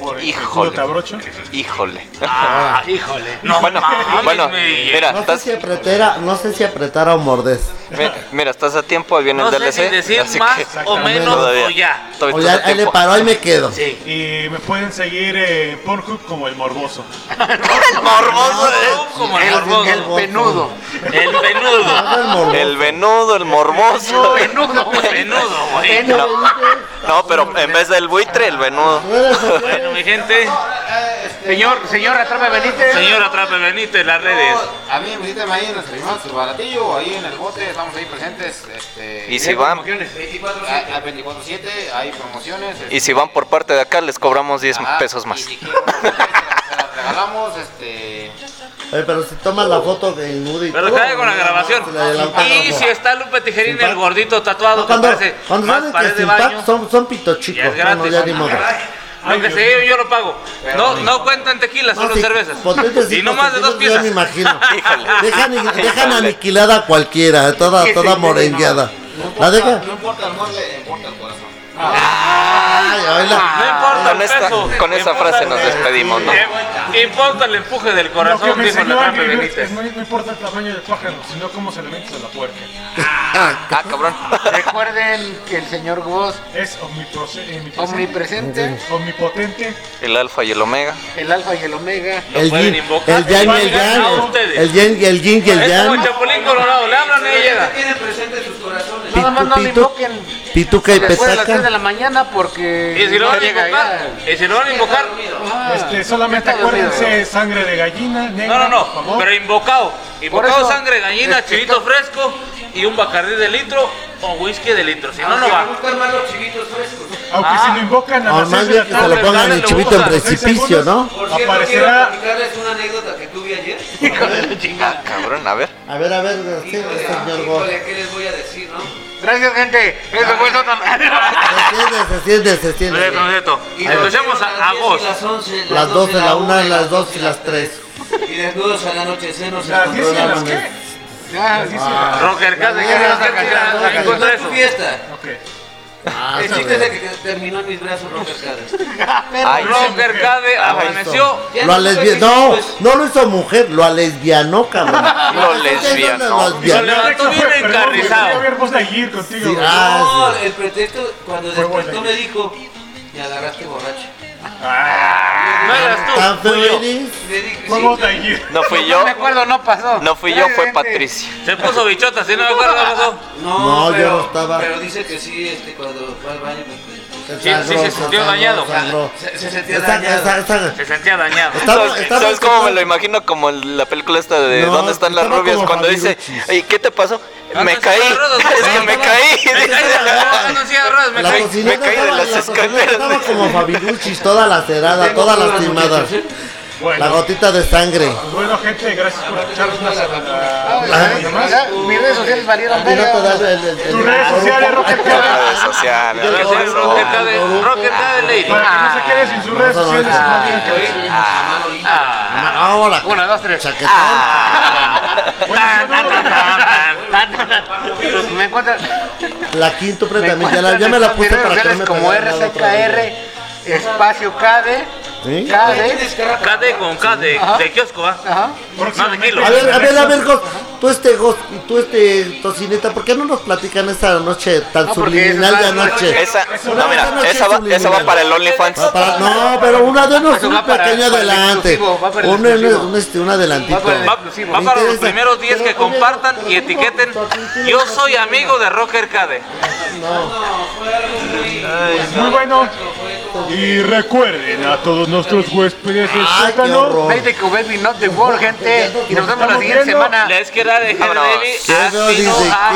[SPEAKER 1] por el culo
[SPEAKER 2] Híjole.
[SPEAKER 1] te abrocho.
[SPEAKER 2] Híjole.
[SPEAKER 5] Ah, híjole.
[SPEAKER 2] (laughs)
[SPEAKER 5] No,
[SPEAKER 2] bueno,
[SPEAKER 5] mames,
[SPEAKER 2] bueno,
[SPEAKER 5] mi-
[SPEAKER 2] mira,
[SPEAKER 3] No sé
[SPEAKER 2] estás,
[SPEAKER 3] si apretara, no sé si apretara o mordés.
[SPEAKER 2] mi- mira, estás a tiempo, ahí viene
[SPEAKER 5] No
[SPEAKER 2] el
[SPEAKER 5] sé
[SPEAKER 2] DLC.
[SPEAKER 5] si decir
[SPEAKER 2] así
[SPEAKER 3] (laughs)
[SPEAKER 5] más
[SPEAKER 2] que
[SPEAKER 5] o
[SPEAKER 1] Exactamente.
[SPEAKER 5] menos
[SPEAKER 2] todavía-
[SPEAKER 5] o ya.
[SPEAKER 2] todavía
[SPEAKER 3] O
[SPEAKER 2] estás
[SPEAKER 3] ya,
[SPEAKER 2] a
[SPEAKER 3] ahí le
[SPEAKER 2] tiempo.
[SPEAKER 3] paró, ahí me quedo.
[SPEAKER 5] Sí.
[SPEAKER 1] Y me pueden seguir en Pornhub como el morboso.
[SPEAKER 2] Morboso, eh.
[SPEAKER 5] Como el
[SPEAKER 3] El-
[SPEAKER 5] morboso.
[SPEAKER 3] el penudo.
[SPEAKER 5] El penudo.
[SPEAKER 3] Haga el morbo.
[SPEAKER 2] El venudo, el morboso.
[SPEAKER 5] Penudo, penudo, güey.
[SPEAKER 2] No, no, pero en vez del buitre, el venudo.
[SPEAKER 5] Bueno, mi gente,
[SPEAKER 4] Señor, señor, atrape Benítez.
[SPEAKER 5] señor Atrape Benítez, las redes.
[SPEAKER 6] A mí visítame ahí en el streamado, su baratillo, ahí en el bote, estamos ahí presentes. Este,
[SPEAKER 2] Y si van,
[SPEAKER 6] a- al 24-7 hay promociones.
[SPEAKER 2] y si van por parte de acá, les cobramos 10
[SPEAKER 5] Ah,
[SPEAKER 6] Ajá,
[SPEAKER 2] pesos
[SPEAKER 6] Y
[SPEAKER 2] más.
[SPEAKER 6] si quieren, se las regalamos, este.
[SPEAKER 3] Oye, Eh, pero si tomas la foto de nude y
[SPEAKER 5] Pero
[SPEAKER 3] todo,
[SPEAKER 5] cae con la grabación.
[SPEAKER 3] se le adelanta la
[SPEAKER 5] Y
[SPEAKER 3] hoja.
[SPEAKER 5] si está Lupe Tijerín, el
[SPEAKER 3] Sin
[SPEAKER 5] gordito
[SPEAKER 3] No,
[SPEAKER 5] tatuado, que
[SPEAKER 3] cuando
[SPEAKER 5] parece
[SPEAKER 3] cuando
[SPEAKER 5] más
[SPEAKER 3] saben
[SPEAKER 5] pared
[SPEAKER 3] que
[SPEAKER 5] de
[SPEAKER 3] sin
[SPEAKER 5] baño.
[SPEAKER 3] pack son, son pito
[SPEAKER 5] Ya
[SPEAKER 3] chicos.
[SPEAKER 5] es
[SPEAKER 3] No, no,
[SPEAKER 5] gratis.
[SPEAKER 3] ya ni modo.
[SPEAKER 5] Lo que se lleve yo lo pago. No, no cuentan tequila,
[SPEAKER 3] No,
[SPEAKER 5] solo
[SPEAKER 3] sí,
[SPEAKER 5] cervezas.
[SPEAKER 3] potentes
[SPEAKER 5] Y no
[SPEAKER 3] hijos,
[SPEAKER 5] más de
[SPEAKER 3] yo-
[SPEAKER 5] dos
[SPEAKER 3] Yo
[SPEAKER 5] piezas.
[SPEAKER 3] me imagino.
[SPEAKER 2] Híjole.
[SPEAKER 3] Dejan, dejan aniquilada a cualquiera, eh, toda, toda morengueada. La dejan.
[SPEAKER 6] No importa el mueble, importa el corazón.
[SPEAKER 3] Ay, oíla.
[SPEAKER 5] No importa el
[SPEAKER 2] Con esta-
[SPEAKER 5] peso.
[SPEAKER 2] con esa
[SPEAKER 5] importa
[SPEAKER 2] frase
[SPEAKER 5] el-
[SPEAKER 2] nos despedimos, ¿no?
[SPEAKER 5] Eh, Importa el empuje del
[SPEAKER 1] Lo que
[SPEAKER 5] corazón,
[SPEAKER 1] me
[SPEAKER 5] dijo el
[SPEAKER 1] enseñó
[SPEAKER 5] Atrape
[SPEAKER 1] Angry Birds
[SPEAKER 5] Benítez.
[SPEAKER 1] es no, no importa el tamaño del pájaro, sino cómo se le metes a la puerca.
[SPEAKER 2] Ah, cabrón.
[SPEAKER 4] Recuerden que el señor Ghost,
[SPEAKER 1] Es omniprose- omnipresente,
[SPEAKER 4] omnipresente,
[SPEAKER 1] omnipotente,
[SPEAKER 2] (laughs) El alfa y el omega.
[SPEAKER 4] el alfa y el omega.
[SPEAKER 5] Lo
[SPEAKER 3] El
[SPEAKER 5] pueden
[SPEAKER 3] yin,
[SPEAKER 5] invocar.
[SPEAKER 3] el yang y el
[SPEAKER 5] Valga,
[SPEAKER 3] yang.
[SPEAKER 5] a
[SPEAKER 3] el-
[SPEAKER 5] ustedes.
[SPEAKER 3] El yin y el yin y el
[SPEAKER 5] Es como
[SPEAKER 3] yang.
[SPEAKER 5] el chapulín colorado, le hablan y ella llega.
[SPEAKER 4] Nada más no
[SPEAKER 3] Pitu,
[SPEAKER 4] me
[SPEAKER 3] pitu,
[SPEAKER 4] invoquen
[SPEAKER 3] pituca y
[SPEAKER 4] después de las 3 de
[SPEAKER 3] petaca.
[SPEAKER 4] la mañana porque.
[SPEAKER 5] Y si lo van a
[SPEAKER 4] llega
[SPEAKER 5] invocar, y si lo van a invocar, Ah,
[SPEAKER 4] ya.
[SPEAKER 1] este, solamente
[SPEAKER 4] Está dormido.
[SPEAKER 1] acuérdense sangre de gallina,
[SPEAKER 5] no,
[SPEAKER 1] negra, por
[SPEAKER 5] no, no,
[SPEAKER 1] favor.
[SPEAKER 5] pero invocado.
[SPEAKER 4] Por
[SPEAKER 5] Invocado
[SPEAKER 4] eso,
[SPEAKER 5] sangre de gallina,
[SPEAKER 4] este,
[SPEAKER 5] chivito fresco y un bacardí de litro o whisky de litro. Si no, no va.
[SPEAKER 1] Aunque
[SPEAKER 5] Ah.
[SPEAKER 1] si lo invocan a
[SPEAKER 3] O
[SPEAKER 1] las
[SPEAKER 3] más
[SPEAKER 1] seis de
[SPEAKER 3] bien
[SPEAKER 1] la
[SPEAKER 3] que se lo
[SPEAKER 1] tarde,
[SPEAKER 3] pongan en
[SPEAKER 5] dale,
[SPEAKER 3] chivito
[SPEAKER 5] lo
[SPEAKER 3] en
[SPEAKER 5] usa,
[SPEAKER 1] seis
[SPEAKER 3] precipicio, ¿no?
[SPEAKER 1] segundos, Aparecerá
[SPEAKER 2] Ah, cabrón, a ver.
[SPEAKER 3] A ver, a ver, sí, señor Bo.
[SPEAKER 4] Gracias, gente. Eso fue todo.
[SPEAKER 3] Se siente, se siente, se siente.
[SPEAKER 5] Perfecto, perfecto. Empecemos a, a vos.
[SPEAKER 3] Las dos de la una, las dos y las tres.
[SPEAKER 1] las 10 y las qué.
[SPEAKER 4] Ah,
[SPEAKER 5] Rocker Cast, ¿de qué se trata? ¿Qué encuentra eso?
[SPEAKER 3] Ah, sabe.
[SPEAKER 2] Ay,
[SPEAKER 5] Rocker Cade amaneció.
[SPEAKER 3] Lo alesbi- No, no lo hizo mujer, lo alesbianó, cabrón.
[SPEAKER 2] Lo
[SPEAKER 3] Lo
[SPEAKER 2] lesbiano.
[SPEAKER 5] Lo
[SPEAKER 3] lesbianó.
[SPEAKER 5] levantó bien
[SPEAKER 1] Perdón, güey, quería
[SPEAKER 5] encarrizado.
[SPEAKER 1] ver Buzz Lightyear contigo.
[SPEAKER 3] Sí,
[SPEAKER 1] güey.
[SPEAKER 3] ah, sí.
[SPEAKER 10] el pretexto cuando
[SPEAKER 1] Fue bueno.
[SPEAKER 10] despertó me dijo, me agarraste borracho.
[SPEAKER 1] Ah,
[SPEAKER 5] No eras tú.
[SPEAKER 3] Tan
[SPEAKER 5] fui yo.
[SPEAKER 3] feliz.
[SPEAKER 10] Le dije,
[SPEAKER 1] Fue Buzz Lightyear.
[SPEAKER 2] No fui yo.
[SPEAKER 4] me acuerdo, no pasó.
[SPEAKER 2] No fui yo, fue
[SPEAKER 4] Gracias, gente.
[SPEAKER 2] Patricia.
[SPEAKER 5] Se puso bichota, si no me acuerdo qué pasó.
[SPEAKER 3] No, yo no estaba.
[SPEAKER 10] Pero dice que sí, este, cuando fue al baño me
[SPEAKER 5] Sí, sí, se sintió dañado.
[SPEAKER 10] se, se sentía
[SPEAKER 3] Está, está,
[SPEAKER 10] dañado.
[SPEAKER 3] está.
[SPEAKER 5] Se sentía dañado.
[SPEAKER 3] Está-
[SPEAKER 2] ¿Sabes,
[SPEAKER 3] está-
[SPEAKER 2] sabes cómo me lo imagino? Como el- la película esta de
[SPEAKER 3] No,
[SPEAKER 2] ¿Dónde están las
[SPEAKER 3] estaba
[SPEAKER 2] rubias?
[SPEAKER 3] como
[SPEAKER 2] Cuando dice,
[SPEAKER 3] Fabiruchis.
[SPEAKER 2] "Ey, ¿qué te pasó?
[SPEAKER 5] Ah,
[SPEAKER 2] Me
[SPEAKER 5] no,
[SPEAKER 2] caí.
[SPEAKER 5] silla de ruedas, güey.
[SPEAKER 2] Es que me
[SPEAKER 4] (laughs)
[SPEAKER 5] Me caí,
[SPEAKER 2] caí.
[SPEAKER 5] no, no, en silla de ruedas, me
[SPEAKER 3] La
[SPEAKER 5] caí.
[SPEAKER 3] cocinera
[SPEAKER 2] me caí de
[SPEAKER 3] estaba-
[SPEAKER 2] las
[SPEAKER 3] la cocinera
[SPEAKER 2] escaleras.
[SPEAKER 3] Estaba como Fabiruchis, toda lacerada, toda lastimada. La
[SPEAKER 1] Bueno,
[SPEAKER 3] gotita de sangre.
[SPEAKER 1] pues bueno, gente, gracias por escucharnos.
[SPEAKER 4] Ah,
[SPEAKER 1] Las- las-
[SPEAKER 4] ya, Mis redes sociales valieron
[SPEAKER 3] Aquí no te
[SPEAKER 4] verga.
[SPEAKER 3] das el- el- el-
[SPEAKER 1] Tus redes sociales, Rocket Cade.
[SPEAKER 2] Redes sociales,
[SPEAKER 5] Pero sí,
[SPEAKER 2] redes
[SPEAKER 5] Rocker
[SPEAKER 2] sociales.
[SPEAKER 5] Cade, Rocker Cade Lady.
[SPEAKER 1] Para que no se quede sin sus redes
[SPEAKER 3] no, no,
[SPEAKER 1] sociales.
[SPEAKER 3] no.
[SPEAKER 1] no digan que-
[SPEAKER 5] Ah,
[SPEAKER 3] Ah, hola.
[SPEAKER 5] Una, dos, tres.
[SPEAKER 3] Chaquetón.
[SPEAKER 4] Ah,
[SPEAKER 5] Tan, tan, tan, tan,
[SPEAKER 4] (laughs)
[SPEAKER 5] tan.
[SPEAKER 4] Me encuentran.
[SPEAKER 3] La quíntuple
[SPEAKER 4] me
[SPEAKER 3] también. Ya, la-
[SPEAKER 4] encuentran
[SPEAKER 3] ya me la
[SPEAKER 4] en
[SPEAKER 3] puse
[SPEAKER 4] redes
[SPEAKER 3] para que no
[SPEAKER 4] sociales
[SPEAKER 3] me
[SPEAKER 4] como
[SPEAKER 3] pegaran al otro día.
[SPEAKER 4] RCKR, espacio KD,
[SPEAKER 3] ¿Sí?
[SPEAKER 4] KD.
[SPEAKER 5] Cade "Ah, con Cade, de kiosco, ¿ah?
[SPEAKER 4] Ajá.
[SPEAKER 5] Más de kilo.
[SPEAKER 3] A ver, a ver, a ver, Gos, tú este Gos y tú este Tocineta, ¿por qué no nos platican esta noche tan
[SPEAKER 4] No, porque
[SPEAKER 3] subliminal
[SPEAKER 4] eso
[SPEAKER 3] de
[SPEAKER 4] es más-
[SPEAKER 3] anoche?
[SPEAKER 2] Esa, no, mira,
[SPEAKER 3] noche
[SPEAKER 2] esa va, esa va
[SPEAKER 3] subliminal.
[SPEAKER 2] para el OnlyFans.
[SPEAKER 3] Va para- no, pero una de unos
[SPEAKER 4] Eso
[SPEAKER 3] un
[SPEAKER 4] va para-
[SPEAKER 3] pequeño
[SPEAKER 4] para el
[SPEAKER 3] adelante.
[SPEAKER 4] exclusivo, va para el
[SPEAKER 3] Un, un-
[SPEAKER 4] exclusivo.
[SPEAKER 3] un, este, un adelantito.
[SPEAKER 4] Va para el-
[SPEAKER 5] Va, va para los
[SPEAKER 3] interesa.
[SPEAKER 5] primeros 10 que
[SPEAKER 3] Pero, oye,
[SPEAKER 5] compartan
[SPEAKER 3] pero
[SPEAKER 5] y
[SPEAKER 3] ¿cómo
[SPEAKER 5] etiqueten.
[SPEAKER 3] Tocineta?
[SPEAKER 5] Yo soy amigo de Rocker Cade.
[SPEAKER 1] Muy bueno. Y recuerden a todos nuestros huéspedes del
[SPEAKER 3] Ay, Ah, qué
[SPEAKER 1] sótano.
[SPEAKER 3] horror.
[SPEAKER 4] Veinte que baby not the world, gente. Y nos vemos la siguiente semana.
[SPEAKER 5] La izquierda de Henry
[SPEAKER 2] Vámonos.
[SPEAKER 5] Davis,
[SPEAKER 3] Quiero
[SPEAKER 5] así no
[SPEAKER 3] decir,
[SPEAKER 5] ha